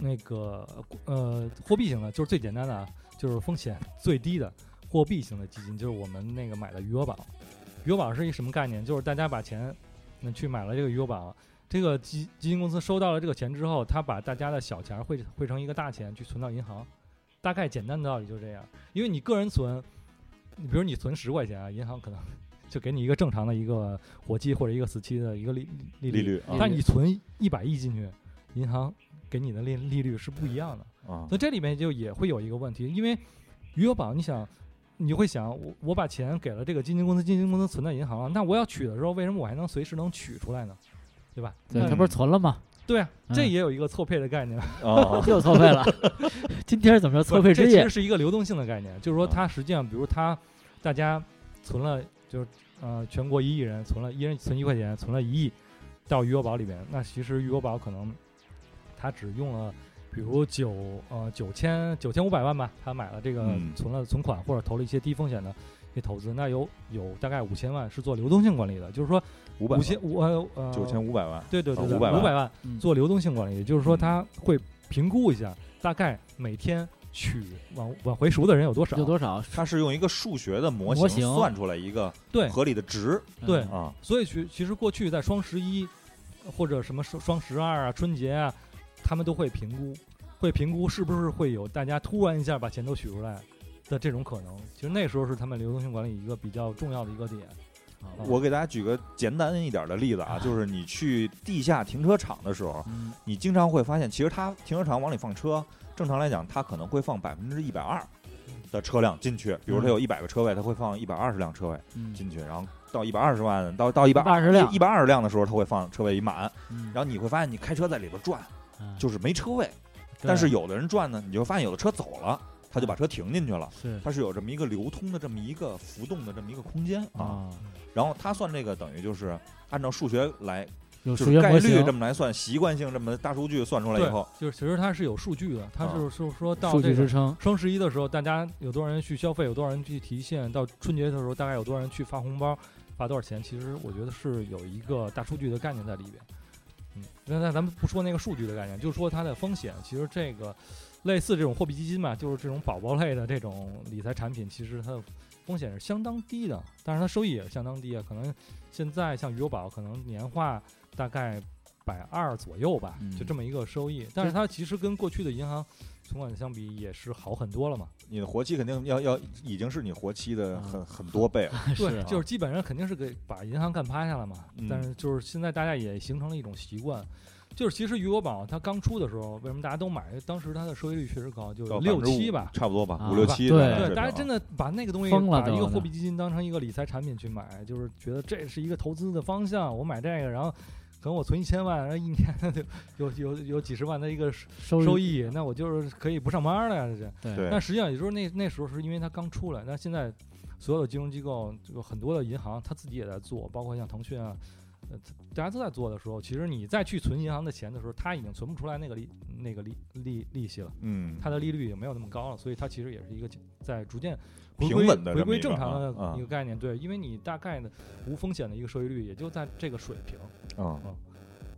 [SPEAKER 2] 那个呃货币型的，就是最简单的，啊，就是风险最低的货币型的基金，就是我们那个买的余额宝。余额宝是一什么概念？就是大家把钱那去买了这个余额宝，这个基基金公司收到了这个钱之后，他把大家的小钱汇汇成一个大钱去存到银行，大概简单的道理就是这样。因为你个人存，你比如你存十块钱啊，银行可能 就给你一个正常的一个活期或者一个死期的一个利利
[SPEAKER 1] 利
[SPEAKER 2] 率，
[SPEAKER 1] 率啊
[SPEAKER 2] 但你存一百亿进去，银行给你的利利率是不一样的。
[SPEAKER 1] 啊
[SPEAKER 2] 所以这里面就也会有一个问题，因为余额宝，你想，你会想，我我把钱给了这个基金公司，基金公司存在银行了，那我要取的时候，为什么我还能随时能取出来呢？对吧？
[SPEAKER 3] 对
[SPEAKER 2] 那
[SPEAKER 3] 他不是存了吗？
[SPEAKER 2] 对啊，这
[SPEAKER 3] 嗯
[SPEAKER 2] 也有一个错配的概念。
[SPEAKER 1] 啊
[SPEAKER 3] 又错配 了。今天怎么着错配
[SPEAKER 2] 这
[SPEAKER 3] 之
[SPEAKER 2] 其
[SPEAKER 3] 夜
[SPEAKER 2] 实？是一个流动性的概念，就是说
[SPEAKER 1] 嗯
[SPEAKER 2] 它实际上，比如它大家存了，就是呃全国一亿人存了，一人存一块钱，存了一亿到余额宝里边，那其实余额宝可能它只用了。比如九呃九千九千五百万吧，他买了这个
[SPEAKER 1] 嗯
[SPEAKER 2] 存了存款或者投了一些低风险的一些投资，那有有大概五千万是做流动性管理的，就是说
[SPEAKER 1] 五百
[SPEAKER 2] 五千五呃呃
[SPEAKER 1] 九千五百万，
[SPEAKER 2] 对对对
[SPEAKER 1] 啊
[SPEAKER 2] 对，
[SPEAKER 1] 500万
[SPEAKER 2] 500万
[SPEAKER 3] 嗯
[SPEAKER 2] 做流动性管理，也就是说
[SPEAKER 1] 嗯
[SPEAKER 2] 他会评估一下大概每天取往往回赎的人有多少
[SPEAKER 3] 有。多少？
[SPEAKER 1] 它是用一个数学的模
[SPEAKER 3] 模型
[SPEAKER 1] 算出来一个
[SPEAKER 2] 对
[SPEAKER 1] 合理的值
[SPEAKER 2] 对
[SPEAKER 3] 嗯
[SPEAKER 1] 啊。
[SPEAKER 2] 所以其其实过去在双十一或者什么双双十二啊、春节啊，他们都会评估，会评估是不是会有大家突然一下把钱都取出来的这种可能。其实那时候是他们流动性管理一个比较重要的一个点。
[SPEAKER 3] 啊
[SPEAKER 1] 我给大家举个简单一点的例子啊，就是你去地下停车场的时候，
[SPEAKER 3] 嗯
[SPEAKER 1] 你经常会发现，其实它停车场往里放车，正常来讲，它可能会放百分之一百二的车辆进去，比如它有一百个车位，它会放一百二十辆车位
[SPEAKER 3] 嗯，
[SPEAKER 1] 进去，然后到一百二十万，到到一百
[SPEAKER 3] 八十辆
[SPEAKER 1] 一，百二十辆的时候，它会放车位一满，
[SPEAKER 3] 嗯
[SPEAKER 1] 然后你会发现，你开车在里边转，
[SPEAKER 3] 嗯
[SPEAKER 1] 就是没车位，但是有的人转呢，你就会发现有的车走了，他就把车停进去了。
[SPEAKER 3] 是
[SPEAKER 1] 它是有这么一个流通的、这么一个浮动的这么一个空间啊，
[SPEAKER 3] 啊，
[SPEAKER 1] 然后它算这个等于就是按照数学来，
[SPEAKER 3] 有
[SPEAKER 1] 就
[SPEAKER 3] 数
[SPEAKER 1] 是
[SPEAKER 3] 学
[SPEAKER 1] 概
[SPEAKER 3] 模
[SPEAKER 1] 率
[SPEAKER 3] 型
[SPEAKER 1] 这，么来算，习惯性这么大数据算出来以
[SPEAKER 2] 对
[SPEAKER 1] 后，，
[SPEAKER 2] 就是其实它是有数据的，它
[SPEAKER 1] 啊
[SPEAKER 2] 是是说到
[SPEAKER 3] 数
[SPEAKER 2] 这
[SPEAKER 3] 据
[SPEAKER 2] 个
[SPEAKER 3] 支撑。
[SPEAKER 2] 双十一的时候，大家有多少人去消费，有多少人去提现，到春节的时候，大概有多少人去发红包，发多少钱？其实我觉得是有一个大数据的概念在里边。嗯，那那咱们不说那个数据的概念，就说它的风险。其实这个类似这种货币基金嘛，就是这种宝宝类的这种理财产品，其实它的风险是相当低的，但是它收益也是相当低啊。可能现在像余额宝，可能年化大概百二左右吧，
[SPEAKER 3] 嗯
[SPEAKER 2] 就这么一个收益。但是它其实跟过去的银行存款相比，也是好很多了嘛。
[SPEAKER 1] 你的活期肯定要要已经是你活期的
[SPEAKER 3] 啊
[SPEAKER 1] 很很多倍了。
[SPEAKER 2] 对，
[SPEAKER 3] 是啊
[SPEAKER 2] 就是基本上肯定是给把银行干趴下了嘛。
[SPEAKER 1] 嗯
[SPEAKER 2] 但是就是现在大家也形成了一种习惯，就是其实余额宝它刚出的时候，为什么大家都买？当时它的收益率确实高，就
[SPEAKER 1] 到
[SPEAKER 2] 六
[SPEAKER 1] 5%
[SPEAKER 2] 七吧。
[SPEAKER 1] 差不多吧，
[SPEAKER 3] 啊
[SPEAKER 1] 五六七。
[SPEAKER 3] 对
[SPEAKER 2] 对，大家真
[SPEAKER 1] 的
[SPEAKER 2] 的把那个东西
[SPEAKER 3] 疯了
[SPEAKER 2] 把一个
[SPEAKER 3] 都
[SPEAKER 2] 货币基金当成一个理财产品去买，就是觉得这是一个投资的方向，我买这个，然后可能我存一千万，然后一年有有有有几十万的一个
[SPEAKER 3] 收
[SPEAKER 2] 收益，那我就是可以不上班了呀，这。
[SPEAKER 1] 对
[SPEAKER 2] 但实际上，也就是那那时候是因为它刚出来，但现在所有的金融机构，这个很多的银行，它自己也在做，包括像腾讯啊，呃大家都在做的时候，其实你再去存银行的钱的时候，它已经存不出来那个利那个利利利息了，
[SPEAKER 1] 嗯，
[SPEAKER 2] 它的利率也没有那么高了，所以它其实也是一个在逐渐回
[SPEAKER 1] 平
[SPEAKER 2] 归
[SPEAKER 1] 稳的这
[SPEAKER 2] 回
[SPEAKER 1] 么
[SPEAKER 2] 归
[SPEAKER 1] 一个
[SPEAKER 2] 正常
[SPEAKER 1] 啊啊
[SPEAKER 2] 的一个概念。对，因为你大概的无风险的一个收益率也就在这个水平。
[SPEAKER 1] 啊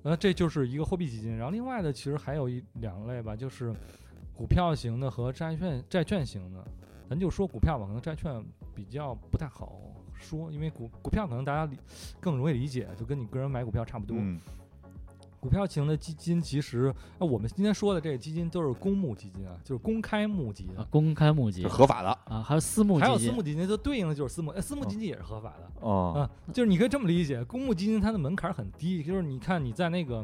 [SPEAKER 2] 那这就是一个货币基金，然后另外的其实还有一两类吧，就是股票型的和债券债券型的。咱就说股票吧，可能债券比较不太好说，因为股股票可能大家理更容易理解，就跟你个人买股票差不多。
[SPEAKER 1] 嗯
[SPEAKER 2] 股票型的基金其实，那我们今天说的这个基金都是公募基金啊，就是公开募集
[SPEAKER 3] 啊
[SPEAKER 2] 的，，
[SPEAKER 3] 公开募集
[SPEAKER 1] 是合法的
[SPEAKER 3] 啊，还有私募
[SPEAKER 2] 还有
[SPEAKER 3] 基
[SPEAKER 2] 私
[SPEAKER 3] 金哦
[SPEAKER 2] 募基金，就对应的就是私募，哎，私募基金也是合法的。
[SPEAKER 1] 啊
[SPEAKER 2] 啊，就是你可以这么理解，公募基金它的门槛很低，就是你看你在那个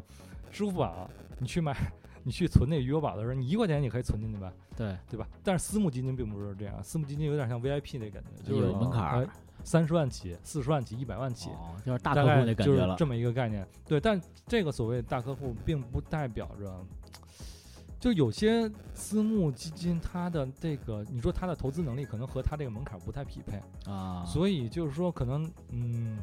[SPEAKER 2] 支付宝，你去买， 你去存那余额宝的时候，你一块钱你可以存进去吧，
[SPEAKER 3] 对，
[SPEAKER 2] 对吧？但是私募基金并不是这样，私募基金有点像 VIP 那感觉，就是哎
[SPEAKER 3] 有门槛
[SPEAKER 2] 呃
[SPEAKER 3] 儿，
[SPEAKER 2] 三十万起、四十万起、一百万起，
[SPEAKER 3] 哦，就是大
[SPEAKER 2] 大
[SPEAKER 3] 客
[SPEAKER 2] 概
[SPEAKER 3] 户那感
[SPEAKER 2] 就
[SPEAKER 3] 觉
[SPEAKER 2] 是
[SPEAKER 3] 了
[SPEAKER 2] 这么一个概念。对，但这个所谓大客户，并不代表着。就有些私募基金，它的这个，你说它的投资能力可能和它这个门槛儿不太匹配，
[SPEAKER 3] 啊，
[SPEAKER 2] 所以就是说，可能嗯，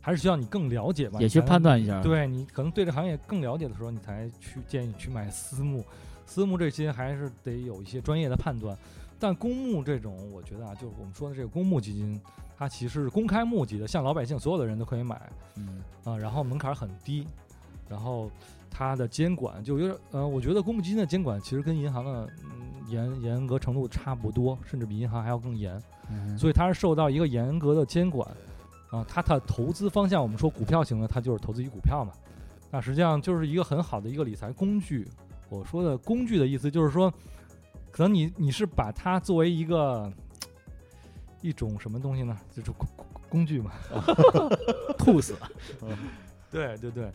[SPEAKER 2] 还是需要你更了解吧，
[SPEAKER 3] 也
[SPEAKER 2] 你
[SPEAKER 3] 去
[SPEAKER 2] 才
[SPEAKER 3] 判
[SPEAKER 2] 能。
[SPEAKER 3] 断一下，
[SPEAKER 2] 对你可能对这行业更了解的时候，你才去建议去买私募。私募这些还是得有一些专业的判断，但公募这种，我觉得啊，就是我们说的这个公募基金，它其实是公开募集的，向老百姓所有的人都可以买啊、
[SPEAKER 3] 嗯，
[SPEAKER 2] 然后门槛很低，然后它的监管就有点呃，我觉得公募基金的监管其实跟银行的、嗯、严严格程度差不多，甚至比银行还要更严。
[SPEAKER 3] 嗯
[SPEAKER 2] 所以它是受到一个严格的监管啊。它的投资方向，我们说股票型的，它就是投资于股票嘛。那实际上就是一个很好的一个理财工具。我说的工具的意思就是说，可能你你是把它作为一个一种什么东西呢？就是工工工具嘛。
[SPEAKER 3] 吐死，
[SPEAKER 2] 对对对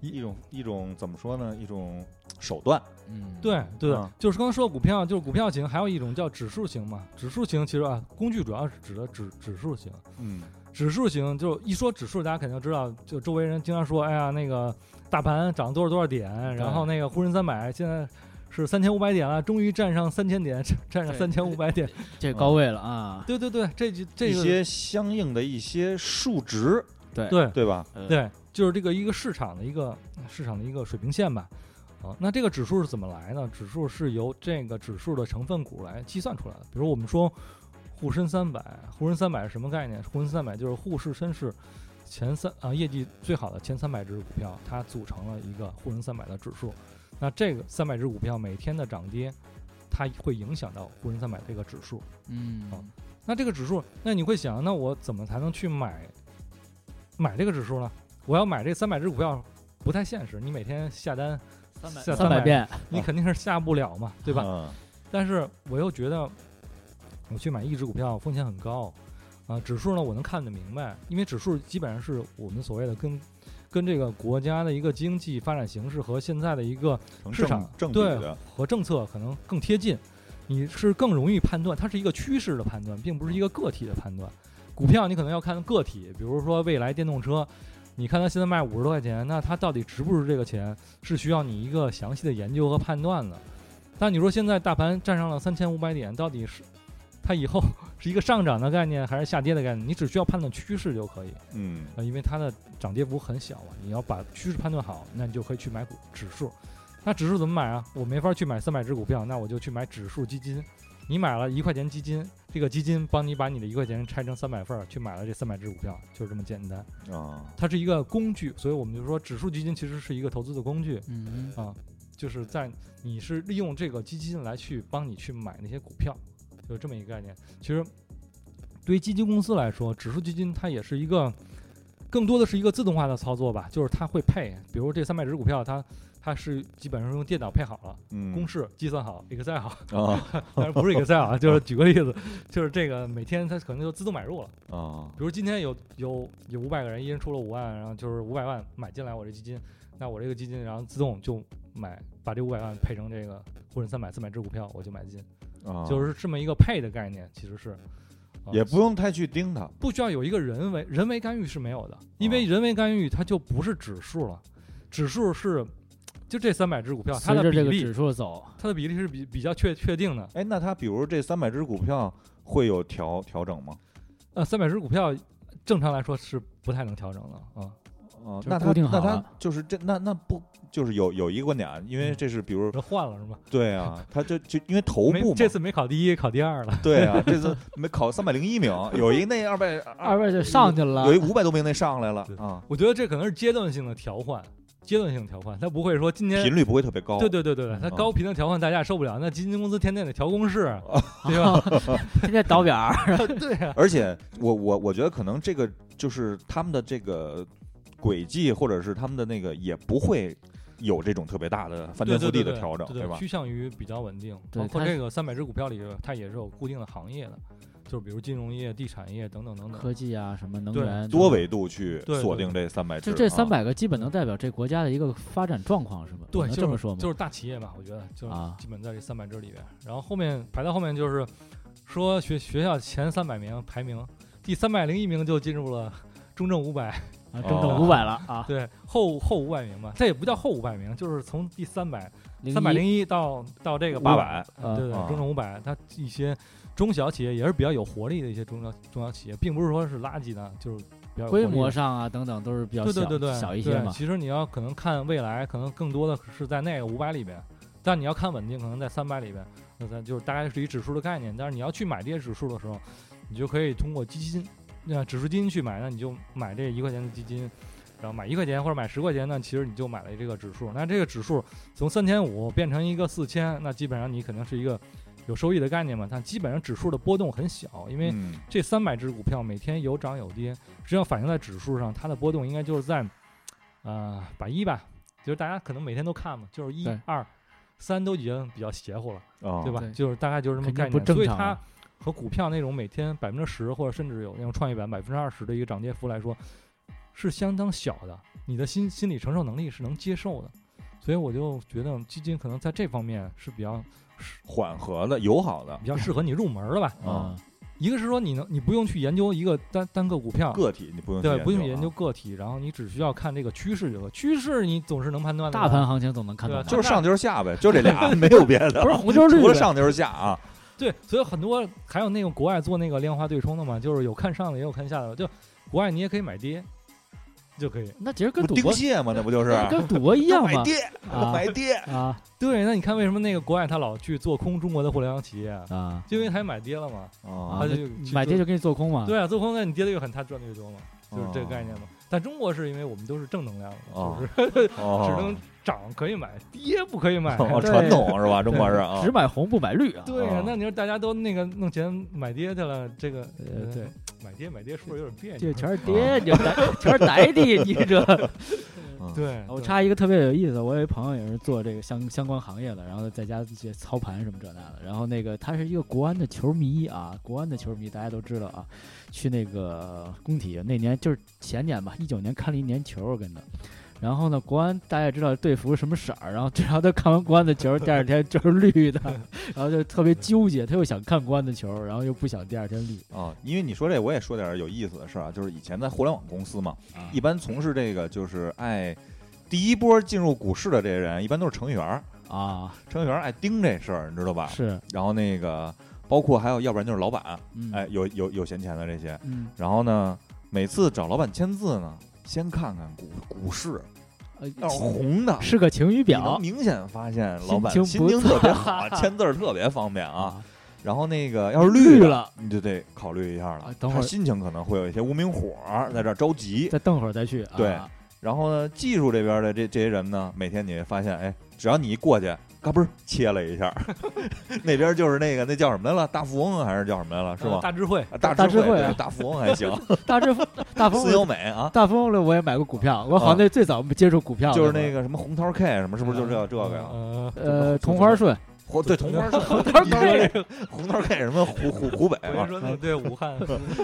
[SPEAKER 1] 一种一种怎么说呢？一种手段，
[SPEAKER 3] 嗯，
[SPEAKER 2] 对对，
[SPEAKER 1] 啊
[SPEAKER 2] 就是刚刚说的股票，就是股票型，还有一种叫指数型嘛。指数型其实啊，工具主要是指的指指数型。
[SPEAKER 1] 嗯
[SPEAKER 2] 指数型就一说指数，大家肯定知道，就周围人经常说，哎呀，那个大盘涨多少多少点，然后那个沪深三百现在是三千五百点了，终于站上三千点，站站上
[SPEAKER 3] 对
[SPEAKER 2] 三千五百点。
[SPEAKER 3] 这高位了啊，
[SPEAKER 2] 对对对，这就这
[SPEAKER 1] 一
[SPEAKER 2] 个
[SPEAKER 1] 些相应的一些数值，
[SPEAKER 3] 对
[SPEAKER 2] 对
[SPEAKER 1] 对吧？
[SPEAKER 2] 对，就是这个一个市场的一个市场的一个水平线吧。啊，那这个指数是怎么来呢？指数是由这个指数的成分股来计算出来的。比如我们说沪深三百，沪深三百是什么概念？沪深三百就是沪市深市前三啊业绩最好的前三百只股票，它组成了一个沪深三百的指数。那这个三百只股票每天的涨跌，它会影响到沪深三百这个指数。
[SPEAKER 3] 嗯
[SPEAKER 2] 好那这个指数，那你会想，那我怎么才能去买买这个指数呢？我要买这三百只股票不太现实，你每天下单，下
[SPEAKER 3] 三百
[SPEAKER 2] 300
[SPEAKER 3] 遍，
[SPEAKER 2] 你肯定是下不了嘛，对吧？
[SPEAKER 1] 吧？
[SPEAKER 2] 但是我又觉得我去买一只股票风险很高啊，指数呢我能看得明白，因为指数基本上是我们所谓的跟跟这个国家的一个经济发展形势和现在的一个
[SPEAKER 1] 成
[SPEAKER 2] 市场
[SPEAKER 1] 正正比
[SPEAKER 2] 对
[SPEAKER 1] 的，
[SPEAKER 2] 和政策可能更贴近，你是更容易判断，它是一个趋势的判断，并不是一个个体的判断。股票你可能要看个体，比如说未来电动车，你看它现在卖五十多块钱，那它到底值不值这个钱，是需要你一个详细的研究和判断的。但你说现在大盘站上了三千五百点，到底是它以后 是一个上涨的概念还是下跌的概念？你只需要判断趋势就可以。
[SPEAKER 1] 嗯
[SPEAKER 2] 呃，因为它的涨跌幅很小啊，你要把趋势判断好，那你就可以去买股指数。那指数怎么买啊？我没法去买三百只股票，那我就去买指数基金。你买了一块钱基金，这个基金帮你把你的一块钱拆成三百份儿，去买了这三百只股票，就是这么简单。
[SPEAKER 1] 啊，
[SPEAKER 2] 它是一个工具，所以我们就说指数基金其实是一个投资的工具，
[SPEAKER 3] 嗯，
[SPEAKER 2] 就是在你是利用这个基金来去帮你去买那些股票，就是这么一个概念。其实对于基金公司来说，指数基金它也是一个更多的是一个自动化的操作吧，就是它会配，比如这三百只股票，它它是基本上是用电脑配好了，
[SPEAKER 1] 嗯，
[SPEAKER 2] 公式计算好 ，Excel 好，
[SPEAKER 1] 啊
[SPEAKER 2] 但是不是 Excel 啊，就是举个例子，就是这个每天它可能就自动买入了，
[SPEAKER 1] 啊
[SPEAKER 2] 比如今天有有有五百个人，一人出了五万，然后就是五百万买进来我这基金，那我这个基金然后自动就买把这五百万配成这个沪深三百四百只股票，我就买进，
[SPEAKER 1] 啊，
[SPEAKER 2] 就是这么一个配的概念，其实是。啊
[SPEAKER 1] 也不用太去盯它，
[SPEAKER 2] 不需要有一个人为人为干预是没有的，因
[SPEAKER 3] 啊
[SPEAKER 2] 为人为干预它就不是指数了，指数是就这三百只股票，啊它
[SPEAKER 3] 随
[SPEAKER 2] 的
[SPEAKER 3] 着
[SPEAKER 2] 比
[SPEAKER 3] 这个
[SPEAKER 2] 例
[SPEAKER 3] 指，数走，
[SPEAKER 2] 它的比例是比比较确确定的。
[SPEAKER 1] 哎，那它比如这三百只股票会有调调整吗？
[SPEAKER 2] 呃，三百只股票正常来说是不太能调整的啊。
[SPEAKER 1] 哦、
[SPEAKER 3] 就
[SPEAKER 1] 那
[SPEAKER 3] 固
[SPEAKER 1] 他
[SPEAKER 3] 定
[SPEAKER 1] 那
[SPEAKER 3] 好
[SPEAKER 1] 他
[SPEAKER 3] 了
[SPEAKER 1] 就是这那那不就是有有一个观点，啊，因为
[SPEAKER 2] 嗯
[SPEAKER 1] 这是比如
[SPEAKER 2] 这换了是吗？
[SPEAKER 1] 对啊，他就就因为头
[SPEAKER 2] 没
[SPEAKER 1] 部嘛，
[SPEAKER 2] 这次没考第一，考第二了。
[SPEAKER 1] 对啊，这次没考三百零一名，有一那二百
[SPEAKER 3] 二位就上去了
[SPEAKER 1] 有一，五百多名那上来了
[SPEAKER 2] 对
[SPEAKER 1] 啊，
[SPEAKER 2] 我觉得这可能是阶段性的调换，阶段性调换，它不会说今天
[SPEAKER 1] 频率不会特别高。
[SPEAKER 2] 对对对对对，它
[SPEAKER 1] 嗯
[SPEAKER 2] 高频的调换大家受不了，那基金公司天天得调公式，
[SPEAKER 1] 哦
[SPEAKER 2] 对 吧？
[SPEAKER 3] 天天倒表儿，
[SPEAKER 2] 对啊呀，
[SPEAKER 1] 而且我我我觉得可能这个就是他们的这个轨迹，或者是他们的那个也不会有这种特别大的翻天
[SPEAKER 2] 对对
[SPEAKER 1] 覆地
[SPEAKER 2] 对
[SPEAKER 1] 的
[SPEAKER 2] 对
[SPEAKER 1] 调整，
[SPEAKER 2] 对对
[SPEAKER 1] 吧？
[SPEAKER 2] 趋向于比较稳定，
[SPEAKER 3] 对
[SPEAKER 2] 包括
[SPEAKER 3] 它
[SPEAKER 2] 这
[SPEAKER 3] 是
[SPEAKER 2] 个三百只股票里，它也是有固定的行业的，就是比如金融业、地产业等等等等。
[SPEAKER 3] 科技啊，什么
[SPEAKER 2] 嗯
[SPEAKER 3] 能
[SPEAKER 2] 对
[SPEAKER 3] 源，
[SPEAKER 1] 多维度去
[SPEAKER 2] 对对
[SPEAKER 1] 锁定这三百只，
[SPEAKER 3] 就这
[SPEAKER 1] 啊
[SPEAKER 3] 三百个基本能代表这国家的一个发展状况，是吗？
[SPEAKER 2] 对，
[SPEAKER 3] 能
[SPEAKER 2] 就是
[SPEAKER 3] 这么说吗？
[SPEAKER 2] 就是大企业吧，我觉得就是
[SPEAKER 3] 啊
[SPEAKER 2] 基本在这三百只里边。然后后面排到后面就是说学学校前三百名排名，第三百零一名就进入了中证五百，
[SPEAKER 3] 啊，整整
[SPEAKER 1] 哦
[SPEAKER 3] 五百了 啊，
[SPEAKER 2] 对后后五百名吧，这也不叫后五百名，就是从第三百
[SPEAKER 3] 零
[SPEAKER 2] 三百
[SPEAKER 3] 一
[SPEAKER 2] 零一到到这个
[SPEAKER 1] 八
[SPEAKER 2] 800
[SPEAKER 1] 百，
[SPEAKER 3] 啊
[SPEAKER 2] 对对，
[SPEAKER 1] 啊
[SPEAKER 2] 中证五百，它一些中小企业也是比较有活力的一些中小中小企业，并不是说是垃圾的，就是比较有活力
[SPEAKER 3] 规
[SPEAKER 2] 的
[SPEAKER 3] 模上啊等等都是比较
[SPEAKER 2] 对
[SPEAKER 3] 小
[SPEAKER 2] 对对对
[SPEAKER 3] 小一
[SPEAKER 2] 对
[SPEAKER 3] 些嘛。
[SPEAKER 2] 其实你要可能看未来，可能更多的是在那个五百里边，但你要看稳定，可能在三百里边，那咱就是大概是一指数的概念。但是你要去买这些指数的时候，你就可以通过基金，那指数基金去买，那你就买这一块钱的基金。然后买一块钱或者买十块钱呢，其实你就买了这个指数。那这个指数从三千五变成一个四千，那基本上你肯定是一个有收益的概念嘛。但基本上指数的波动很小，因为
[SPEAKER 1] 嗯，
[SPEAKER 2] 这三百只股票每天有涨有跌，实际上反映在指数上，它的波动应该就是在，呃，百一吧，就是大家可能每天都看嘛，就是一
[SPEAKER 3] 对哦
[SPEAKER 2] 二三都已经比较邪乎了，
[SPEAKER 1] 啊，
[SPEAKER 2] 对吧？
[SPEAKER 3] 对
[SPEAKER 2] 就是大概就是这么
[SPEAKER 3] 肯定
[SPEAKER 2] 概念，
[SPEAKER 3] 不正
[SPEAKER 2] 所以
[SPEAKER 3] 常
[SPEAKER 2] 它
[SPEAKER 3] 啊
[SPEAKER 2] 和股票那种每天百分之十或者甚至有那种创业板百分之二十的一个涨跌幅来说，是相当小的，你的心心理承受能力是能接受的，所以我就觉得基金可能在这方面是比较
[SPEAKER 1] 缓和的、友好的
[SPEAKER 2] 比较适合你入门儿的吧。
[SPEAKER 1] 啊
[SPEAKER 3] 嗯，
[SPEAKER 2] 一个是说你能你不用去研究一个单单个股票，
[SPEAKER 1] 个体，你不用去
[SPEAKER 2] 对，不用
[SPEAKER 1] 啊
[SPEAKER 2] 研究个体，然后你只需要看这个趋势就可。趋势你总是能判断的吧。
[SPEAKER 3] 大盘行情总能看到
[SPEAKER 2] 对啊
[SPEAKER 3] 吧，
[SPEAKER 1] 就是上就是下呗，就这 俩，没有别的，
[SPEAKER 3] 不是红就是绿
[SPEAKER 1] 除了
[SPEAKER 3] 呗
[SPEAKER 1] 上就是下啊。
[SPEAKER 2] 对，所以很多还有那个国外做那个量化对冲的嘛，就是有看上的也有看下的，就国外你也可以买跌，就可以。
[SPEAKER 3] 那其实跟
[SPEAKER 1] 不
[SPEAKER 3] 赌
[SPEAKER 1] 丁
[SPEAKER 3] 博
[SPEAKER 1] 蟹嘛，那不就是
[SPEAKER 2] 啊
[SPEAKER 1] 啊
[SPEAKER 3] 跟赌博一 样
[SPEAKER 1] 买
[SPEAKER 3] 嘛
[SPEAKER 1] 跌，
[SPEAKER 3] 啊
[SPEAKER 1] 买跌，
[SPEAKER 3] 啊
[SPEAKER 2] 对，那你看为什么那个国外他老去做空中国的互联网企业，
[SPEAKER 3] 啊
[SPEAKER 2] 就因为他也买跌了嘛，
[SPEAKER 1] 啊
[SPEAKER 3] 啊
[SPEAKER 2] 他！就
[SPEAKER 3] 那
[SPEAKER 2] 去做
[SPEAKER 3] 买跌就给你做空嘛，
[SPEAKER 2] 对啊，做空那你跌的越狠，他赚的越多嘛，就是这个概念嘛。但中国是因为我们都是正能量的嘛，就是
[SPEAKER 1] 哦，
[SPEAKER 2] 只能涨可以买，跌不可以买。
[SPEAKER 1] 哦
[SPEAKER 3] 对
[SPEAKER 1] 传统是吧？中国是啊，
[SPEAKER 3] 只买红不买绿啊。
[SPEAKER 2] 对呀、
[SPEAKER 1] 啊
[SPEAKER 2] 那你说大家都那个弄钱买跌去了，这个
[SPEAKER 3] 呃对，
[SPEAKER 2] 买跌买跌是不是有点别
[SPEAKER 3] 这
[SPEAKER 2] 扭？
[SPEAKER 3] 全是爹，你这全是呆的，你这。
[SPEAKER 1] 嗯
[SPEAKER 2] 对，对
[SPEAKER 3] 我哦插一个特别有意思的，我有一朋友也是做这个相相关行业的，然后在家这些操盘什么这那的，然后那个他是一个国安的球迷啊，国安的球迷大家都知道啊，去那个工体那年就是前年吧，一九年看了一年球，我跟他。然后呢，国安大家也知道队服什么色儿，然后然后他看完国安的球，第二天就是 绿的，然后就特别纠结，他又想看国安的球，然后又不想第二天绿
[SPEAKER 1] 啊，因为你说这，我也说点有意思的事儿啊，就是以前在互联网公司嘛，
[SPEAKER 3] 啊
[SPEAKER 1] 一般从事这个就是爱第一波进入股市的这些人，一般都是程序员儿，
[SPEAKER 3] 啊，
[SPEAKER 1] 程序员儿爱盯这事儿，你知道吧？
[SPEAKER 3] 是，
[SPEAKER 1] 然后那个包括还有，要不然就是老板，
[SPEAKER 3] 嗯，
[SPEAKER 1] 哎，，有有有闲钱的这些，
[SPEAKER 3] 嗯，
[SPEAKER 1] 然后呢，每次找老板签字呢，先看看股股市，
[SPEAKER 3] 呃
[SPEAKER 1] 要是红的。
[SPEAKER 3] 是个晴
[SPEAKER 1] 哦
[SPEAKER 3] 雨
[SPEAKER 1] 你能
[SPEAKER 3] 表
[SPEAKER 1] 明显发现老板
[SPEAKER 3] 心情
[SPEAKER 1] 心情
[SPEAKER 3] 不
[SPEAKER 1] 特别
[SPEAKER 3] 错
[SPEAKER 1] 好，签字儿特别方便啊。，然后那个要是绿
[SPEAKER 3] 绿
[SPEAKER 1] 的
[SPEAKER 3] 了。
[SPEAKER 1] 你就得考虑一下了
[SPEAKER 3] 啊。等会儿
[SPEAKER 1] 他心情可能会有一些无名火儿在这儿着急。
[SPEAKER 3] 再瞪会儿再去。啊、
[SPEAKER 1] 对然后呢，技术这边的这这些人呢，每天你会发现，哎，只要你一过去，嘎嘣儿 切了一下，那边就是那个那叫什么来了，大富翁啊还是叫什么来了，是
[SPEAKER 2] 呃
[SPEAKER 1] 吧？
[SPEAKER 2] 大智慧，
[SPEAKER 1] 啊
[SPEAKER 3] 大
[SPEAKER 1] 智
[SPEAKER 3] 智慧啊
[SPEAKER 1] 对大富翁还行，
[SPEAKER 3] 大致 大
[SPEAKER 1] 私有
[SPEAKER 3] 风
[SPEAKER 1] 美啊，
[SPEAKER 3] 大风了，我也买过股票，我好像最早接触股票
[SPEAKER 1] 就是那
[SPEAKER 3] 个
[SPEAKER 1] 个什么红桃 K 什么，是不是就这这个呀？
[SPEAKER 2] 呃，
[SPEAKER 3] 呃同花 顺，
[SPEAKER 1] 红对红桃红
[SPEAKER 3] 桃
[SPEAKER 1] 这
[SPEAKER 3] K
[SPEAKER 1] 个红桃 K 什么湖湖湖北
[SPEAKER 2] 我
[SPEAKER 1] 啊
[SPEAKER 2] 就？说那对武汉，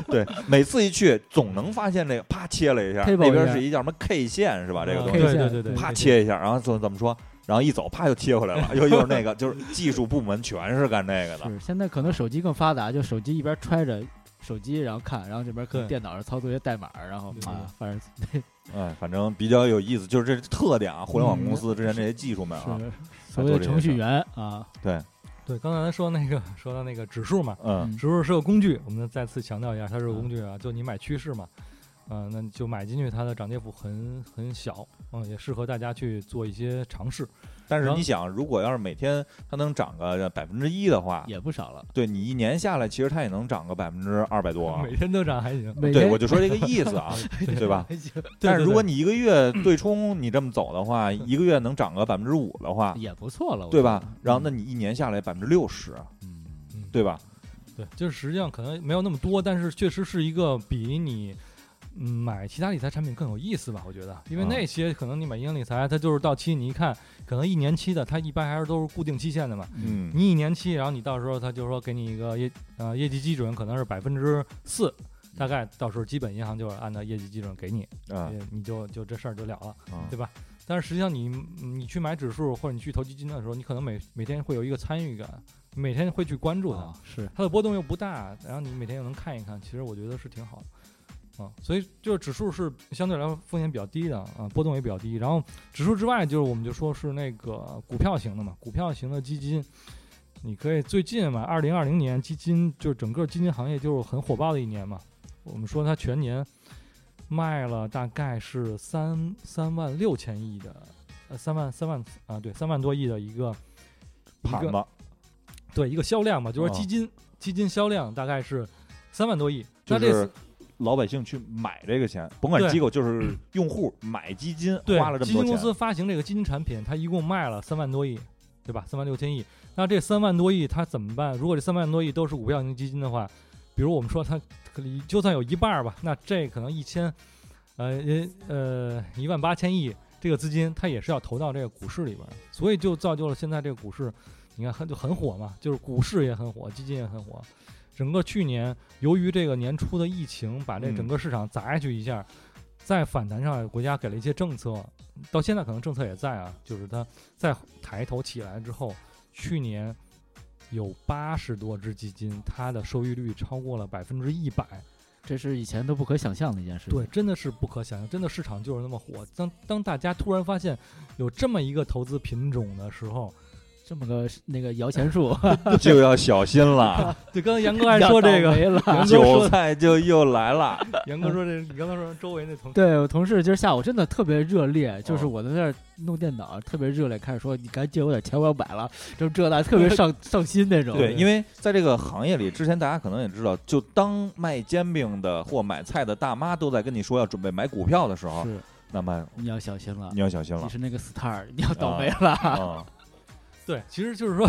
[SPEAKER 1] 对，每次一去总能发现这个，啪切了一下，那
[SPEAKER 3] Table
[SPEAKER 1] 边
[SPEAKER 3] 一下
[SPEAKER 1] 是一叫什么 K 线是吧？这个
[SPEAKER 2] 嗯
[SPEAKER 1] 东西
[SPEAKER 3] 可以
[SPEAKER 2] 对
[SPEAKER 3] 线
[SPEAKER 2] 对对对，
[SPEAKER 1] 啪切一下，然后怎怎么说？然后一走，啪又切回来了，又又是那个，就是技术部门全是干这个 的。
[SPEAKER 3] 是现在可能手机更发达，就手机一边揣着。手机，然后看，然后这边可能
[SPEAKER 2] 对
[SPEAKER 3] 电脑上操作一些代码，然后
[SPEAKER 2] 对对
[SPEAKER 3] 啊，反正
[SPEAKER 1] 哎，反正比较有意思，就是这是特点啊，互联网公
[SPEAKER 2] 嗯
[SPEAKER 1] 司之前这些技术们啊，
[SPEAKER 3] 是所谓的程序员啊，
[SPEAKER 2] 对，刚才咱说那个 说到那个指数嘛，
[SPEAKER 1] 嗯
[SPEAKER 2] 指数是个工具，我们再次强调一下，它是个工具啊，就你买趋势嘛。嗯、那你就买进去，它的涨跌幅很很小，嗯，也适合大家去做一些尝试。
[SPEAKER 1] 但是
[SPEAKER 2] 然后
[SPEAKER 1] 你想，如果要是每天它能涨个百分之一的话，
[SPEAKER 3] 也不少了。
[SPEAKER 1] 对你一年下来，其实它也能涨个百分之二百多。啊
[SPEAKER 2] 每天都涨还行，
[SPEAKER 3] 每
[SPEAKER 1] 对，
[SPEAKER 3] 天
[SPEAKER 1] 我就说这个意思 啊，对吧？
[SPEAKER 2] 对
[SPEAKER 1] 但是如果
[SPEAKER 2] 对
[SPEAKER 1] 你一个月对冲你这么走的话，
[SPEAKER 2] 嗯
[SPEAKER 1] 一个月能涨个百分之五的话，
[SPEAKER 3] 也不错了，我
[SPEAKER 1] 对
[SPEAKER 3] 觉
[SPEAKER 1] 吧
[SPEAKER 3] 得？
[SPEAKER 1] 然后那你一年下来百分之六十，
[SPEAKER 3] 嗯，
[SPEAKER 2] 嗯
[SPEAKER 1] 对吧？
[SPEAKER 2] 对，就是实际上可能没有那么多，但是确实是一个比你嗯买其他理财产品更有意思吧，我觉得，因为
[SPEAKER 1] 啊
[SPEAKER 2] 那些可能你买银行理财，它就是到期你一看，可能一年期的，它一般还是都是固定期限的嘛，
[SPEAKER 1] 嗯，
[SPEAKER 2] 你一年期，然后你到时候它就说给你一个业呃业绩基准可能是百分之四。大概到时候基本银行就是按照业绩基准给你，
[SPEAKER 1] 嗯啊
[SPEAKER 2] 也你就就这事儿就了了，
[SPEAKER 1] 啊
[SPEAKER 2] 对吧？但是实际上你你去买指数或者你去投基金的时候，你可能每每天会有一个参与感，每天会去关注它，
[SPEAKER 3] 啊是
[SPEAKER 2] 它的波动又不大，然后你每天又能看一看，其实我觉得是挺好的啊。所以就是指数是相对来说风险比较低的啊，波动也比较低。然后指数之外，就是我们就说是那个股票型的嘛，股票型的基金，你可以最近嘛，二零二零年基金就是整个基金行业就是很火爆的一年嘛，我们说它全年卖了大概是三三万六千亿的，呃三万三万啊对三万多亿的一个一
[SPEAKER 1] 盘
[SPEAKER 2] 个
[SPEAKER 1] 吧，
[SPEAKER 2] 对一个销量嘛，就是
[SPEAKER 1] 啊
[SPEAKER 2] 基金、基金销量大概是三万多亿，
[SPEAKER 1] 就
[SPEAKER 2] 那这
[SPEAKER 1] 是
[SPEAKER 2] 次
[SPEAKER 1] 老百姓去买这个钱，甭管
[SPEAKER 2] 对
[SPEAKER 1] 机构，就是用户买基金，
[SPEAKER 2] 对
[SPEAKER 1] 花了这
[SPEAKER 2] 基
[SPEAKER 1] 么多
[SPEAKER 2] 金公
[SPEAKER 1] 钱，
[SPEAKER 2] 司发行这个基金产品，它一共卖了三万多亿，对吧？三万六千亿，那这三万多亿它怎么办？如果这三万多亿都是股票型基金的话，比如我们说它可能就算有一半儿吧，那这可能一千，呃呃一万八千亿这个资金，它也是要投到这个股市里边儿的，所以就造就了现在这个股市，你看很就很火嘛，就是股市也很火，基金也很火。整个去年，由于这个年初的疫情，把这
[SPEAKER 1] 嗯
[SPEAKER 2] 整个市场砸下去一下，再反弹上来，国家给了一些政策，到现在可能政策也在啊，就是它再抬头起来之后，去年有八十多只基金，它的收益率超过了百分之一百，
[SPEAKER 3] 这是以前都不可想象的一件事情。
[SPEAKER 2] 对，，真的是不可想象，真的市场就是那么火。当当大家突然发现有这么一个投资品种的时候，
[SPEAKER 3] 这么个那个摇 钱树，
[SPEAKER 1] 就要小心 了，
[SPEAKER 2] 对，刚才杨哥还说这 个，
[SPEAKER 3] 要倒霉 了。
[SPEAKER 2] 杨哥
[SPEAKER 1] 韭
[SPEAKER 2] 说，
[SPEAKER 1] 菜就又来了。
[SPEAKER 2] 杨哥说这，你刚才说周围那同
[SPEAKER 3] 对我同事今儿下午真的特别热烈，就是
[SPEAKER 1] 哦
[SPEAKER 3] 我在那儿弄电脑，特别热烈，开始说你赶紧借我点钱，我要买了，就这那，特 别上上心那 种。
[SPEAKER 1] 对，
[SPEAKER 2] 对
[SPEAKER 1] 因为在这个行业里，之前大家可能也知道，就当卖煎饼的或买菜的大妈都在跟你说要准备买股票的时候，
[SPEAKER 3] 是
[SPEAKER 1] 那么
[SPEAKER 3] 你要小心了
[SPEAKER 1] 你，要小心
[SPEAKER 3] 你
[SPEAKER 1] 了
[SPEAKER 3] 是那个 star，你要倒霉了。
[SPEAKER 1] 啊！
[SPEAKER 2] 对，其实就是说，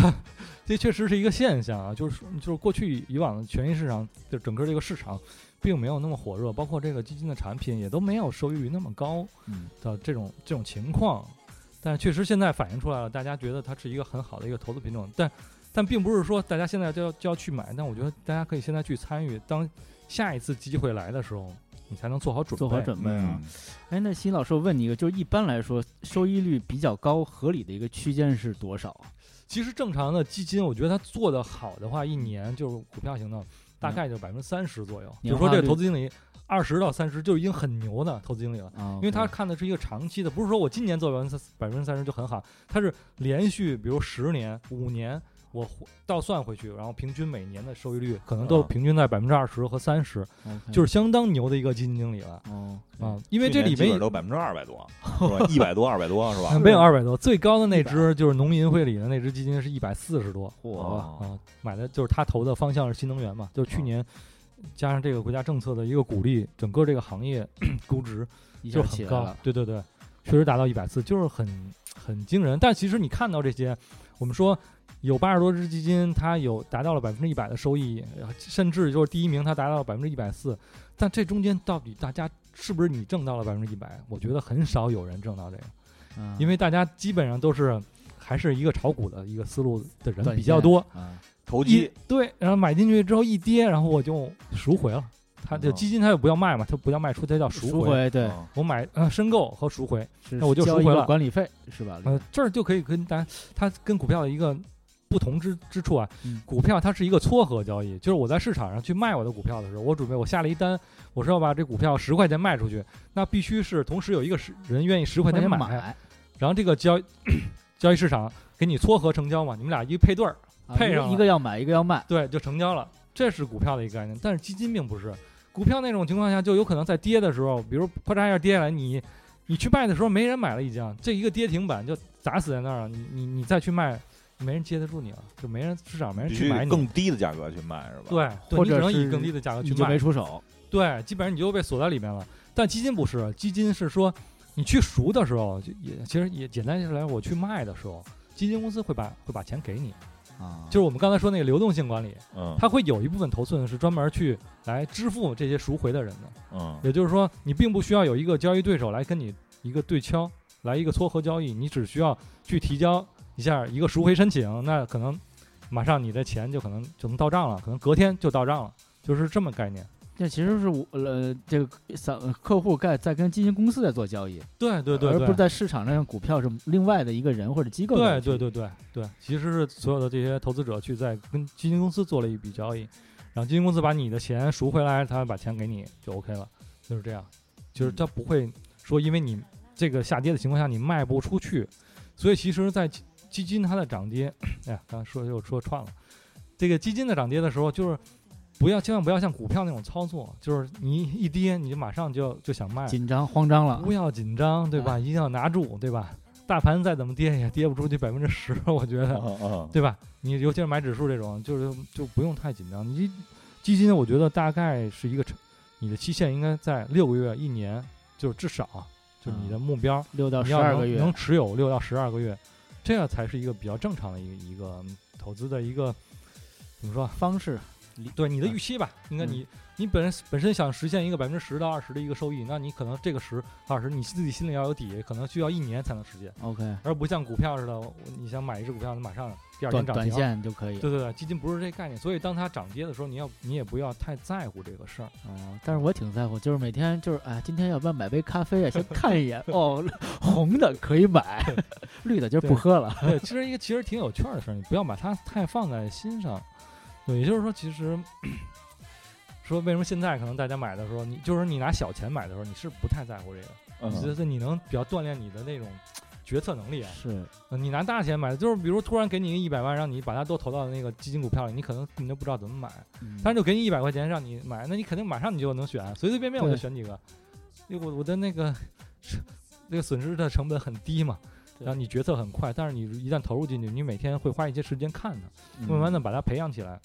[SPEAKER 2] 这确实是一个现象啊，就是就是过去以往的权益市场，就整个这个市场，并没有那么火热，包括这个基金的产品也都没有收益率那么高
[SPEAKER 1] 嗯
[SPEAKER 2] 的这种这种情况，但确实现在反映出来了，大家觉得它是一个很好的一个投资品种，但但并不是说大家现在就要就要去买，但我觉得大家可以现在去参与，当下一次机会来的时候，你才能做好准备。
[SPEAKER 3] 做好准备啊！
[SPEAKER 1] 嗯，
[SPEAKER 3] 哎，那新老师，我问你一个，就是一般来说，收益率比较高、合理的一个区间是多少啊？
[SPEAKER 2] 其实正常的基金，我觉得它做得好的话，一年就是股票型的，大概就百分之三十左右。比
[SPEAKER 3] 嗯年
[SPEAKER 2] 如
[SPEAKER 3] 化
[SPEAKER 2] 说这
[SPEAKER 3] 率
[SPEAKER 2] 个投资经理二十到三十就已经很牛的投资经理了，
[SPEAKER 3] 啊，
[SPEAKER 2] 因为他看的是一个长期的，不是说我今年做百分之百分之三十就很好，他是连续比如十年、五年，我回倒算回去，然后平均每年的收益率可能都
[SPEAKER 1] 啊
[SPEAKER 2] 平均在百分之二十和三十，
[SPEAKER 3] 是
[SPEAKER 2] 就是相当牛的一个基金经理了
[SPEAKER 3] 哦，
[SPEAKER 2] 啊。因为这
[SPEAKER 1] 去年
[SPEAKER 2] 里
[SPEAKER 1] 基
[SPEAKER 2] 面
[SPEAKER 1] 本都百分之二百多，是 吧？一百多、二百多是 吧？
[SPEAKER 2] 没有二百多，最高的那只就是农银会里的那只基金是一百四十多。
[SPEAKER 3] 嚯，
[SPEAKER 1] 哦
[SPEAKER 2] 啊，买的就是他投的方向是新能源嘛，就是去
[SPEAKER 1] 啊
[SPEAKER 2] 年加上这个国家政策的一个鼓励，整个这个行业 估值
[SPEAKER 3] 一
[SPEAKER 2] 就
[SPEAKER 3] 下起
[SPEAKER 2] 很
[SPEAKER 3] 来
[SPEAKER 2] 高
[SPEAKER 3] 了，，
[SPEAKER 2] 对对对，确实达到一百四，就是很很惊人。但其实你看到这些，我们说有八十多只基金，它有达到了百分之一百的收益，呃甚至就是第一名它达到了百分之一百四，但这中间到底大家是不是你挣到了百分之一百？我觉得很少有人挣到这个。
[SPEAKER 3] 啊
[SPEAKER 2] 因为大家基本上都是还是一个炒股的一个思路的人
[SPEAKER 3] 短
[SPEAKER 2] 比
[SPEAKER 3] 线
[SPEAKER 2] 较多，
[SPEAKER 3] 啊，
[SPEAKER 1] 投
[SPEAKER 2] 一
[SPEAKER 1] 机
[SPEAKER 2] 对，然后买进去之后一跌，然后我就赎回了。它就
[SPEAKER 1] 哦
[SPEAKER 2] 基金它就不要卖嘛，它不要卖出，它叫赎
[SPEAKER 3] 嗯赎
[SPEAKER 2] 回。
[SPEAKER 3] 回对，
[SPEAKER 1] 啊
[SPEAKER 2] 我买呃申购和赎回，
[SPEAKER 3] 是
[SPEAKER 2] 那我就
[SPEAKER 3] 交
[SPEAKER 2] 赎
[SPEAKER 3] 一
[SPEAKER 2] 回
[SPEAKER 3] 个
[SPEAKER 2] 了
[SPEAKER 3] 管理费是吧？
[SPEAKER 2] 呃，这儿就可以跟大家它跟股票的一个不同之之处啊，
[SPEAKER 3] 嗯
[SPEAKER 2] 股票它是一个撮合交易，就是我在市场上去卖我的股票的时候，我准备我下了一单，我是要把这股票十块钱卖出去，那必须是同时有一个十人愿意十块
[SPEAKER 3] 快
[SPEAKER 2] 钱
[SPEAKER 3] 点
[SPEAKER 2] 买，啊
[SPEAKER 3] 买，
[SPEAKER 2] 然后这个交 交易市场给你撮合成交嘛，你们俩一配对儿，
[SPEAKER 3] 啊
[SPEAKER 2] 配
[SPEAKER 3] 一个
[SPEAKER 2] 上
[SPEAKER 3] 一
[SPEAKER 2] 了
[SPEAKER 3] 个要买，一个要卖，
[SPEAKER 2] 对，就成交了。这是股票的一个概念，但是基金并不是，股票那种情况下，就有可能在跌的时候，比如啪嚓一下跌下来，你你去卖的时候没人买了，已经这一个跌停板就砸死在那儿了，你你你再去卖，没人接得住你了，就没人市场没人
[SPEAKER 1] 必
[SPEAKER 2] 去
[SPEAKER 1] 须
[SPEAKER 2] 买
[SPEAKER 1] 得
[SPEAKER 2] 你。
[SPEAKER 1] 更低的价格去卖是吧？，
[SPEAKER 2] 对，对
[SPEAKER 3] 或
[SPEAKER 2] 你
[SPEAKER 3] 者
[SPEAKER 2] 只能以
[SPEAKER 3] 是
[SPEAKER 2] 更低的价格啊
[SPEAKER 3] 你
[SPEAKER 2] 去
[SPEAKER 3] 就
[SPEAKER 2] 卖
[SPEAKER 3] 没，出手，
[SPEAKER 2] 对，基本上你就被锁在里面了。但基金不是，基金是说你去赎的时候，就也其实也简单就是来，我去卖的时候，基金公司会把会把钱给你，
[SPEAKER 1] 啊
[SPEAKER 2] 就是我们刚才说那个流动性管理，
[SPEAKER 1] 嗯
[SPEAKER 2] 它会有一部分头寸是专门去来支付这些赎回的人的。
[SPEAKER 1] 嗯
[SPEAKER 2] 也就是说，你并不需要有一个交易对手来跟你一个对敲，来一个撮合交易，你只需要去提交一下一个赎回申请，那可能马上你的钱就可能就能到账了，可能隔天就到账了，就是这么概念。
[SPEAKER 3] 这其实是我呃这个散客户在在跟基金公司在做交易，
[SPEAKER 2] 对对对
[SPEAKER 3] 而
[SPEAKER 2] 对，
[SPEAKER 3] 不是在市场上像股票是另外的一个人或者机构
[SPEAKER 2] 对
[SPEAKER 3] 在
[SPEAKER 2] 对
[SPEAKER 3] 去
[SPEAKER 2] 对对对，其实是所有的这些投资者去在跟基金公司做了一笔交易，然后基金公司把你的钱赎回来，他把钱给你就 OK 了，就是这样。就是他不会说，因为你这个下跌的情况下你卖不出去，所以其实，在基基金它的涨跌，哎呀，刚才说又说串了，这个基金的涨跌的时候，就是不要千万不要像股票那种操作，就是你一跌你就马上就就想卖，
[SPEAKER 3] 紧张慌张了
[SPEAKER 2] 不，要紧张，对吧？一定要拿住，对吧？大盘再怎么跌也跌不出去百分之十，我觉
[SPEAKER 1] 嗯
[SPEAKER 2] 得，
[SPEAKER 1] 嗯
[SPEAKER 2] 对吧？你尤其是买指数这种，就是就不用太紧张。你基金，我觉得大概是一个，你的期限应该在六个月、一年，就是至少就是你的目标，
[SPEAKER 3] 六到
[SPEAKER 2] 你
[SPEAKER 3] 啊十
[SPEAKER 2] 要
[SPEAKER 3] 二
[SPEAKER 2] 能
[SPEAKER 3] 个月
[SPEAKER 2] 能持有六到十二个月，这样才是一个比较正常的一个一个投资的一个怎么说啊？
[SPEAKER 3] 方式，
[SPEAKER 2] 对你的
[SPEAKER 3] 嗯
[SPEAKER 2] 预期吧，应该
[SPEAKER 3] 嗯
[SPEAKER 2] 你、你本身本身想实现一个百分之十到二十的一个收益，那你可能这个十二十你自己心里要有底，可能需要一年才能实现，
[SPEAKER 3] OK，
[SPEAKER 2] 而不像股票似的，我你想买一只股票，它马上第二
[SPEAKER 3] 短
[SPEAKER 2] 天涨
[SPEAKER 3] 短
[SPEAKER 2] 停。
[SPEAKER 3] 线就可以。
[SPEAKER 2] 对对对，基金不是这概念，所以当它涨跌的时候，你要你也不要太在乎这个事儿。
[SPEAKER 3] 哦，但是我挺在乎，就是每天就是哎，今天要不要买杯咖啡啊？先看 一眼哦，红的可以买，绿的今儿不
[SPEAKER 2] 对
[SPEAKER 3] 喝了。
[SPEAKER 2] 对，其实一个其实挺有趣儿的事儿，你不要把它太放在心上。对，也就是说，其实说为什么现在可能大家买的时候，你就是你拿小钱买的时候，你是不太在乎这个，
[SPEAKER 1] 嗯
[SPEAKER 2] 你觉得你能比较锻炼你的那种决策能力啊。
[SPEAKER 3] 是，
[SPEAKER 2] 呃你拿大钱买的，就是比如突然给你一百万，让你把它都投到那个基金股票里，你可能你都不知道怎么买。
[SPEAKER 3] 嗯
[SPEAKER 2] 但是就给你一百块钱让你买，那你肯定马上你就能选，随随便便我就
[SPEAKER 3] 对
[SPEAKER 2] 选几个。因为我我的那个那个损失的成本很低嘛，
[SPEAKER 3] 对
[SPEAKER 2] 然后你决策很快，但是你一旦投入进去，你每天会花一些时间看它，
[SPEAKER 3] 嗯
[SPEAKER 2] 慢慢的把它培养起来。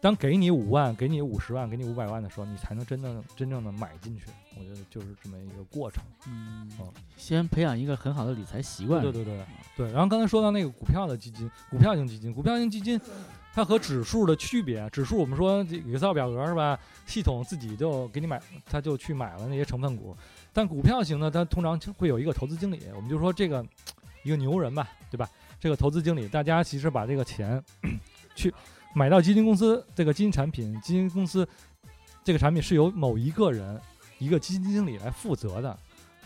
[SPEAKER 2] 当给你五万、给你五十万、给你五百万的时候，你才能真正真正的买进去。我觉得就是这么一个过程。
[SPEAKER 3] 嗯
[SPEAKER 2] 哦
[SPEAKER 3] 先培养一个很好的理财习惯。
[SPEAKER 2] 对对对对对。然后刚才说到那个股票的基金，股票型基金，股票型基金，它和指数的区别，指数我们说这 Excel 表格是吧？系统自己就给你买，它就去买了那些成分股。但股票型呢，它通常就会有一个投资经理，我们就说这个一个牛人吧，对吧？这个投资经理，大家其实把这个钱去买到基金公司这个基金产品，基金公司这个产品是由某一个人，一个基金经理来负责的，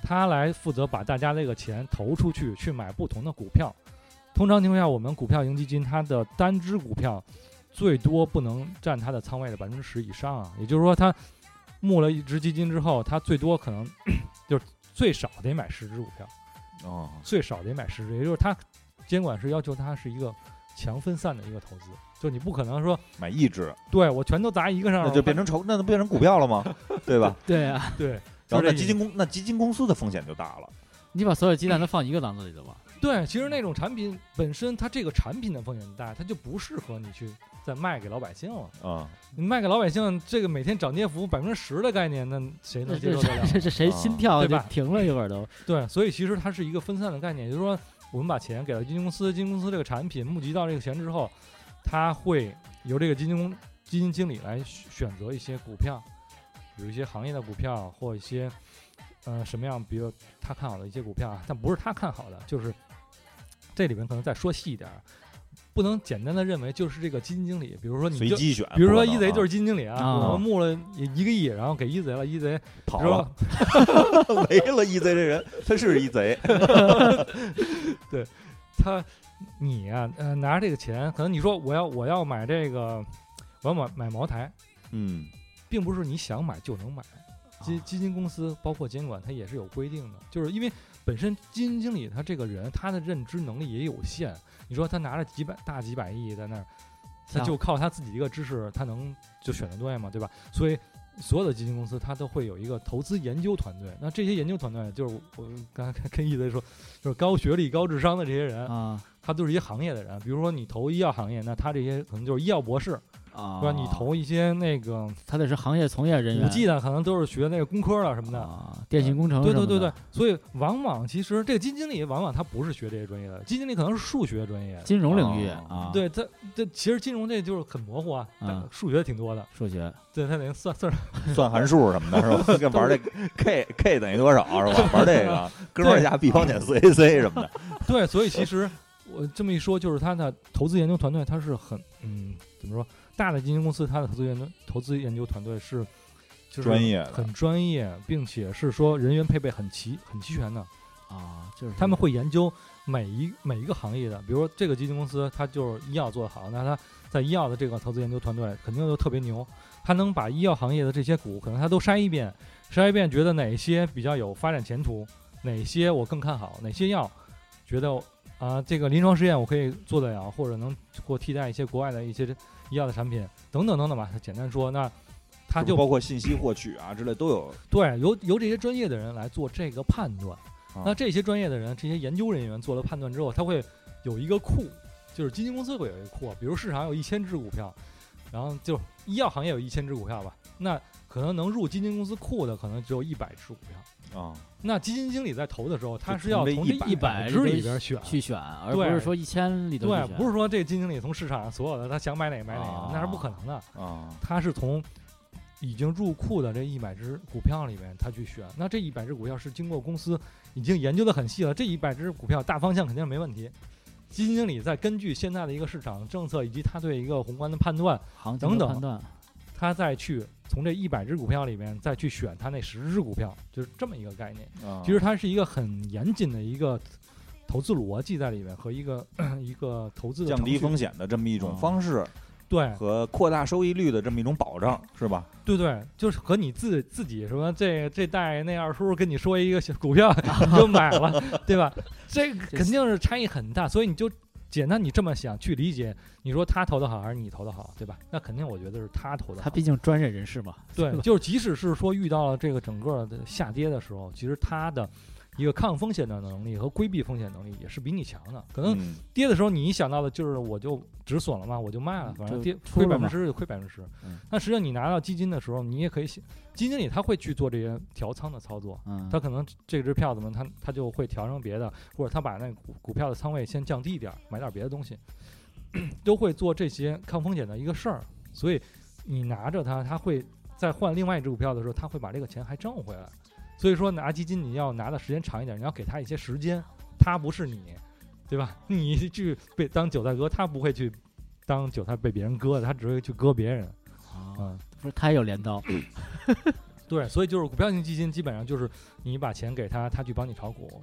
[SPEAKER 2] 他来负责把大家这个钱投出去去买不同的股票。通常情况下，我们股票型基金它的单只股票最多不能占它的仓位的百分之十以上啊，也就是说，它募了一只基金之后，它最多可能 就是最少得买十只股票。
[SPEAKER 1] 哦
[SPEAKER 2] 最少得买十只，也就是它监管是要求它是一个强分散的一个投资，就你不可能说
[SPEAKER 1] 买一只，
[SPEAKER 2] 对我全都砸一个上，
[SPEAKER 1] 那就变成筹，那就变成股票了 吗？对吧？
[SPEAKER 3] 对啊，
[SPEAKER 2] 对，
[SPEAKER 1] 然后
[SPEAKER 2] 就
[SPEAKER 1] 那
[SPEAKER 2] 是这
[SPEAKER 1] 基金公那基金公司的风险就大了。
[SPEAKER 3] 你把所有鸡蛋都放一个篮子里头吧。
[SPEAKER 2] 对，其实那种产品本身它这个产品的风险大，它就不适合你去再卖给老百姓了。
[SPEAKER 1] 嗯，
[SPEAKER 2] 你卖给老百姓，这个每天涨跌幅百分之十的概念，那谁
[SPEAKER 3] 这
[SPEAKER 2] 能接
[SPEAKER 3] 这
[SPEAKER 2] 受得了？
[SPEAKER 3] 这这谁
[SPEAKER 1] 啊
[SPEAKER 3] 心跳
[SPEAKER 2] 对
[SPEAKER 3] 就
[SPEAKER 2] 吧
[SPEAKER 3] 停了一会儿都？
[SPEAKER 2] 对，所以其实它是一个分散的概念，也就是说，我们把钱给到基金公司，基金公司这个产品募集到这个钱之后，它会由这个基金公基金经理来选择一些股票，有一些行业的股票或一些呃什么样，比如他看好的一些股票啊，但不是他看好的，就是这里边可能再说细一点儿，不能简单的认为就是这个基金经理，比如说你
[SPEAKER 1] 随
[SPEAKER 2] 就。
[SPEAKER 1] 机选。
[SPEAKER 2] 比如说
[SPEAKER 1] 不可能
[SPEAKER 2] 一
[SPEAKER 1] 啊
[SPEAKER 2] 贼就是基金经理啊，
[SPEAKER 3] 啊
[SPEAKER 2] 我们募了一个亿，然后给一 E 贼了，一贼
[SPEAKER 1] 跑
[SPEAKER 2] 说
[SPEAKER 1] 了，没了一贼这人，他是一贼。
[SPEAKER 2] 他你呀、呃，拿着这个钱，可能你说我要我要买这个，我要买买茅台，
[SPEAKER 1] 嗯
[SPEAKER 2] 并不是你想买就能买。基
[SPEAKER 3] 啊
[SPEAKER 2] 基金公司包括监管，它也是有规定的，就是因为本身基金经理他这个人，他的认知能力也有限。你说他拿着几百大几 百亿在那儿，他
[SPEAKER 3] 像
[SPEAKER 2] 就靠他自己一个知识，他能就选的对吗？对吧？所以所有的基金公司它都会有一个投资研究团队。那这些研究团队就是我我刚才跟一 泽说，就是高学历、高智商的这些人，
[SPEAKER 3] 啊
[SPEAKER 2] 他都是一些行业的人。比如说你投医药行业，那他这些可能就是医药博士，
[SPEAKER 3] 啊
[SPEAKER 2] 对吧？你投一些那个
[SPEAKER 3] 他得是行业从业人员，
[SPEAKER 2] 五 G 的，可能都是学那个工科的什么的。
[SPEAKER 3] 啊，电信工程
[SPEAKER 2] 对
[SPEAKER 3] 什
[SPEAKER 2] 对
[SPEAKER 3] 么
[SPEAKER 2] 对对
[SPEAKER 3] 的，，
[SPEAKER 2] 所以往往其实这个基金经理往往他不是学这些专业的，基金经理可能是数学专业的。
[SPEAKER 3] 金融领域
[SPEAKER 1] 哦
[SPEAKER 3] 啊，，
[SPEAKER 2] 对，他这其实金融这就是很模糊啊，
[SPEAKER 3] 嗯
[SPEAKER 2] 但数学挺多的，
[SPEAKER 3] 数学
[SPEAKER 2] 对他得算算
[SPEAKER 1] 算函数什么的，是吧？ 跟玩这 k k 等于多少是吧？玩这个哥们儿加 b 方减 c a c 什么的，
[SPEAKER 2] 对，所以其实我这么一说，就是他的投资研究团队，他是很嗯，怎么说？大的基金公司，它的投资研究投资研究团队是就是
[SPEAKER 1] 专业的
[SPEAKER 2] 很专业，并且是说人员配备很齐很齐全的。
[SPEAKER 3] 啊，就是
[SPEAKER 2] 他们会研究每一嗯每一个行业的，比如说这个基金公司，它就是医药做得好，那它在医药的这个投资研究团队肯定就特别牛，它能把医药行业的这些股，可能它都筛一遍，筛一遍，觉得哪些比较有发展前途，哪些我更看好，哪些药觉得啊、这个临床试验我可以做得了，或者能或替代一些国外的一些医药的产品等等等等吧。简单说，那他
[SPEAKER 1] 就
[SPEAKER 2] 就
[SPEAKER 1] 包括信息获取啊之类都有。
[SPEAKER 2] 对，由由这些专业的人来做这个判断。
[SPEAKER 1] 啊
[SPEAKER 2] 那这些专业的人、这些研究人员做了判断之后，他会有一个库，就是基金公司会有一个库，啊比如市场有一千只股票，然后就医药行业有一千只股票吧，那可能能入基金公司库的可能只有一百只股票。
[SPEAKER 1] 啊，
[SPEAKER 2] 那基金经理在投的时候，他
[SPEAKER 1] 就是
[SPEAKER 2] 要
[SPEAKER 1] 从这
[SPEAKER 2] 从这
[SPEAKER 1] 100
[SPEAKER 2] 一
[SPEAKER 3] 百
[SPEAKER 2] 只里边选，
[SPEAKER 3] 去选，而不
[SPEAKER 2] 对
[SPEAKER 3] 是说一千里头
[SPEAKER 2] 对
[SPEAKER 3] 去选，
[SPEAKER 2] 不是说这个基金经理从市场上所有的他想买哪个买哪个，
[SPEAKER 3] 啊
[SPEAKER 2] 那是不可能的。
[SPEAKER 1] 啊，
[SPEAKER 2] 他是从已经入库的这一百只股票里面，他去选。那这一百只股票是经过公司已经研究的很细了，这一百只股票大方向肯定是没问题。基金经理再根据现在的一个市场政策以及他对一个宏观的判断，
[SPEAKER 3] 行情的
[SPEAKER 2] 等等
[SPEAKER 3] 判断
[SPEAKER 2] 他再去从这一百只股票里面再去选他那十只股票，就是这么一个概念。
[SPEAKER 1] 啊
[SPEAKER 2] 其实它是一个很严谨的一个投资逻辑在里面和一个呃一个投资的
[SPEAKER 1] 降低
[SPEAKER 2] 程序
[SPEAKER 1] 风险的这么一种方
[SPEAKER 2] 啊
[SPEAKER 1] 式
[SPEAKER 2] 对
[SPEAKER 1] 和扩大收益率的这么一种保障，是吧？
[SPEAKER 2] 对对，就是和你自自己什么这这代那二叔跟你说一个小股票你就买了，对吧？这个肯定是差异很大，所以你就简单你这么想去理解，你说他投的好还是你投的好，对吧？那肯定我觉得是他投的好
[SPEAKER 3] 他。毕竟专业人士嘛，
[SPEAKER 2] 对，就是即使是说遇到了这个整个的下跌的时候，其实他的一个抗风险的能力和规避风险能力也是比你强的。可能
[SPEAKER 1] 嗯，
[SPEAKER 2] 跌的时候，你一想到的就是我就止损了嘛，我就卖了，反正
[SPEAKER 3] 就
[SPEAKER 2] 跌
[SPEAKER 3] 出
[SPEAKER 2] 亏
[SPEAKER 3] 了
[SPEAKER 2] 百
[SPEAKER 3] 嘛
[SPEAKER 2] 分之十就亏百分之十
[SPEAKER 1] 嗯。
[SPEAKER 2] 那实际上你拿到基金的时候，你也可以写，基金经理他会去做这些调仓的操作，
[SPEAKER 3] 嗯，
[SPEAKER 2] 他可能这支票怎么他他就会调成别的，或者他把那股股票的仓位先降低一点儿，买点儿别的东西， 都会做这些抗风险的一个事儿。所以你拿着它，他会在换另外一只股票的时候，他会把这个钱还挣回来。所以说拿基金你要拿的时间长一点，你要给他一些时间，他不是你，对吧？ 你去被当韭菜割，他不会去当韭菜被别人割的，他只会去割别人。
[SPEAKER 3] 啊，
[SPEAKER 2] 嗯，
[SPEAKER 3] 不是他也有镰刀，
[SPEAKER 2] 对，所以就是股票型基金基本上就是你把钱给他，他去帮你炒股。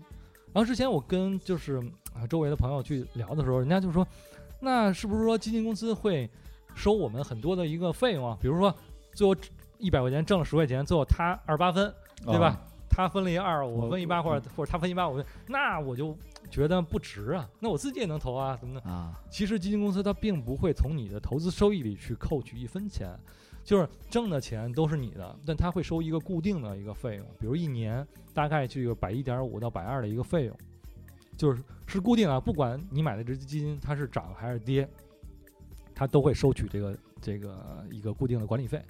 [SPEAKER 2] 然后之前我跟就是啊周围的朋友去聊的时候，人家就说，那是不是说基金公司会收我们很多的一个费用啊？比如说最后一百块钱挣了十块钱，最后他二八分，对
[SPEAKER 1] 啊
[SPEAKER 2] 吧？他分了一二，我
[SPEAKER 3] 我
[SPEAKER 2] 分一八，或者或者他分一八，我分，那我就觉得不值啊。那我自己也能投啊，怎么的？
[SPEAKER 3] 啊，
[SPEAKER 2] 其实基金公司它并不会从你的投资收益里去扣取一分钱，就是挣的钱都是你的，但它会收一个固定的一个费用，比如一年大概就有百一点五到百二的一个费用，就是是固定啊，不管你买的这只基金它是涨还是跌，它都会收取这个这个一个固定的管理费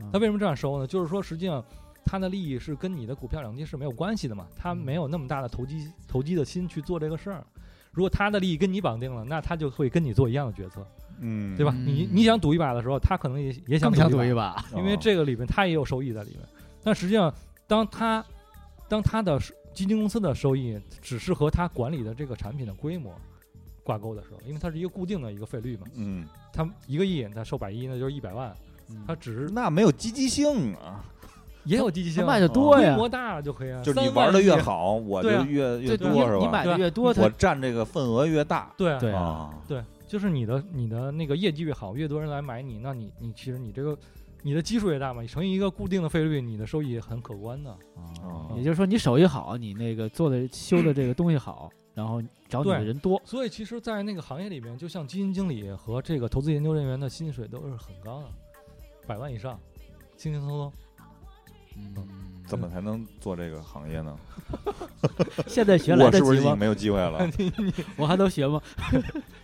[SPEAKER 3] 嗯。
[SPEAKER 2] 它为什么这样收呢？就是说实际上。它的利益是跟你的股票两跌是没有关系的嘛，它没有那么大的投机投机的心去做这个事儿，如果他的利益跟你绑定了，那他就会跟你做一样的决策，
[SPEAKER 1] 嗯，
[SPEAKER 2] 对吧？你你想赌一把的时候，他可能也也想
[SPEAKER 3] 更想
[SPEAKER 2] 赌
[SPEAKER 3] 赌
[SPEAKER 2] 一
[SPEAKER 3] 一
[SPEAKER 2] 把，
[SPEAKER 3] 把，
[SPEAKER 1] 哦
[SPEAKER 2] 因为这个里面他也有收益在里面。但实际上，当他当他的收基金公司的收益只是和他管理的这个产品的规模挂钩的时候，因为它是一个固定的一个费率嘛，
[SPEAKER 1] 嗯，
[SPEAKER 2] 他一个亿，他收百亿，那就是一百万，
[SPEAKER 3] 嗯
[SPEAKER 2] 他只是
[SPEAKER 1] 那没有积极性啊，
[SPEAKER 2] 也有积极
[SPEAKER 3] 他
[SPEAKER 2] 性啊，
[SPEAKER 3] 卖的多
[SPEAKER 2] 规
[SPEAKER 3] 呀，
[SPEAKER 2] 模大了就可以啊，
[SPEAKER 1] 就是你
[SPEAKER 2] 三万
[SPEAKER 1] 玩的越
[SPEAKER 2] 亿，
[SPEAKER 1] 好，我就
[SPEAKER 2] 对啊
[SPEAKER 1] 越越
[SPEAKER 3] 对
[SPEAKER 1] 多
[SPEAKER 3] 你
[SPEAKER 1] 是
[SPEAKER 3] 你
[SPEAKER 1] 吧？
[SPEAKER 3] 买的越多，
[SPEAKER 1] 我
[SPEAKER 3] 他
[SPEAKER 1] 占这个份额越大
[SPEAKER 2] 对啊
[SPEAKER 3] 对啊，
[SPEAKER 1] 啊，
[SPEAKER 2] 对，就是你的你的那个业绩越好，越多人来买你，那你你其实你这个你的基数越大嘛，你乘以一个固定的费率，你的收益也很可观的。
[SPEAKER 3] 啊
[SPEAKER 1] 哦
[SPEAKER 3] 也就是说你手艺好，你那个做的修的这个东西好，然后找你的
[SPEAKER 2] 对
[SPEAKER 3] 人多，
[SPEAKER 2] 所以其实，在那个行业里面，就像基金经理和这个投资研究人员的薪水都是很高的，百万以上，轻轻松松。
[SPEAKER 3] 嗯
[SPEAKER 1] 怎么才能做这个行业呢？
[SPEAKER 3] 现在学来
[SPEAKER 1] 我
[SPEAKER 3] 得
[SPEAKER 1] 是不是
[SPEAKER 3] 及
[SPEAKER 1] 已经
[SPEAKER 3] 吗？
[SPEAKER 1] 没有机会 了？
[SPEAKER 3] 我还能学吗？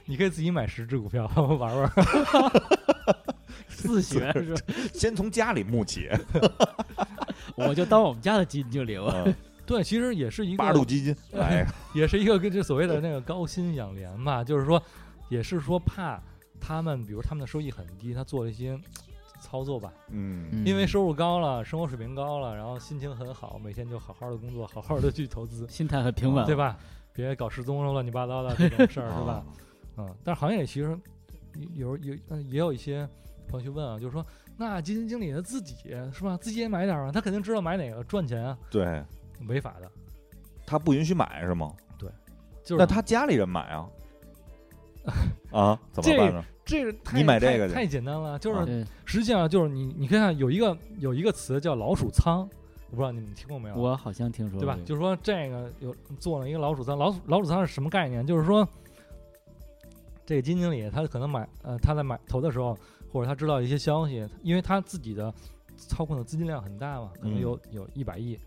[SPEAKER 2] 你可以自己买十只股票 玩玩。
[SPEAKER 3] 自学是吧？
[SPEAKER 1] 先从家里募 起，
[SPEAKER 3] 我就当我们家的基金经理吧。，
[SPEAKER 1] 嗯
[SPEAKER 2] 对，其实也是一
[SPEAKER 1] 八十度
[SPEAKER 2] 个，
[SPEAKER 1] 基 金来一个，
[SPEAKER 2] 也是一个跟这所谓的那个高薪养廉吧，就是说，也是说怕他们，比如他们的收益很低，他做了一些操作吧，
[SPEAKER 1] 嗯，
[SPEAKER 2] 因为收入高了，生活水平高了，然后心情很好，每天就好好的工作，好好的去投资
[SPEAKER 3] 心态很平稳，
[SPEAKER 2] 对？吧？别搞失踪了，乱七八糟的这种 事儿，是吧？
[SPEAKER 1] 啊？
[SPEAKER 2] 嗯，但是行业里其实有有呃也有一些朋友去问啊，就是说，那基金经理他自己是吧，自己也买点儿啊，他肯定知道买哪个赚钱啊，
[SPEAKER 1] 对
[SPEAKER 2] 违法的。
[SPEAKER 1] 他不允许买是吗？
[SPEAKER 2] 就是
[SPEAKER 1] 那他家里人买啊？啊，怎么
[SPEAKER 2] 这
[SPEAKER 1] 办呢？
[SPEAKER 2] 这个太
[SPEAKER 1] 你买这个
[SPEAKER 2] 太
[SPEAKER 1] 去
[SPEAKER 2] 太简单了，就
[SPEAKER 1] 啊
[SPEAKER 2] 是
[SPEAKER 3] 对，
[SPEAKER 2] 实际上就是你你看有一个有一个词叫老鼠仓，我不知道你们听过没有？
[SPEAKER 3] 我好像听说
[SPEAKER 2] 对吧
[SPEAKER 3] 过？这
[SPEAKER 2] 就是说这个有做了一个老鼠仓，老鼠老鼠仓是什么概念？就是说，这个基金经理他可能买呃他在买投的时候，或者他知道一些消息，因为他自己的操控的资金量很大嘛，可能
[SPEAKER 1] 嗯
[SPEAKER 2] 有、有一百亿，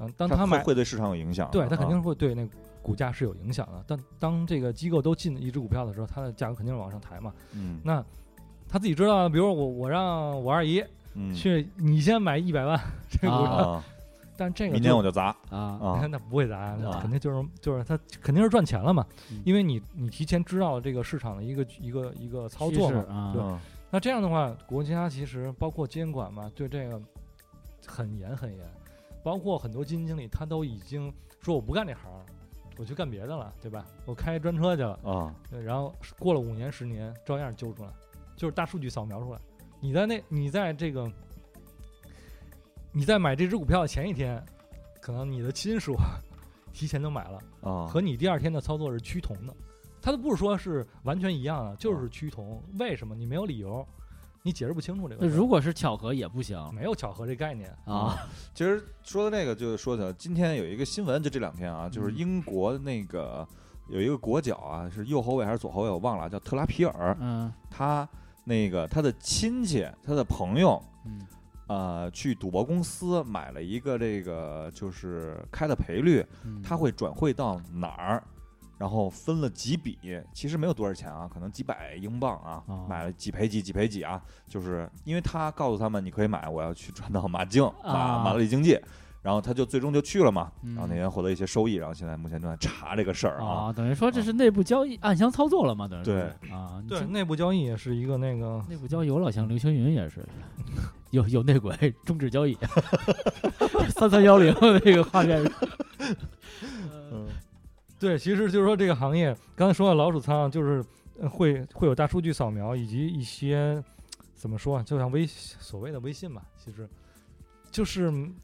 [SPEAKER 2] 嗯、当
[SPEAKER 1] 他
[SPEAKER 2] 他买
[SPEAKER 1] 会会对市场有影响的，
[SPEAKER 2] 对他肯定
[SPEAKER 1] 啊
[SPEAKER 2] 是会对那股价是有影响的。但当这个机构都进一只股票的时候，它的价格肯定是往上抬嘛。
[SPEAKER 1] 嗯
[SPEAKER 2] 那他自己知道，比如我我让我二姨
[SPEAKER 1] 嗯
[SPEAKER 2] 去，你先买一百万这个股票，
[SPEAKER 1] 啊，
[SPEAKER 2] 但这个
[SPEAKER 1] 明
[SPEAKER 2] 就，
[SPEAKER 1] 天我就砸
[SPEAKER 3] 啊，
[SPEAKER 1] 啊
[SPEAKER 2] 那不会砸，那
[SPEAKER 3] 啊
[SPEAKER 2] 肯定就是就是他肯定是赚钱了嘛
[SPEAKER 3] 嗯，
[SPEAKER 2] 因为你你提前知道了这个市场的一个一个一个操作
[SPEAKER 3] 趋势
[SPEAKER 2] 嘛。
[SPEAKER 3] 啊，
[SPEAKER 1] 嗯
[SPEAKER 2] 那这样的话，国家其实包括监管嘛，对这个很严很严，包括很多基金经理他都已经说我不干这行了，我去干别的了，对吧？我开专车去了，
[SPEAKER 1] 啊，
[SPEAKER 2] 对然后过了五年十年，照样揪出来，就是大数据扫描出来。你在那，你在这个，你在买这只股票的前一天，可能你的亲属 提前就买了，
[SPEAKER 1] 啊，
[SPEAKER 2] 和你第二天的操作是趋同的。它都不是说是完全一样的，就是趋同。为什么？你没有理由，你解释不清楚这
[SPEAKER 3] 那
[SPEAKER 2] 个事儿。
[SPEAKER 3] 如果是巧合也不行
[SPEAKER 2] 没有巧合这概念，
[SPEAKER 3] 啊，
[SPEAKER 1] 其实说到这个，就说起来，今天有一个新闻，就这两天啊，就是
[SPEAKER 3] 嗯
[SPEAKER 1] 英国那个有一个国脚啊，是右后卫还是左后卫，我忘了，叫特拉皮尔，
[SPEAKER 3] 嗯
[SPEAKER 1] 他那个他的亲戚，他的朋友。
[SPEAKER 3] 嗯
[SPEAKER 1] 呃，去赌博公司买了一个这个，就是开的赔率，
[SPEAKER 3] 嗯，
[SPEAKER 1] 他会转会到哪儿，然后分了几笔，其实没有多少钱啊，可能几百英镑啊，
[SPEAKER 3] 哦
[SPEAKER 1] 买了几赔几几赔几啊，就是因为他告诉他们你可以买，我要去转到马竞马
[SPEAKER 3] 啊
[SPEAKER 1] 马德里竞技，然后他就最终就去了嘛，
[SPEAKER 3] 嗯
[SPEAKER 1] 然后那天获得一些收益，然后现在目前正在查这个事儿啊，
[SPEAKER 3] 啊，等于说这是内部交易暗箱操作了嘛？等于说
[SPEAKER 1] 对
[SPEAKER 3] 是啊，你
[SPEAKER 2] 对
[SPEAKER 3] 这
[SPEAKER 2] 内部交易也是一个那个
[SPEAKER 3] 内部交易我老像刘青云也是。有有内鬼，终止交易， 三三幺零那个画面，
[SPEAKER 1] 嗯
[SPEAKER 2] 对，其实就是说这个行业，刚才说到老鼠仓，就是呃会会有大数据扫描，以及一些怎么说啊，就像微所谓的微信吧，其实就是嗯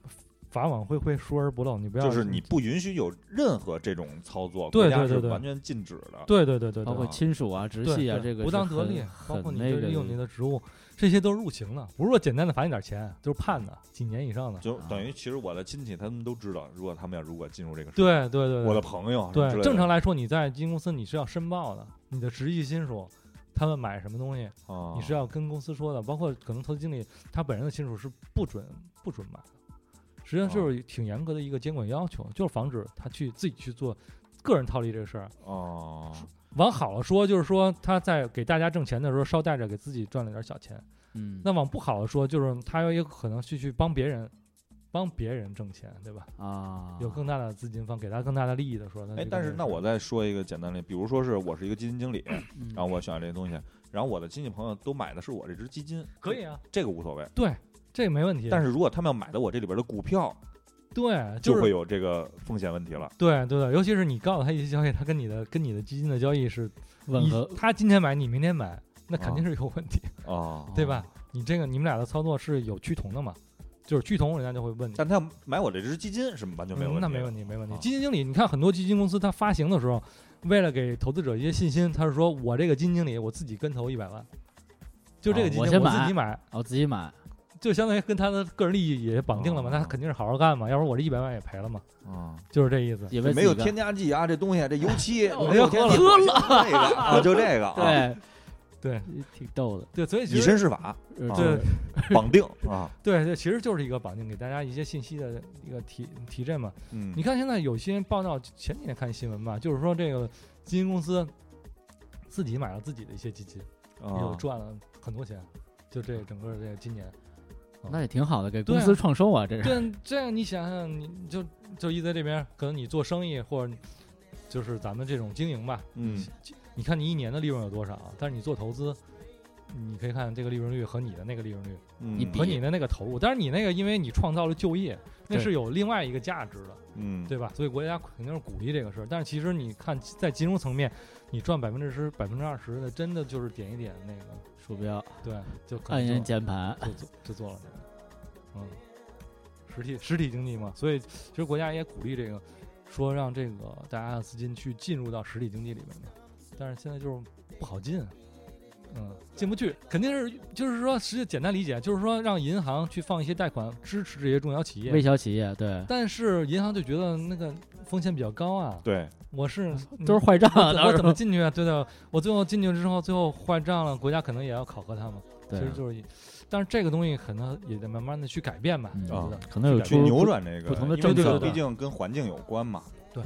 [SPEAKER 2] 法网恢恢，疏而不漏，你不要
[SPEAKER 1] 就是你不允许有任何这种操作，
[SPEAKER 2] 对
[SPEAKER 1] 国家
[SPEAKER 2] 对对
[SPEAKER 1] 是
[SPEAKER 2] 对
[SPEAKER 1] 完全禁止的。
[SPEAKER 2] 对对对对
[SPEAKER 3] 包
[SPEAKER 2] 对
[SPEAKER 3] 括亲属啊、直
[SPEAKER 2] 对
[SPEAKER 3] 系啊，
[SPEAKER 2] 对
[SPEAKER 3] 这个
[SPEAKER 2] 不
[SPEAKER 3] 是
[SPEAKER 2] 当得
[SPEAKER 3] 很
[SPEAKER 2] 利，包括
[SPEAKER 3] 很
[SPEAKER 2] 你对
[SPEAKER 3] 那个
[SPEAKER 2] 利
[SPEAKER 3] 的
[SPEAKER 2] 用你的职务，这些都是入刑的，不是说简单的罚你点钱，就是判的几年以上的。
[SPEAKER 1] 就等于其实我的亲戚他们都知道，如果他们要如果进入这个市场，
[SPEAKER 2] 对对对，对
[SPEAKER 1] 我的朋友啊什么之类
[SPEAKER 2] 对
[SPEAKER 1] 的
[SPEAKER 2] 正常来说，你在基金公司你是要申报的，你的直系亲属他们买什么东西，
[SPEAKER 1] 啊，
[SPEAKER 2] 你是要跟公司说的，包括可能投资经理他本人的亲属是不准不准买的，实
[SPEAKER 1] 啊
[SPEAKER 2] 际上就是挺严格的一个监管要求，就是防止他去自己去做个人套利这个事儿。
[SPEAKER 1] 哦，
[SPEAKER 2] 往好了说，就是说他在给大家挣钱的时候捎带着给自己赚了点小钱；
[SPEAKER 3] 嗯
[SPEAKER 2] 那往不好了说，就是他有也可能去去帮别人。帮别人挣钱，对吧？
[SPEAKER 3] 啊，
[SPEAKER 2] 有更大的资金方给他更大的利益的时候，那
[SPEAKER 1] 哎
[SPEAKER 2] 就，
[SPEAKER 1] 但
[SPEAKER 2] 更
[SPEAKER 1] 是那我再说一个简单的，比如说是我是一个基金经理，
[SPEAKER 3] 嗯，
[SPEAKER 1] 然后我选了这些东西，然后我的亲戚朋友都买的是我这只基金，
[SPEAKER 2] 可以，啊，
[SPEAKER 1] 这个无所谓。
[SPEAKER 2] 对，这个没问题。
[SPEAKER 1] 但
[SPEAKER 2] 是
[SPEAKER 1] 是如果他们要买的我这里边的股票，
[SPEAKER 2] 对，
[SPEAKER 1] 就是会有这个风险问题了。
[SPEAKER 2] 对对对，尤其是你告诉他一些交易，他跟你的跟你的基金的交易是
[SPEAKER 3] 吻
[SPEAKER 2] 你
[SPEAKER 3] 合
[SPEAKER 2] 他今天买，你明天买，那肯定是有问题，
[SPEAKER 1] 哦，
[SPEAKER 2] 对吧？你这个你们俩的操作是有趋同的嘛？就是趋同，人家就会问你。
[SPEAKER 1] 但他要买我这只基金是完全没有问题。
[SPEAKER 2] 嗯那没问题，没问题
[SPEAKER 1] 啊。
[SPEAKER 2] 基金经理，你看很多基金公司，它发行的时候，为了给投资者一些信心，他是说我这个基金经理，我自己跟投一百万，就这个
[SPEAKER 3] 哦
[SPEAKER 2] 基金
[SPEAKER 3] 我
[SPEAKER 2] 我
[SPEAKER 3] 先
[SPEAKER 2] 自己买，
[SPEAKER 3] 哦，自己买，
[SPEAKER 2] 就相当于跟他的个人利益也绑定了嘛。
[SPEAKER 1] 哦
[SPEAKER 2] 那他肯定是好好干嘛，要不然我这一百万也赔了嘛，
[SPEAKER 1] 啊，
[SPEAKER 2] 就是这意思。
[SPEAKER 3] 也
[SPEAKER 1] 就
[SPEAKER 3] 为
[SPEAKER 1] 没
[SPEAKER 3] 自
[SPEAKER 1] 有
[SPEAKER 3] 己干
[SPEAKER 1] 添加剂啊，这东西这油漆
[SPEAKER 3] 我
[SPEAKER 1] 没有
[SPEAKER 3] 喝
[SPEAKER 1] 添
[SPEAKER 3] 了
[SPEAKER 1] 加剂，这个啊，就这个啊。
[SPEAKER 3] 对，
[SPEAKER 2] 对
[SPEAKER 3] 挺逗的。
[SPEAKER 2] 对，所以其
[SPEAKER 1] 以
[SPEAKER 2] 实
[SPEAKER 1] 身试法，
[SPEAKER 3] 呃
[SPEAKER 1] 啊
[SPEAKER 2] 对
[SPEAKER 1] 绑定啊，
[SPEAKER 2] 对对，其实就是一个绑定，给大家一些信息的一个提提振嘛。
[SPEAKER 1] 嗯，
[SPEAKER 2] 你看现在有些报道，前几天看新闻吧，就是说这个基金公司自己买了自己的一些基金，又
[SPEAKER 3] 哦
[SPEAKER 1] 啊，
[SPEAKER 2] 赚了很多钱，就这整个这个今 年。
[SPEAKER 3] 那也挺好的，给
[SPEAKER 2] 对
[SPEAKER 3] 公
[SPEAKER 2] 啊
[SPEAKER 3] 司创收啊，这是。
[SPEAKER 2] 这这样你想想，你就就一在这边，可能你做生意或者就是咱们这种经营吧，
[SPEAKER 1] 嗯，
[SPEAKER 2] 你看你一年的利润有多少，啊但是你做投资，你可以看这个利润率和你的那个利润率
[SPEAKER 1] 嗯
[SPEAKER 3] 你
[SPEAKER 2] 和
[SPEAKER 3] 比
[SPEAKER 2] 你的那个投入，但是你那个因为你创造了就业，那
[SPEAKER 3] 对
[SPEAKER 2] 是有另外一个价值的，
[SPEAKER 1] 嗯，
[SPEAKER 2] 对吧？所以国家肯定是鼓励这个事儿，但是其实你看在金融层面，你赚百分之十、百分之二十的，真的就是点一点那个，
[SPEAKER 3] 鼠标
[SPEAKER 2] 对，就可
[SPEAKER 3] 按
[SPEAKER 2] 能
[SPEAKER 3] 键
[SPEAKER 2] 就
[SPEAKER 3] 键盘，
[SPEAKER 2] 就做就做了那个，嗯，实体实体经济嘛，所以其实国家也鼓励这个，说让这个大家的资金去进入到实体经济里面嘛，但是现在就是不好进。嗯，进不去，肯定是就是说，实际简单理解就是说，让银行去放一些贷款支持这些中小企业
[SPEAKER 3] 微，小企业对，
[SPEAKER 2] 但是银行就觉得那个风险比较高啊，
[SPEAKER 1] 对，
[SPEAKER 2] 我是嗯
[SPEAKER 3] 都是坏账啊，
[SPEAKER 2] 我怎
[SPEAKER 3] 到
[SPEAKER 2] 我
[SPEAKER 3] 时
[SPEAKER 2] 怎么
[SPEAKER 3] 候
[SPEAKER 2] 进去啊？对的，我最后进去之后，最后坏账了，国家可能也要考核他们。其
[SPEAKER 1] 啊
[SPEAKER 3] 对啊
[SPEAKER 2] 实就是一，但是这个东西可能也得慢慢的去改变吧。
[SPEAKER 3] 嗯
[SPEAKER 2] 我觉
[SPEAKER 1] 啊
[SPEAKER 2] 得
[SPEAKER 3] 可能有
[SPEAKER 1] 去
[SPEAKER 3] 出
[SPEAKER 1] 扭转这个
[SPEAKER 3] 不同
[SPEAKER 1] 因为
[SPEAKER 3] 的政
[SPEAKER 1] 这
[SPEAKER 2] 策
[SPEAKER 1] 个
[SPEAKER 2] 的
[SPEAKER 1] 毕竟跟环境有关嘛，
[SPEAKER 3] 对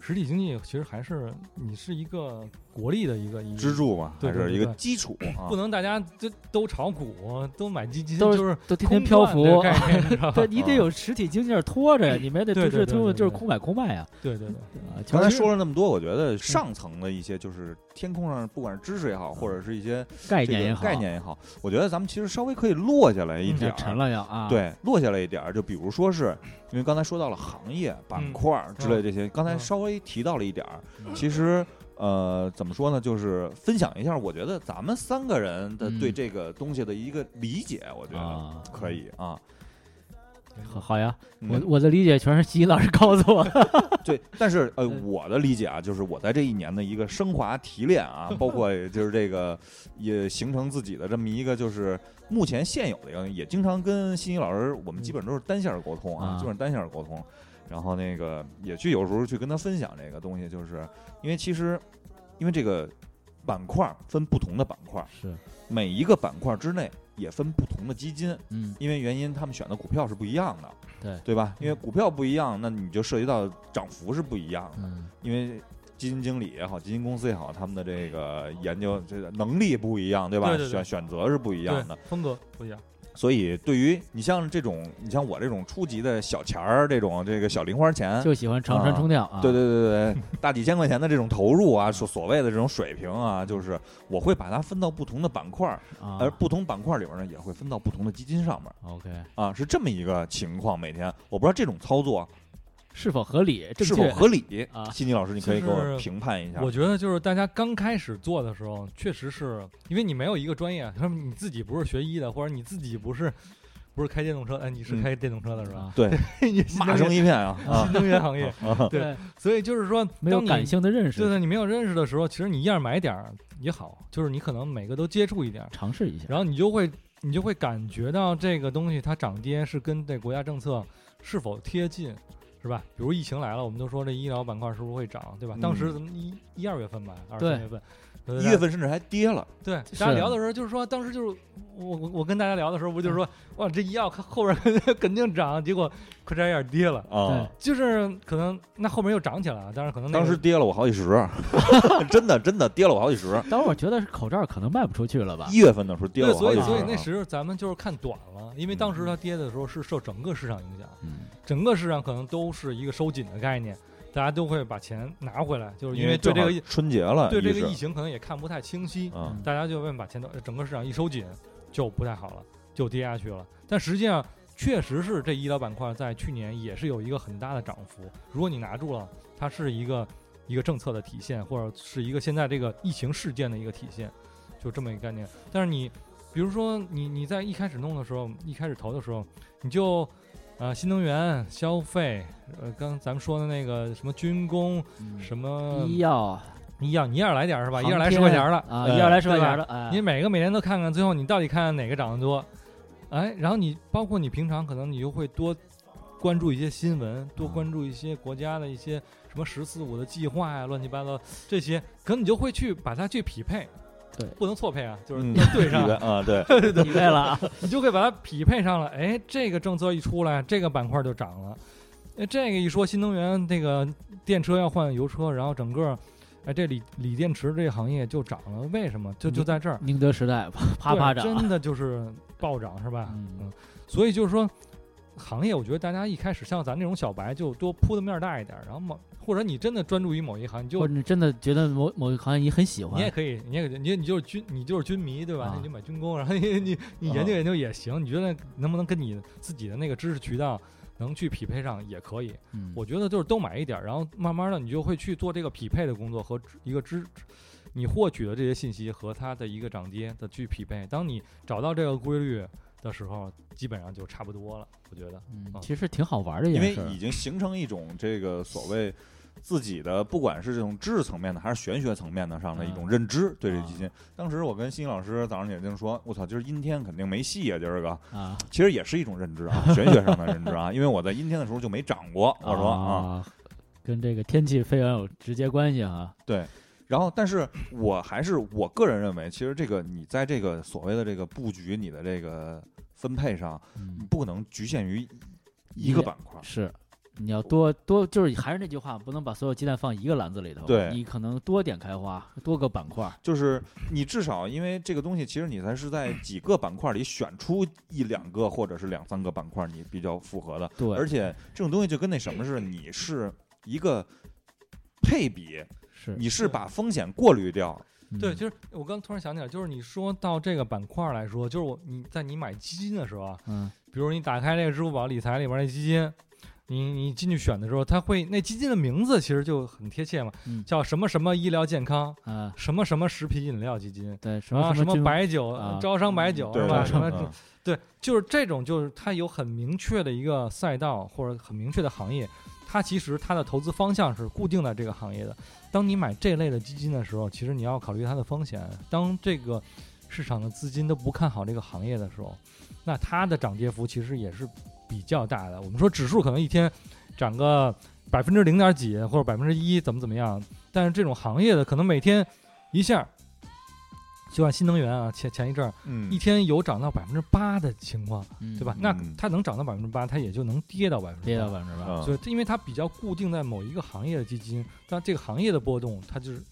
[SPEAKER 2] 实体经济其实还是你是一个国力的一个一个
[SPEAKER 1] 支，柱嘛，
[SPEAKER 2] 对
[SPEAKER 1] 还
[SPEAKER 2] 对
[SPEAKER 1] 是
[SPEAKER 2] 对
[SPEAKER 1] 一个
[SPEAKER 2] 对
[SPEAKER 1] 基础啊
[SPEAKER 2] 不，能大家都都炒股，都买基金，
[SPEAKER 3] 都是
[SPEAKER 2] 就是
[SPEAKER 3] 都天
[SPEAKER 2] 空
[SPEAKER 3] 天漂
[SPEAKER 2] 转的
[SPEAKER 3] 浮，
[SPEAKER 2] 概 念，你知道吧
[SPEAKER 3] 对你得有实体经济拖着呀，你没得
[SPEAKER 2] 对
[SPEAKER 3] 推
[SPEAKER 2] 对
[SPEAKER 3] 是
[SPEAKER 2] 对
[SPEAKER 3] 推
[SPEAKER 2] 对对
[SPEAKER 3] 就是
[SPEAKER 2] 对
[SPEAKER 3] 空买空卖呀。
[SPEAKER 2] 对对对，
[SPEAKER 3] 啊，
[SPEAKER 1] 刚才
[SPEAKER 3] 其实
[SPEAKER 1] 说了那么多，我觉
[SPEAKER 3] 嗯
[SPEAKER 1] 得上层的一些就是天空上，不管是知识也好，或者是一些
[SPEAKER 3] 概
[SPEAKER 1] 这
[SPEAKER 3] 念
[SPEAKER 1] 个
[SPEAKER 3] 也好，
[SPEAKER 1] 概念也好，我觉得咱们其实稍微可以落下来一
[SPEAKER 2] 嗯
[SPEAKER 1] 点儿，
[SPEAKER 3] 沉了要啊，，
[SPEAKER 1] 对，落下来一点儿。就比如说是因为刚才说到了行业板块儿之类这些，刚才
[SPEAKER 2] 嗯
[SPEAKER 1] 稍微提到了一点儿。
[SPEAKER 2] 嗯
[SPEAKER 1] 其实，呃，怎么说呢？就是分享一下，我觉得咱们三个人的
[SPEAKER 3] 嗯
[SPEAKER 1] 对这个东西的一个理解，我觉得
[SPEAKER 3] 啊，
[SPEAKER 1] 可以啊。
[SPEAKER 3] 好好呀，
[SPEAKER 1] 嗯
[SPEAKER 3] 我我的理解全是西西老师告诉我的，
[SPEAKER 1] 对，但是呃，
[SPEAKER 3] 嗯
[SPEAKER 1] 我的理解啊，就是我在这一年的一个升华提炼啊，包括就是这个也形成自己的这么一个，就是目前现有的一个，也经常跟欣怡老师，我们基本都是单线儿沟通啊，
[SPEAKER 3] 啊
[SPEAKER 1] 基本单线儿沟通。然后那个也去有时候去跟他分享这个东西，就是因为其实因为这个板块儿分不同的板块儿，
[SPEAKER 3] 是，
[SPEAKER 1] 每一个板块儿之内也分不同的基金，
[SPEAKER 3] 嗯，
[SPEAKER 1] 因为原因他们选的股票是不一样的，
[SPEAKER 3] 对
[SPEAKER 1] 对吧？因为
[SPEAKER 2] 嗯
[SPEAKER 1] 股票不一样，那你就涉及到涨幅是不一样的。
[SPEAKER 3] 嗯，
[SPEAKER 1] 因为基金经理也好，基金公司也好，他们的这个研究这个能力不一样，对吧？
[SPEAKER 2] 对对对
[SPEAKER 1] 选选择是不一样的
[SPEAKER 2] 对，，风格不一样，
[SPEAKER 1] 所以对于你像这种，你像我这种初级的小钱儿，这种这个小零花钱。
[SPEAKER 3] 嗯就喜欢长传冲吊啊，
[SPEAKER 1] 对对对 对，大几千块钱的这种投入啊，所所谓的这种水平啊，就是我会把它分到不同的板块儿，
[SPEAKER 3] 啊
[SPEAKER 1] 而不同板块里边呢，也会分到不同的基金上面
[SPEAKER 3] ，OK，
[SPEAKER 1] 啊，是这么一个情况。每天我不知道这种操作啊
[SPEAKER 3] 是否合理？正
[SPEAKER 1] 是
[SPEAKER 3] 确
[SPEAKER 1] 否合理
[SPEAKER 3] 啊
[SPEAKER 1] 心怡老师，你可以给
[SPEAKER 2] 就是
[SPEAKER 1] 我评判一下。
[SPEAKER 2] 我觉得就是大家刚开始做的时候，确实是因为你没有一个专业，他 们你自己不是学医的，或者你自己不是不是开电动车，哎，你是
[SPEAKER 1] 嗯
[SPEAKER 2] 开电动车 的是吧？
[SPEAKER 3] 啊，
[SPEAKER 1] 对，
[SPEAKER 2] 你是
[SPEAKER 1] 骂声一片啊啊
[SPEAKER 2] 新能源行业，对
[SPEAKER 3] 对，
[SPEAKER 2] 所以就是说，
[SPEAKER 3] 没有
[SPEAKER 2] 当你
[SPEAKER 3] 感。性的认
[SPEAKER 2] 对
[SPEAKER 3] 识，
[SPEAKER 2] 对，你没有认识的时候，其实你一样买点儿也好，就是你可能每个都接触一点儿，
[SPEAKER 3] 尝试一下，
[SPEAKER 2] 然后你就会你就会感觉到这个东西它涨跌是跟这国家政策是否贴近，是吧？比如疫情来了，我们都说这医疗板块是不是会涨，对吧？当时
[SPEAKER 1] 嗯
[SPEAKER 2] 咱们一一二月份吧，二
[SPEAKER 3] 对
[SPEAKER 2] 三月份，对
[SPEAKER 1] 一月份甚至还跌了。
[SPEAKER 2] 对，
[SPEAKER 3] 是
[SPEAKER 2] 大家聊的时候就是说，当时就是我我我跟大家聊的时候，不就是说，哇，这医药看后边儿肯定涨，结果快差点跌了，
[SPEAKER 1] 啊，
[SPEAKER 2] 就是可能那后面又涨起来了，但是可能那
[SPEAKER 1] 当
[SPEAKER 2] 个
[SPEAKER 1] 时跌了我好几十， 真的真的跌了我好几十。
[SPEAKER 3] 但我觉得口罩可能卖不出去了吧
[SPEAKER 1] 一？月份的时候跌
[SPEAKER 2] 啊对，
[SPEAKER 1] 了我好
[SPEAKER 2] 所
[SPEAKER 1] 几十
[SPEAKER 2] 以
[SPEAKER 1] 啊。嗯
[SPEAKER 2] 所以那时候咱们就是看短了，因为当时它跌的时候是受整个市场影响，
[SPEAKER 3] 嗯，
[SPEAKER 2] 整个市场可能都是一个收紧的概念，大家都会把钱拿回来，就是因为对
[SPEAKER 1] 正
[SPEAKER 2] 这
[SPEAKER 1] 好
[SPEAKER 2] 个疫
[SPEAKER 1] 春节了，
[SPEAKER 2] 对这
[SPEAKER 1] 一
[SPEAKER 2] 个
[SPEAKER 1] 是
[SPEAKER 2] 疫情嗯可能也看不太清晰，
[SPEAKER 3] 嗯
[SPEAKER 1] 啊，
[SPEAKER 2] 大家就问把钱都呃整个市场一收紧就不太好了，就跌下去了。但实际上确实是这医疗板块在去年也是有一个很大的涨幅，如果你拿住了，它是一个一个政策的体现，或者是一个现在这个疫情事件的一个体现，就这么一个概念。但是你比如说你你在一开始弄的时候，一开始投的时候，你就。啊，新能源、消费，呃，刚咱们说的那个什么军工，什么
[SPEAKER 3] 嗯医药
[SPEAKER 2] 一样，你一样来点儿是吧？一
[SPEAKER 3] 航
[SPEAKER 2] 样来十
[SPEAKER 3] 天
[SPEAKER 2] 块钱儿了，
[SPEAKER 3] 啊，
[SPEAKER 1] 呃
[SPEAKER 3] 医药来十块
[SPEAKER 2] 对吧
[SPEAKER 3] 钱的，哎
[SPEAKER 2] 你每个每年都看看，最后你到底看哪个涨得多，哎，然后你包括你平常可能你就会多关注一些新闻，多关注一些国家的一些什么“十四五”的计划呀、乱七八糟这些，可能你就会去把它去匹配，
[SPEAKER 3] 对
[SPEAKER 2] 不能错配啊，就是
[SPEAKER 1] 嗯
[SPEAKER 2] 要对上
[SPEAKER 1] 以为，啊，对，
[SPEAKER 3] 匹配了啊，
[SPEAKER 2] 你就会把它匹配上了。哎，这个政策一出来，这个板块就涨了。哎，这个一说新能源，那个电车要换油车，然后整个，哎，这锂锂电池这个行业就涨了。为什么？就
[SPEAKER 3] 嗯
[SPEAKER 2] 就在这儿，
[SPEAKER 3] 宁德时代啪啪
[SPEAKER 2] 对
[SPEAKER 3] 啪涨，
[SPEAKER 2] 真的就是暴涨，是吧？
[SPEAKER 3] 嗯
[SPEAKER 2] 嗯，所以就是说，行业我觉得大家一开始像咱这种小白，就多铺的面儿大一点儿，然后某或者你真的专注于某一行，你
[SPEAKER 3] 或
[SPEAKER 2] 就
[SPEAKER 3] 者你真的觉得某某个行业你很喜
[SPEAKER 2] 你也
[SPEAKER 3] 欢，
[SPEAKER 2] 可以，你也可以你你就是军你就是军迷对吧？
[SPEAKER 3] 啊
[SPEAKER 2] 那你就买军工，然后你你你研究
[SPEAKER 1] 啊
[SPEAKER 2] 研究也行，你觉得能不能跟你自己的那个知识渠道能去匹配上也可以。
[SPEAKER 3] 嗯
[SPEAKER 2] 我觉得就是都买一点儿，然后慢慢的你就会去做这个匹配的工作和知一个知你获取的这些信息和它的一个涨跌的去匹配。当你找到这个规律的时候，基本上就差不多了。我觉得，
[SPEAKER 3] 嗯
[SPEAKER 2] 啊
[SPEAKER 3] 其实挺好玩的一
[SPEAKER 1] 因
[SPEAKER 3] 件
[SPEAKER 1] 为
[SPEAKER 3] 事儿
[SPEAKER 1] 已，经形成一种这个所谓自己的，不管是这种知识层面的，还是玄学层面的上
[SPEAKER 3] 嗯
[SPEAKER 1] 的一种认知，对这基金。当时我跟新老师早上也就说：“我操，今儿阴天肯定没戏啊，今儿个。
[SPEAKER 3] 啊，”
[SPEAKER 1] 其实也是一种认知啊， 玄学上的认知啊， 因为我在阴天的时候就没长过，我说啊，
[SPEAKER 3] 啊，跟这个天气非常有直接关系啊，
[SPEAKER 1] 然后，但是我还是我个人认为，其实这个你在这个所谓的这个布局，你的这个分配上，你
[SPEAKER 3] 嗯，
[SPEAKER 1] 不能局限于一个板块。
[SPEAKER 3] 是。你要多多，就是还是那句话，不能把所有鸡蛋放一个篮子里头。
[SPEAKER 1] 对
[SPEAKER 3] 你可能多点开花，多个板块儿。
[SPEAKER 1] 就是你至少因为这个东西，其实你才是在几个板块里选出一两个或者是两三个板块你比较符合的，
[SPEAKER 3] 对，
[SPEAKER 1] 而且这种东西就跟那什么似的，你是一个配比，
[SPEAKER 3] 是
[SPEAKER 1] 你是把风险过滤掉，
[SPEAKER 2] 对，
[SPEAKER 3] 嗯
[SPEAKER 2] 就是我刚突然想起来，就是你说到这个板块儿来说，就是我你在你买基金的时候啊，
[SPEAKER 3] 嗯，
[SPEAKER 2] 比如你打开这个支付宝理财里边那基金，你你进去选的时候，它会那基金的名字其实就很贴切嘛，
[SPEAKER 3] 嗯
[SPEAKER 2] 叫什么什么医疗健康，
[SPEAKER 3] 啊，
[SPEAKER 2] 什么什么食品饮料基金。
[SPEAKER 3] 对，什
[SPEAKER 2] 啊，
[SPEAKER 3] 么
[SPEAKER 2] 什
[SPEAKER 3] 么
[SPEAKER 2] 么
[SPEAKER 3] 金
[SPEAKER 2] 白酒，
[SPEAKER 3] 啊
[SPEAKER 2] 招商白酒、
[SPEAKER 1] 对
[SPEAKER 2] 是
[SPEAKER 1] 吧
[SPEAKER 2] 吧？什么、
[SPEAKER 1] 嗯
[SPEAKER 2] 对，就是这种，就是它有很明确的一个赛道或者很明确的行业，它其实它的投资方向是固定在这个行业的。当你买这类的基金的时候，其实你要考虑它的风险。当这个市场的资金都不看好这个行业的时候，那它的涨跌幅其实也是比较大的。我们说指数可能一天涨个百分之零点几或者百分之一，怎么怎么样，但是这种行业的可能每天一下。就像新能源啊，前前一阵儿
[SPEAKER 1] 嗯
[SPEAKER 2] 一天有涨到百分之八的情况，
[SPEAKER 3] 嗯
[SPEAKER 2] 对吧？那
[SPEAKER 1] 嗯
[SPEAKER 2] 它能涨到百分之八，它也就能跌到百分之
[SPEAKER 3] 跌到百分之八，
[SPEAKER 1] 嗯
[SPEAKER 2] 所以因为它比较固定在某一个行业的基金，但这个行业的波动，它就是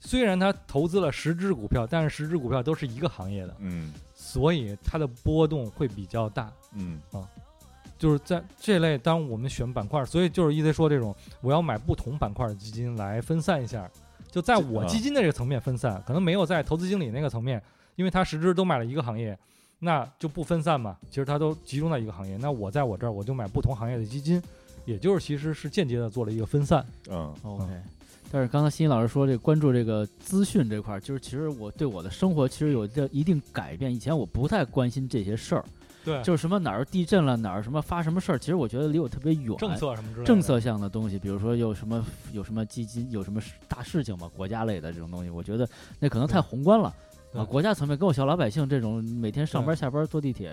[SPEAKER 2] 虽然它投资了十只股票，但是十只股票都是一个行业的，
[SPEAKER 1] 嗯
[SPEAKER 2] 所以它的波动会比较大。
[SPEAKER 1] 嗯
[SPEAKER 2] 就是在这类，当我们选板块，所以就是一直说这种，我要买不同板块的基金来分散一下，就在我
[SPEAKER 1] 啊
[SPEAKER 2] 基金的这个层面分散，可能没有在投资经理那个层面，因为他实质都买了一个行业，那就不分散嘛。其实他都集中在一个行业，那我在我这儿我就买不同行业的基金，也就是其实是间接的做了一个分散。
[SPEAKER 1] 嗯
[SPEAKER 3] OK，但是刚才欣欣老师说这关注这个资讯这块儿，就是其实我对我的生活其实有着一定改变。以前我不太关心这些事儿，
[SPEAKER 2] 对
[SPEAKER 3] 就是什么哪儿地震了，哪儿什么发什么事儿，其实我觉得离我特别远。
[SPEAKER 2] 政策什么之类的。
[SPEAKER 3] 政策项的东西，比如说有什么有什么基金，有什么事大事情嘛，国家类的这种东西，我觉得那可能太宏观了。
[SPEAKER 2] 对
[SPEAKER 3] 啊，国家层面跟我小老百姓这种每天上班下班坐地铁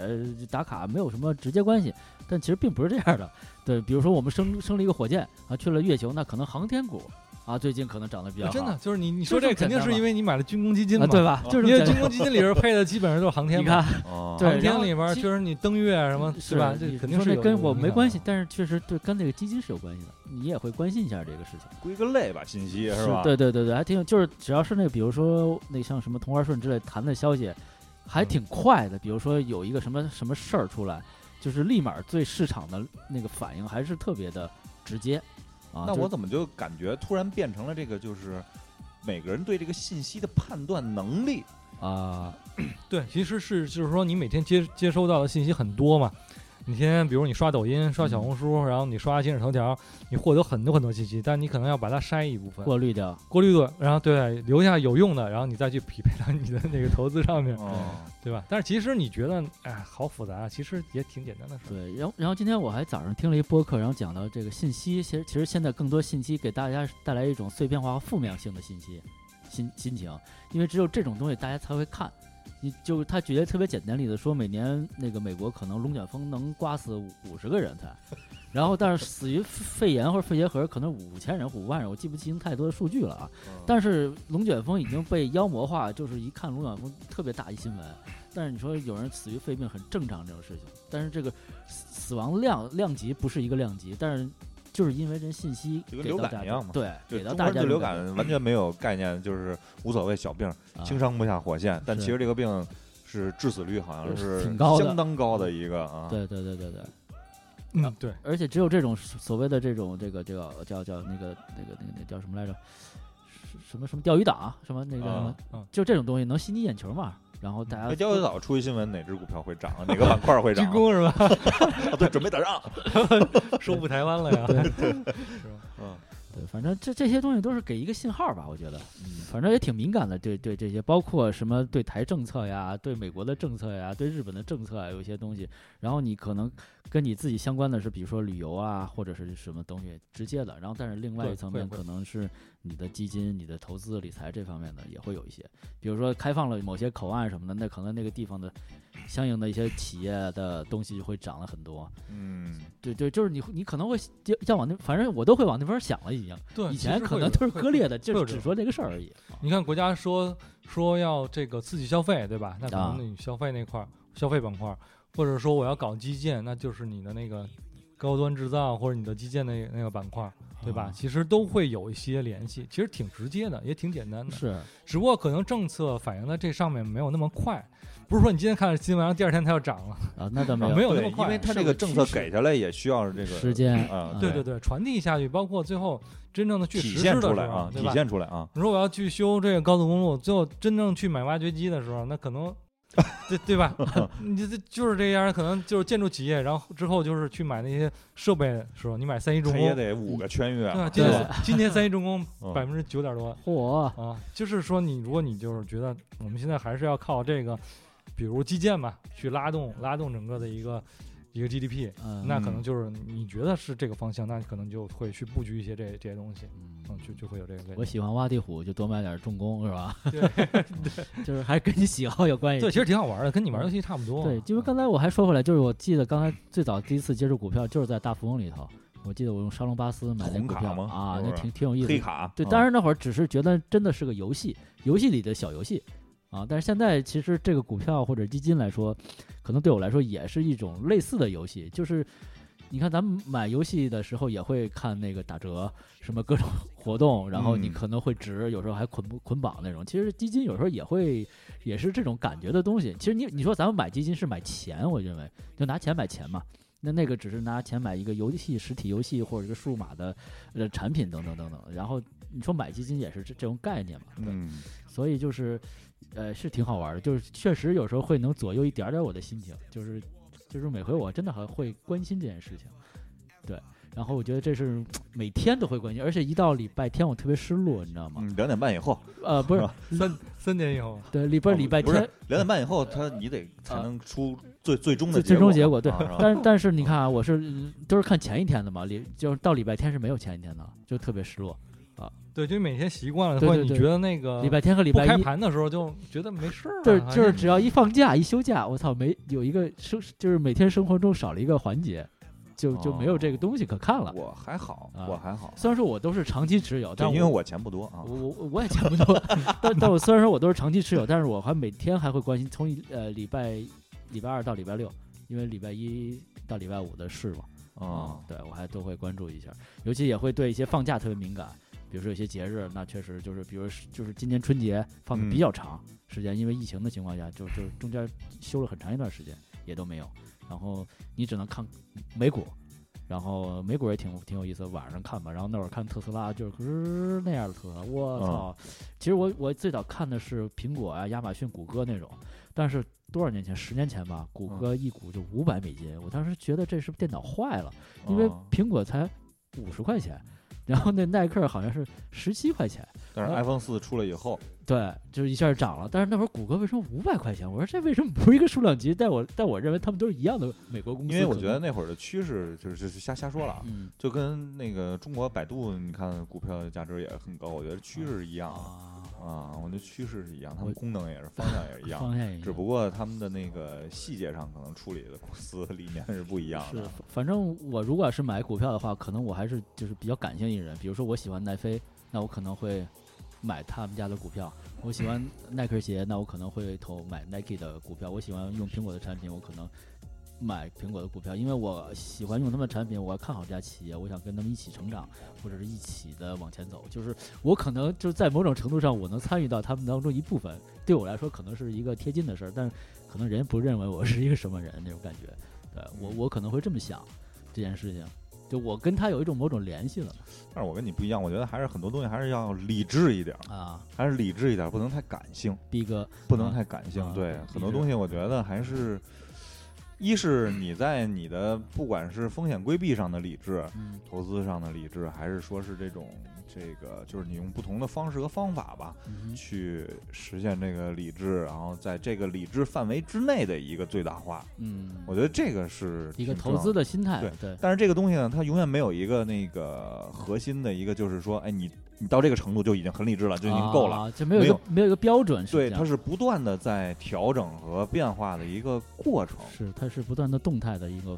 [SPEAKER 3] 打卡没有什么直接关系，但其实并不是这样的。对，比如说我们升升了一个火箭啊，去了月球，那可能航天股啊最近可能涨得比较
[SPEAKER 2] 啊
[SPEAKER 3] 好，
[SPEAKER 2] 真的就是你你说这
[SPEAKER 3] 就是
[SPEAKER 2] 个肯定
[SPEAKER 3] 简单
[SPEAKER 2] 是
[SPEAKER 3] 嘛
[SPEAKER 2] 因为你买了军工基金嘛，哦
[SPEAKER 3] 啊，对？吧？就是
[SPEAKER 2] 因为
[SPEAKER 3] 这么
[SPEAKER 2] 军
[SPEAKER 3] 简
[SPEAKER 2] 工基金里边配的基本上都是航
[SPEAKER 3] 单
[SPEAKER 2] 天
[SPEAKER 3] 你
[SPEAKER 2] 嘛，
[SPEAKER 3] 看，
[SPEAKER 1] 哦，
[SPEAKER 3] 对
[SPEAKER 2] 航
[SPEAKER 3] 然
[SPEAKER 2] 天
[SPEAKER 3] 后
[SPEAKER 2] 里边
[SPEAKER 3] 其
[SPEAKER 2] 就是你登月啊什么，
[SPEAKER 3] 是
[SPEAKER 2] 吧？
[SPEAKER 3] 你
[SPEAKER 2] 这肯
[SPEAKER 3] 你
[SPEAKER 2] 定
[SPEAKER 3] 说
[SPEAKER 2] 是
[SPEAKER 3] 那
[SPEAKER 2] 有
[SPEAKER 3] 跟我
[SPEAKER 2] 影
[SPEAKER 3] 没
[SPEAKER 2] 响
[SPEAKER 3] 关
[SPEAKER 2] 的
[SPEAKER 3] 系，但是确实对跟那个基金是有关系的，你也会关心一下这个事情。
[SPEAKER 1] 归个类吧，信息是吧？
[SPEAKER 3] 对对对对，还挺有就是只要是那个，比如说那像什么同花顺之类谈的消息，还
[SPEAKER 1] 嗯
[SPEAKER 3] 挺快的。比如说有一个什么什么事儿出来，就是立马对市场的那个反应还是特别的直接啊。
[SPEAKER 1] 那
[SPEAKER 3] 就
[SPEAKER 1] 我怎么就感觉突然变成了这个就是每个人对这个信息的判断能力？
[SPEAKER 3] 啊、
[SPEAKER 2] 对，其实是就是说你每天接接收到的信息很多嘛，你天天比如你刷抖音、刷
[SPEAKER 3] 嗯
[SPEAKER 2] 小红书，然后你刷今日头条，你获得很多很多信息，但你可能要把它筛一部分，过
[SPEAKER 3] 过滤掉
[SPEAKER 2] 过滤过，然后对留下有用的，然后你再去匹配到你的那个投资上面，
[SPEAKER 1] 哦，
[SPEAKER 2] 对吧？但是其实你觉得哎好复杂，其实也挺简单的事儿。
[SPEAKER 3] 对，然后然后今天我还早上听了一播客，然后讲到这个信息，其实其实现在更多信息给大家带来一种碎片化和负面性的信息心心情，因为只有这种东西大家才会看。你就他举一个特别简单例子说，每年那个美国可能龙卷风能刮死五十个人才，然后但是死于肺炎或者肺结核可能五千人或五万人，我记不清太多的数据了啊。
[SPEAKER 1] 嗯
[SPEAKER 3] 但是龙卷风已经被妖魔化，就是一看龙卷风特别大一新闻。但是你说有人死于肺病很正常这种事情，但是这个死死亡量量级不是一个量级，但是就是因为这信息
[SPEAKER 1] 就跟
[SPEAKER 3] 给
[SPEAKER 1] 流
[SPEAKER 3] 到
[SPEAKER 1] 感
[SPEAKER 3] 大
[SPEAKER 1] 一
[SPEAKER 3] 家
[SPEAKER 1] 样嘛，
[SPEAKER 3] 对，
[SPEAKER 1] 就
[SPEAKER 3] 给到
[SPEAKER 1] 中国
[SPEAKER 3] 大
[SPEAKER 1] 人对
[SPEAKER 3] 家这
[SPEAKER 1] 流
[SPEAKER 3] 种
[SPEAKER 1] 感完全没有概念，就是无所谓小病，
[SPEAKER 3] 啊
[SPEAKER 1] 轻伤不下火线。但
[SPEAKER 3] 是
[SPEAKER 1] 其实这个病是致死率好像是
[SPEAKER 3] 挺高的
[SPEAKER 1] 相当高的一个啊。
[SPEAKER 3] 对对对对对，
[SPEAKER 2] 嗯，对，
[SPEAKER 3] 而且只有这种所谓的这种这个这个叫叫那个那个那个那叫什么来着？什什么什么钓鱼岛啊，什么那个什么，
[SPEAKER 2] 嗯
[SPEAKER 3] 就这种东西能吸你眼球嘛？然后大家
[SPEAKER 1] 啊嗯那交易岛出一新闻，哪只股票会涨？哪个板块会
[SPEAKER 2] 鞠
[SPEAKER 1] 涨？
[SPEAKER 2] 躬是吧？
[SPEAKER 1] 啊，对，准备打仗。
[SPEAKER 2] 收复台湾了呀， 是吧？
[SPEAKER 1] 嗯，
[SPEAKER 3] 对，反正这这些东西都是给一个信号吧，我觉得，
[SPEAKER 1] 嗯
[SPEAKER 3] 反正也挺敏感的，对对这些，包括什么对台政策呀，对美国的政策呀，对日本的政策啊，有一些东西，然后你可能跟你自己相关的是，比如说旅游啊，或者是什么东西直接的，然后但是另外
[SPEAKER 2] 对
[SPEAKER 3] 一层
[SPEAKER 2] 会
[SPEAKER 3] 面
[SPEAKER 2] 会
[SPEAKER 3] 可能是你的基金、你的投资理财这方面的也会有一些，比如说开放了某些口岸什么的，那可能那个地方的相应的一些企业的东西就会涨了很多，
[SPEAKER 1] 嗯，
[SPEAKER 3] 对对，就是你你可能会要要往那，反正我都会往那边想了已经。
[SPEAKER 2] 对，
[SPEAKER 3] 以
[SPEAKER 2] 其
[SPEAKER 3] 前
[SPEAKER 2] 实
[SPEAKER 3] 可
[SPEAKER 2] 会有
[SPEAKER 3] 能都是
[SPEAKER 2] 会
[SPEAKER 3] 割裂的，
[SPEAKER 2] 会
[SPEAKER 3] 就
[SPEAKER 2] 有
[SPEAKER 3] 是只
[SPEAKER 2] 这种
[SPEAKER 3] 说这个事儿而已。
[SPEAKER 2] 你看国家说说要这个刺激消费，对吧？那可
[SPEAKER 3] 啊
[SPEAKER 2] 能你消费那块儿、消费板块儿，或者说我要搞基建，那就是你的那个高端制造或者你的基建那那个板块儿，对吧？
[SPEAKER 3] 啊
[SPEAKER 2] 其实都会有一些联系，其实挺直接的，也挺简单的。
[SPEAKER 3] 是，啊
[SPEAKER 2] 只不过可能政策反映在这上面没有那么快，不是说你今天看了新闻，然后第二天它就涨了，
[SPEAKER 3] 啊，那倒没 有，
[SPEAKER 2] 没有那
[SPEAKER 1] 对，
[SPEAKER 2] 么快。
[SPEAKER 1] 因为它这
[SPEAKER 3] 社
[SPEAKER 1] 个
[SPEAKER 3] 会
[SPEAKER 1] 政
[SPEAKER 3] 趋
[SPEAKER 1] 策
[SPEAKER 3] 势
[SPEAKER 1] 给下来也需要这个
[SPEAKER 3] 时间
[SPEAKER 1] 啊
[SPEAKER 3] 嗯
[SPEAKER 2] 对对对，传递下去，包括最后真正的去
[SPEAKER 1] 体
[SPEAKER 2] 实施
[SPEAKER 1] 现
[SPEAKER 2] 的时
[SPEAKER 1] 出
[SPEAKER 2] 候，
[SPEAKER 1] 来啊，
[SPEAKER 2] 对
[SPEAKER 1] 体
[SPEAKER 2] 吧？
[SPEAKER 1] 现出来啊。
[SPEAKER 2] 你说我要去修这个高速公路，最后真正去买挖掘机的时候，那可能，对对吧？ 你这这就是这样，可能就是建筑企业，然后之后就是去买那些设备的时候，你买三一重
[SPEAKER 1] 它
[SPEAKER 2] 工，
[SPEAKER 1] 也
[SPEAKER 2] 对
[SPEAKER 1] 得五个圈月啊，
[SPEAKER 2] 吧？今
[SPEAKER 3] 嗯对
[SPEAKER 2] 天今天三一重工
[SPEAKER 1] 嗯
[SPEAKER 2] 百分之九点多
[SPEAKER 3] 嚯，
[SPEAKER 2] 啊，就是说你如果你就是觉得我们现在还是要靠这个，比如基建吧，去拉动拉动整个的一个一个 GDP，
[SPEAKER 3] 嗯，
[SPEAKER 2] 那可能就是你觉得是这个方向，那可能就会去布局一些这这些东西，嗯，就就会有这个类
[SPEAKER 3] 我喜欢挖地虎，就多买点重工是吧？
[SPEAKER 2] 对
[SPEAKER 3] 就是还是跟你喜好有关系。
[SPEAKER 2] 对，其实挺好玩的，跟你玩游戏差不多。
[SPEAKER 3] 哎对，因为刚才我还说回来，就是我记得刚才最早第一次接触股票就是在大富翁里头，我记得我用沙龙巴斯买那
[SPEAKER 1] 红
[SPEAKER 3] 股
[SPEAKER 1] 卡
[SPEAKER 3] 票
[SPEAKER 1] 吗
[SPEAKER 3] 啊，
[SPEAKER 1] 是
[SPEAKER 3] 那
[SPEAKER 1] 不是
[SPEAKER 3] 挺挺有意思
[SPEAKER 1] 黑
[SPEAKER 3] 的。
[SPEAKER 1] 卡。
[SPEAKER 3] 对，
[SPEAKER 1] 啊
[SPEAKER 3] 当时那会儿只是觉得真的是个游戏，游戏里的小游戏啊。但是现在其实这个股票或者基金来说，可能对我来说也是一种类似的游戏，就是。你看，咱们买游戏的时候也会看那个打折，什么各种 活动，然后你
[SPEAKER 1] 嗯
[SPEAKER 3] 可能会值，有时候还捆不捆绑那种。其实基金有时候也会，也是这种感觉的东西。其实你你说咱们买基金是买钱，我认为就拿钱买钱嘛。那那个只是拿钱买一个游戏实体游戏或者一个数码的呃产品等等等等。然后你说买基金也是这这种概念嘛，
[SPEAKER 1] 嗯，
[SPEAKER 3] 所以就是呃是挺好玩的，就是确实有时候会能左右一点点我的心情，就是就是每回我真的还会关心这件事情，对。然后我觉得这是每天都会关心，而且一到礼拜天我特别失落，你知道吗？
[SPEAKER 1] 嗯，两点半以后，
[SPEAKER 3] 呃，不是，
[SPEAKER 2] 三三年以后，
[SPEAKER 3] 对，礼拜
[SPEAKER 1] 哦
[SPEAKER 3] 礼拜
[SPEAKER 1] 不
[SPEAKER 3] 天
[SPEAKER 1] 是两点半以后，它你得才
[SPEAKER 3] 啊
[SPEAKER 1] 能出最最终的
[SPEAKER 3] 最最终
[SPEAKER 1] 结
[SPEAKER 3] 结
[SPEAKER 1] 果
[SPEAKER 3] 果对
[SPEAKER 1] 嘛，啊是吧
[SPEAKER 3] 但是但是你看啊，我是嗯都是看前一天的嘛，礼就是到礼拜天是没有前一天的，就特别失落。
[SPEAKER 2] 对，就每天习惯了，
[SPEAKER 3] 对
[SPEAKER 2] 或者
[SPEAKER 3] 对
[SPEAKER 2] 你
[SPEAKER 3] 对
[SPEAKER 2] 觉得那个
[SPEAKER 3] 礼拜天和
[SPEAKER 2] 嗯
[SPEAKER 3] 礼
[SPEAKER 2] 不
[SPEAKER 3] 拜
[SPEAKER 2] 开
[SPEAKER 3] 一，
[SPEAKER 2] 盘的时候就觉得没事儿啊，
[SPEAKER 3] 就是
[SPEAKER 2] 好像
[SPEAKER 3] 就是只要一放假一休假，我操，没有一个生就是每天生活中少了一个环节，就就没有这
[SPEAKER 2] 哦
[SPEAKER 3] 个东西可看了。
[SPEAKER 1] 我还好，
[SPEAKER 3] 啊
[SPEAKER 1] 我还好，
[SPEAKER 3] 虽然说我都是长期持有，
[SPEAKER 1] 对，
[SPEAKER 3] 但
[SPEAKER 1] 因为
[SPEAKER 3] 我
[SPEAKER 1] 我钱不多啊
[SPEAKER 3] 我。我我也见不多， 但但我虽然说我都是长期持有，但是我还每天还会关心从一呃礼拜礼拜二到礼拜六，因为礼拜一到礼拜五的事嘛。
[SPEAKER 1] 啊，
[SPEAKER 3] 嗯对我还都会关注一下，尤其也会对一些放假特别敏感，比如说有些节日，那确实就是，比如是就是今年春节放的
[SPEAKER 1] 嗯
[SPEAKER 3] 比较长时间，因为疫情的情况下，就就中间休了很长一段时间也都没有，然后你只能看美股。然后美股也挺挺有意思，晚上看吧。然后那会儿看特斯拉，就是、呃、那样的特斯拉，我
[SPEAKER 1] 嗯
[SPEAKER 3] 操！其实我我最早看的是苹果啊、亚马逊、谷歌那种，但是多少年前，十年前吧，谷
[SPEAKER 1] 嗯
[SPEAKER 3] 歌一股就五百美金，我当时觉得这是不是电脑坏了。因为
[SPEAKER 1] 啊
[SPEAKER 3] 苹果才五十块钱，然后那耐克好像是十七块钱，
[SPEAKER 1] 但是 iPhone 四出了以后，
[SPEAKER 3] 对，就是一下涨了。但是那会儿谷歌为什么五百块钱？我说这为什么不是一个数量级？但我但我认为他们都是一样的美国公司。
[SPEAKER 1] 因为我觉得，那会儿的趋势就是就是瞎瞎说了啊，
[SPEAKER 3] 嗯
[SPEAKER 1] 就跟那个中国百度，你看股票价值也很高，我觉得趋势一样。
[SPEAKER 3] 啊，
[SPEAKER 1] 啊，我觉得趋势是一样，他
[SPEAKER 3] 我
[SPEAKER 1] 们功能也是，方向也是一样，
[SPEAKER 3] 方向也一
[SPEAKER 1] 只
[SPEAKER 3] 样
[SPEAKER 1] 不过他们的那个细节上可能处理的公司理念是不一样
[SPEAKER 3] 是
[SPEAKER 1] 的。，
[SPEAKER 3] 反正我如果要是买股票的话，可能我还是就是比较感性一人。比如说我喜欢奈飞，那我可能会买他们家的股票；我喜欢耐克鞋，那我可能会投买 Nike 的股票；我喜欢用苹果的产品，我可能买苹果的股票，因为我喜欢用他们的产品，我看好这家企业，我想跟他们一起成长，或者是一起的往前走。就是我可能就是在某种程度上，我能参与到他们当中一部分，对我来说可能是一个贴近的事儿，但是可能人不认为我是一个什么人那种感觉。对我，我可能会这么想这件事情，就我跟他有一种某种联系了
[SPEAKER 1] 但是我跟你不一样，我觉得还是很多东西还是要理智一点儿，
[SPEAKER 3] 啊。
[SPEAKER 1] 还是理智一点儿，不能太感性。
[SPEAKER 3] 逼哥，
[SPEAKER 1] 不能太感性
[SPEAKER 3] 啊。
[SPEAKER 1] 对
[SPEAKER 3] 理，
[SPEAKER 1] 很多
[SPEAKER 3] 智
[SPEAKER 1] 东西我觉得还是，一是你在你的不管是风险规避上的理智，
[SPEAKER 3] 嗯
[SPEAKER 1] 投资上的理智，还是说是这种这个，就是你用不同的方式和方法吧，
[SPEAKER 3] 嗯哼
[SPEAKER 1] 去实现这个理智，然后在这个理智范围之内的一个最大化。
[SPEAKER 3] 嗯，
[SPEAKER 1] 我觉得这个是
[SPEAKER 3] 一个
[SPEAKER 1] 挺
[SPEAKER 3] 投
[SPEAKER 1] 重要
[SPEAKER 3] 资。的心态
[SPEAKER 1] 对，
[SPEAKER 3] 对，
[SPEAKER 1] 但是这个东西呢，它永远没有一个那个核心的一个，就是说，哎，你你到这个程度就已经很理智了，就已经够了。
[SPEAKER 3] 啊，就没有
[SPEAKER 1] 没
[SPEAKER 3] 一个
[SPEAKER 1] 有
[SPEAKER 3] 没有一个标准是
[SPEAKER 1] 对，
[SPEAKER 3] 这
[SPEAKER 1] 它
[SPEAKER 3] 样
[SPEAKER 1] 是不断的在调整和变化的一个过程。
[SPEAKER 3] 是它是不断的动态的一个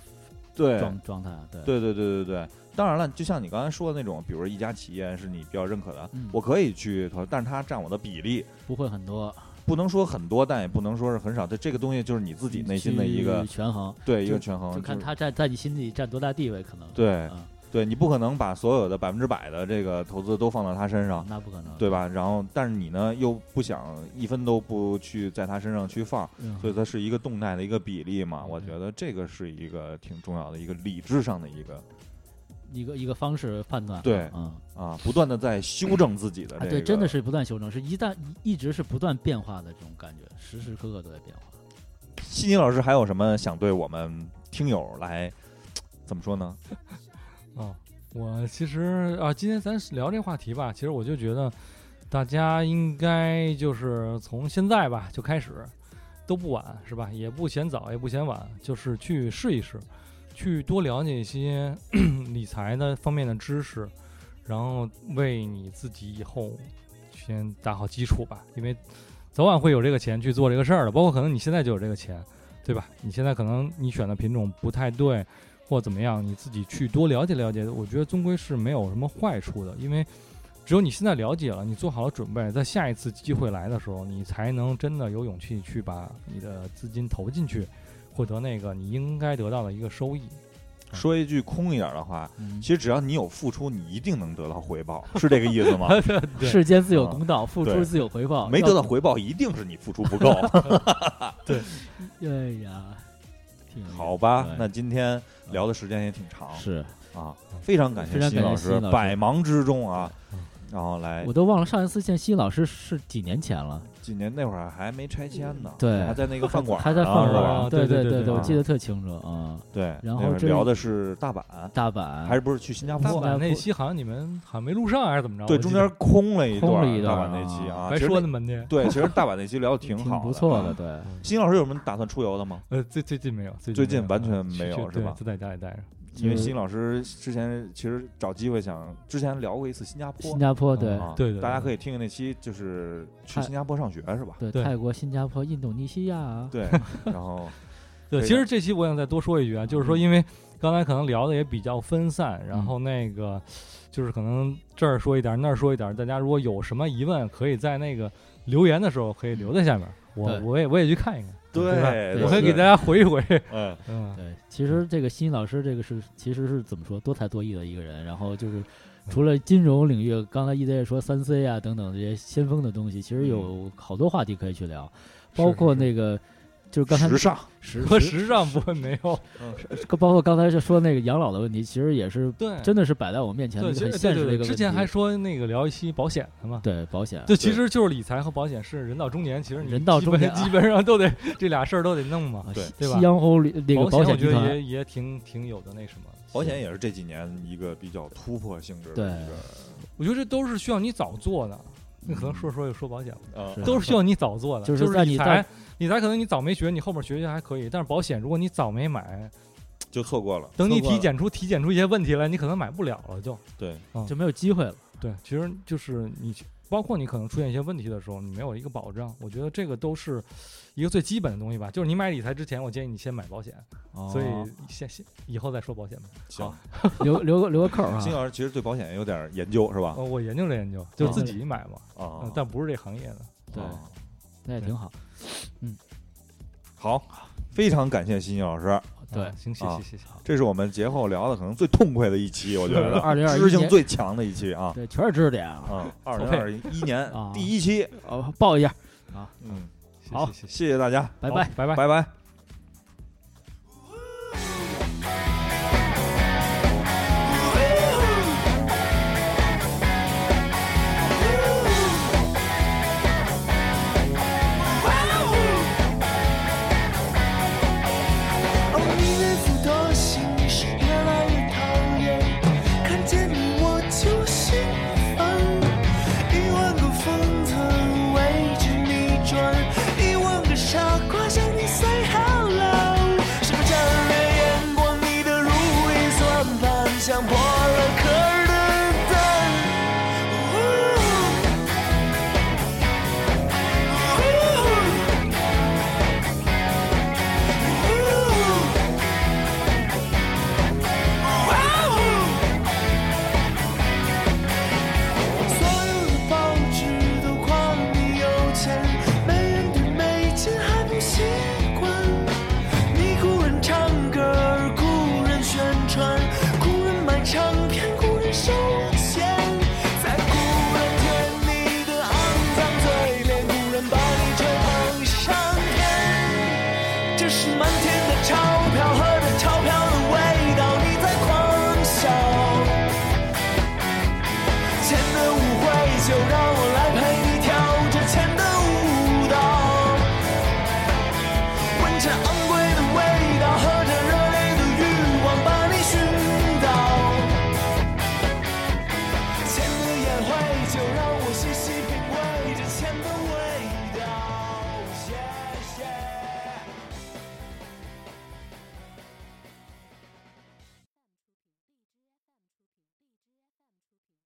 [SPEAKER 1] 对，
[SPEAKER 3] 状状态，对，
[SPEAKER 1] 对对对对对。当然了，就像你刚才说的那种，比如一家企业是你比较认可的，
[SPEAKER 3] 嗯
[SPEAKER 1] 我可以去投，但是它占我的比例
[SPEAKER 3] 不会很多
[SPEAKER 1] 不能说很多，但也不能说是很少。这这个东西就是你自己内心的一个
[SPEAKER 3] 去权衡，
[SPEAKER 1] 对一
[SPEAKER 3] 嗯就
[SPEAKER 1] 个权衡，
[SPEAKER 3] 就看
[SPEAKER 1] 是
[SPEAKER 3] 他在在你心里占多大地位，可能
[SPEAKER 1] 对
[SPEAKER 3] 啊，
[SPEAKER 1] 对，你不可能把所有的百分之百的这个投资都放到他身上。
[SPEAKER 3] 那不可能，
[SPEAKER 1] 对吧？然后，但是你呢，又不想一分都不去在他身上去放，
[SPEAKER 3] 嗯，
[SPEAKER 1] 所以它是一个动态的一个比例嘛，
[SPEAKER 3] 嗯
[SPEAKER 1] 我觉得这个是一个挺重要的一个理智上的一个
[SPEAKER 3] 一个一个方式判断，
[SPEAKER 1] 对
[SPEAKER 3] 嗯。
[SPEAKER 1] 啊，不断的在修正自己的这
[SPEAKER 3] 啊，
[SPEAKER 1] 个，
[SPEAKER 3] 对，真的是不断修正，是一旦一一直是不断变化的这种感觉，时时刻刻都在变化。
[SPEAKER 1] 悉尼老师还有什么想对我们听友来怎么说呢？
[SPEAKER 2] 啊，我其实啊，今天咱聊这话题吧，其实我就觉得大家应该就是从现在吧就开始，都不晚是吧？也不嫌早，也不嫌晚，就是去试一试，去多了解一些 理财的方面的知识，然后为你自己以后先打好基础吧，因为早晚会有这个钱去做这个事儿的，包括可能你现在就有这个钱，对吧？你现在可能你选的品种不太对，或怎么样，你自己去多了解了解，我觉得终归是没有什么坏处的，因为只有你现在了解了，你做好了准备，在下一次机会来的时候，你才能真的有勇气去把你的资金投进去，获得那个你应该得到的一个收益。
[SPEAKER 1] 说一句空一点的话，
[SPEAKER 3] 嗯
[SPEAKER 1] 其，实只要你有付出，你一定能得到回报，是这个意思 吗？
[SPEAKER 2] 对
[SPEAKER 3] 世间自有
[SPEAKER 1] 啊
[SPEAKER 3] 公道，付出
[SPEAKER 1] 对
[SPEAKER 3] 自有回报。
[SPEAKER 1] 没
[SPEAKER 3] 要
[SPEAKER 1] 得到，回报，一定是你付出不 够，
[SPEAKER 3] 哎呀，挺有意思
[SPEAKER 1] 好吧
[SPEAKER 3] 对？嗯
[SPEAKER 1] 那今天聊的时间也挺长
[SPEAKER 3] 是嗯
[SPEAKER 1] 啊，非常感
[SPEAKER 3] 非
[SPEAKER 1] 谢
[SPEAKER 3] 常
[SPEAKER 1] 悉尼
[SPEAKER 3] 感谢
[SPEAKER 1] 老
[SPEAKER 3] 悉
[SPEAKER 1] 师
[SPEAKER 3] 尼老，师
[SPEAKER 1] 百忙之中啊
[SPEAKER 2] 嗯，
[SPEAKER 1] 然后来
[SPEAKER 3] 我都忘了上一次见西老师是几年前了，
[SPEAKER 1] 几年那会儿还没拆迁呢，
[SPEAKER 3] 对
[SPEAKER 1] 还在那个饭馆儿呢，
[SPEAKER 3] 还在
[SPEAKER 2] 饭
[SPEAKER 3] 放
[SPEAKER 1] 是
[SPEAKER 2] 馆
[SPEAKER 1] 吧？
[SPEAKER 2] 啊
[SPEAKER 3] 对
[SPEAKER 2] 对对
[SPEAKER 3] 对
[SPEAKER 2] 对
[SPEAKER 3] 对，
[SPEAKER 1] 对
[SPEAKER 3] 我记得特清楚啊。
[SPEAKER 1] 对，
[SPEAKER 3] 然后
[SPEAKER 1] 那会儿
[SPEAKER 3] 这
[SPEAKER 1] 聊的是大阪，
[SPEAKER 3] 大阪
[SPEAKER 1] 还是不是去新加
[SPEAKER 2] 大
[SPEAKER 1] 坡？
[SPEAKER 2] 阪那期好像你们好像没录上还是怎么着？
[SPEAKER 1] 对，
[SPEAKER 2] 我记
[SPEAKER 1] 中
[SPEAKER 2] 得
[SPEAKER 1] 间空了一
[SPEAKER 3] 空
[SPEAKER 1] 段
[SPEAKER 3] 了一
[SPEAKER 1] 儿，大
[SPEAKER 3] 段
[SPEAKER 1] 阪
[SPEAKER 3] 啊
[SPEAKER 1] 那期啊，
[SPEAKER 2] 白
[SPEAKER 1] 其实
[SPEAKER 2] 说
[SPEAKER 1] 那
[SPEAKER 2] 呢门去。
[SPEAKER 1] 对，其实大阪那期聊的嗯挺
[SPEAKER 3] 挺
[SPEAKER 1] 好，
[SPEAKER 3] 不错的，。对，
[SPEAKER 1] 新老师有什么打算出游的吗？
[SPEAKER 2] 呃，最最近没有，最
[SPEAKER 1] 最
[SPEAKER 2] 近
[SPEAKER 1] 近
[SPEAKER 2] 没有啊
[SPEAKER 1] 完全
[SPEAKER 2] 去
[SPEAKER 1] 没有
[SPEAKER 2] 去
[SPEAKER 1] 是
[SPEAKER 2] 对
[SPEAKER 1] 吧
[SPEAKER 2] 就在家里待着。
[SPEAKER 1] 因为
[SPEAKER 3] 就是
[SPEAKER 1] 新老师之前其实找机会想，之前聊过一次新加坡
[SPEAKER 3] 新，加坡哎对
[SPEAKER 1] 啊
[SPEAKER 2] 对对对
[SPEAKER 1] 大家可以听听那期，就是去
[SPEAKER 3] 看
[SPEAKER 1] 新加坡上学是吧？
[SPEAKER 3] 对
[SPEAKER 2] 对
[SPEAKER 3] 泰国、新加坡、印度尼西亚，啊
[SPEAKER 1] 对， 然后
[SPEAKER 2] 对，
[SPEAKER 1] 对
[SPEAKER 2] 其
[SPEAKER 1] 的
[SPEAKER 2] 实这期我想再多说一句啊，
[SPEAKER 3] 嗯
[SPEAKER 2] 就是说，因为刚才可能聊的也比较分散，然
[SPEAKER 3] 嗯
[SPEAKER 2] 后那个就是可能这儿说一点儿，那儿说一点儿，大家如果有什么疑问，可以在那个留言的时候可以留在下面，我
[SPEAKER 3] 对
[SPEAKER 2] 我也我也去看一看，吧
[SPEAKER 1] 对，
[SPEAKER 2] 我可以给大
[SPEAKER 1] 家，
[SPEAKER 2] 家回一回，
[SPEAKER 1] 嗯，
[SPEAKER 2] 嗯，
[SPEAKER 3] 对，其实这个新老师这个是其实是怎么说多才多艺的一个人，然后就是除了金融领域，刚才一直在说三 C 啊等等这些先锋的东西，其实
[SPEAKER 2] 嗯
[SPEAKER 3] 有好多话题可以去聊，包括那个就是刚才
[SPEAKER 1] 时尚，
[SPEAKER 3] 时
[SPEAKER 2] 和
[SPEAKER 3] 时
[SPEAKER 2] 时尚不会没有，
[SPEAKER 3] 包括刚才就说那个养老的问题，其实也是
[SPEAKER 2] 对，
[SPEAKER 3] 真的是摆在我面前的
[SPEAKER 2] 对，
[SPEAKER 3] 一
[SPEAKER 2] 其
[SPEAKER 3] 个
[SPEAKER 2] 实
[SPEAKER 3] 很
[SPEAKER 2] 对
[SPEAKER 3] 现实
[SPEAKER 2] 对
[SPEAKER 3] 的
[SPEAKER 2] 对，
[SPEAKER 3] 一个问题。
[SPEAKER 2] 之前还说那个聊一期保险的嘛。
[SPEAKER 3] 对保险，
[SPEAKER 2] 对，其实就是理财和保险是人到中年，其实你
[SPEAKER 3] 人到
[SPEAKER 2] 基
[SPEAKER 3] 中
[SPEAKER 2] 本
[SPEAKER 3] 年啊
[SPEAKER 2] 基本上都得这俩事儿都得弄嘛。
[SPEAKER 3] 啊
[SPEAKER 1] 对
[SPEAKER 3] 西
[SPEAKER 2] 对吧
[SPEAKER 3] 西洋欧里那个
[SPEAKER 2] 保
[SPEAKER 3] 保险
[SPEAKER 2] 我
[SPEAKER 3] 集
[SPEAKER 2] 觉得
[SPEAKER 3] 团
[SPEAKER 2] 也也挺挺有的那什么。
[SPEAKER 1] 保险也是这几年一个比较突破性质
[SPEAKER 3] 对
[SPEAKER 1] 的一个，
[SPEAKER 2] 我觉得这都是需要你早做的。那可能说说又说保险了，
[SPEAKER 1] 呃
[SPEAKER 3] 是，
[SPEAKER 2] 都是需要你早做的。
[SPEAKER 3] 就是
[SPEAKER 2] 嗯是
[SPEAKER 3] 在
[SPEAKER 2] 理
[SPEAKER 3] 你
[SPEAKER 2] 财
[SPEAKER 3] 在，
[SPEAKER 2] 理财可能你早没学，你后面学学还可以。但是保险，如果你早没买，
[SPEAKER 1] 就错过了，
[SPEAKER 2] 等你
[SPEAKER 3] 错过了
[SPEAKER 2] 体检出体检出一些问题来，你可能买不了了就。
[SPEAKER 1] 对，
[SPEAKER 3] 就没有机会了。
[SPEAKER 2] 对，其实就是你包括你可能出现一些问题的时候，你没有一个保障。我觉得这个都是一个最基本的东西吧。就是你买理财之前，我建议你先买保险，所以先先以后再说保险吧。
[SPEAKER 1] 行，
[SPEAKER 3] 留留个留个扣儿啊
[SPEAKER 1] 辛。老师其实对保险也有点研究是吧？
[SPEAKER 2] 呃，我研究了研究，就是自
[SPEAKER 3] 哦
[SPEAKER 2] 己买嘛，
[SPEAKER 1] 啊
[SPEAKER 2] 嗯，但不是这行业的。
[SPEAKER 3] 对
[SPEAKER 1] 啊
[SPEAKER 3] 那也挺好。
[SPEAKER 1] 好，非常感谢欣欣老师，
[SPEAKER 3] 对
[SPEAKER 2] 啊，行，谢
[SPEAKER 1] 啊
[SPEAKER 2] 谢谢谢。
[SPEAKER 1] 这是我们节后聊的可能最痛快的一期，我觉得
[SPEAKER 3] 二零二
[SPEAKER 1] 知
[SPEAKER 3] 一
[SPEAKER 1] 性
[SPEAKER 3] 年，
[SPEAKER 1] 最强的一期啊
[SPEAKER 3] 对，全是知识点啊。
[SPEAKER 1] 啊！二零二一年
[SPEAKER 3] 啊
[SPEAKER 1] 第一期，
[SPEAKER 3] 哦，报一下，
[SPEAKER 1] 嗯，
[SPEAKER 2] 谢
[SPEAKER 3] 好
[SPEAKER 2] 谢谢谢，
[SPEAKER 1] 谢谢大家，
[SPEAKER 3] 拜
[SPEAKER 2] 好
[SPEAKER 3] 拜。
[SPEAKER 2] 拜拜。
[SPEAKER 1] 拜拜。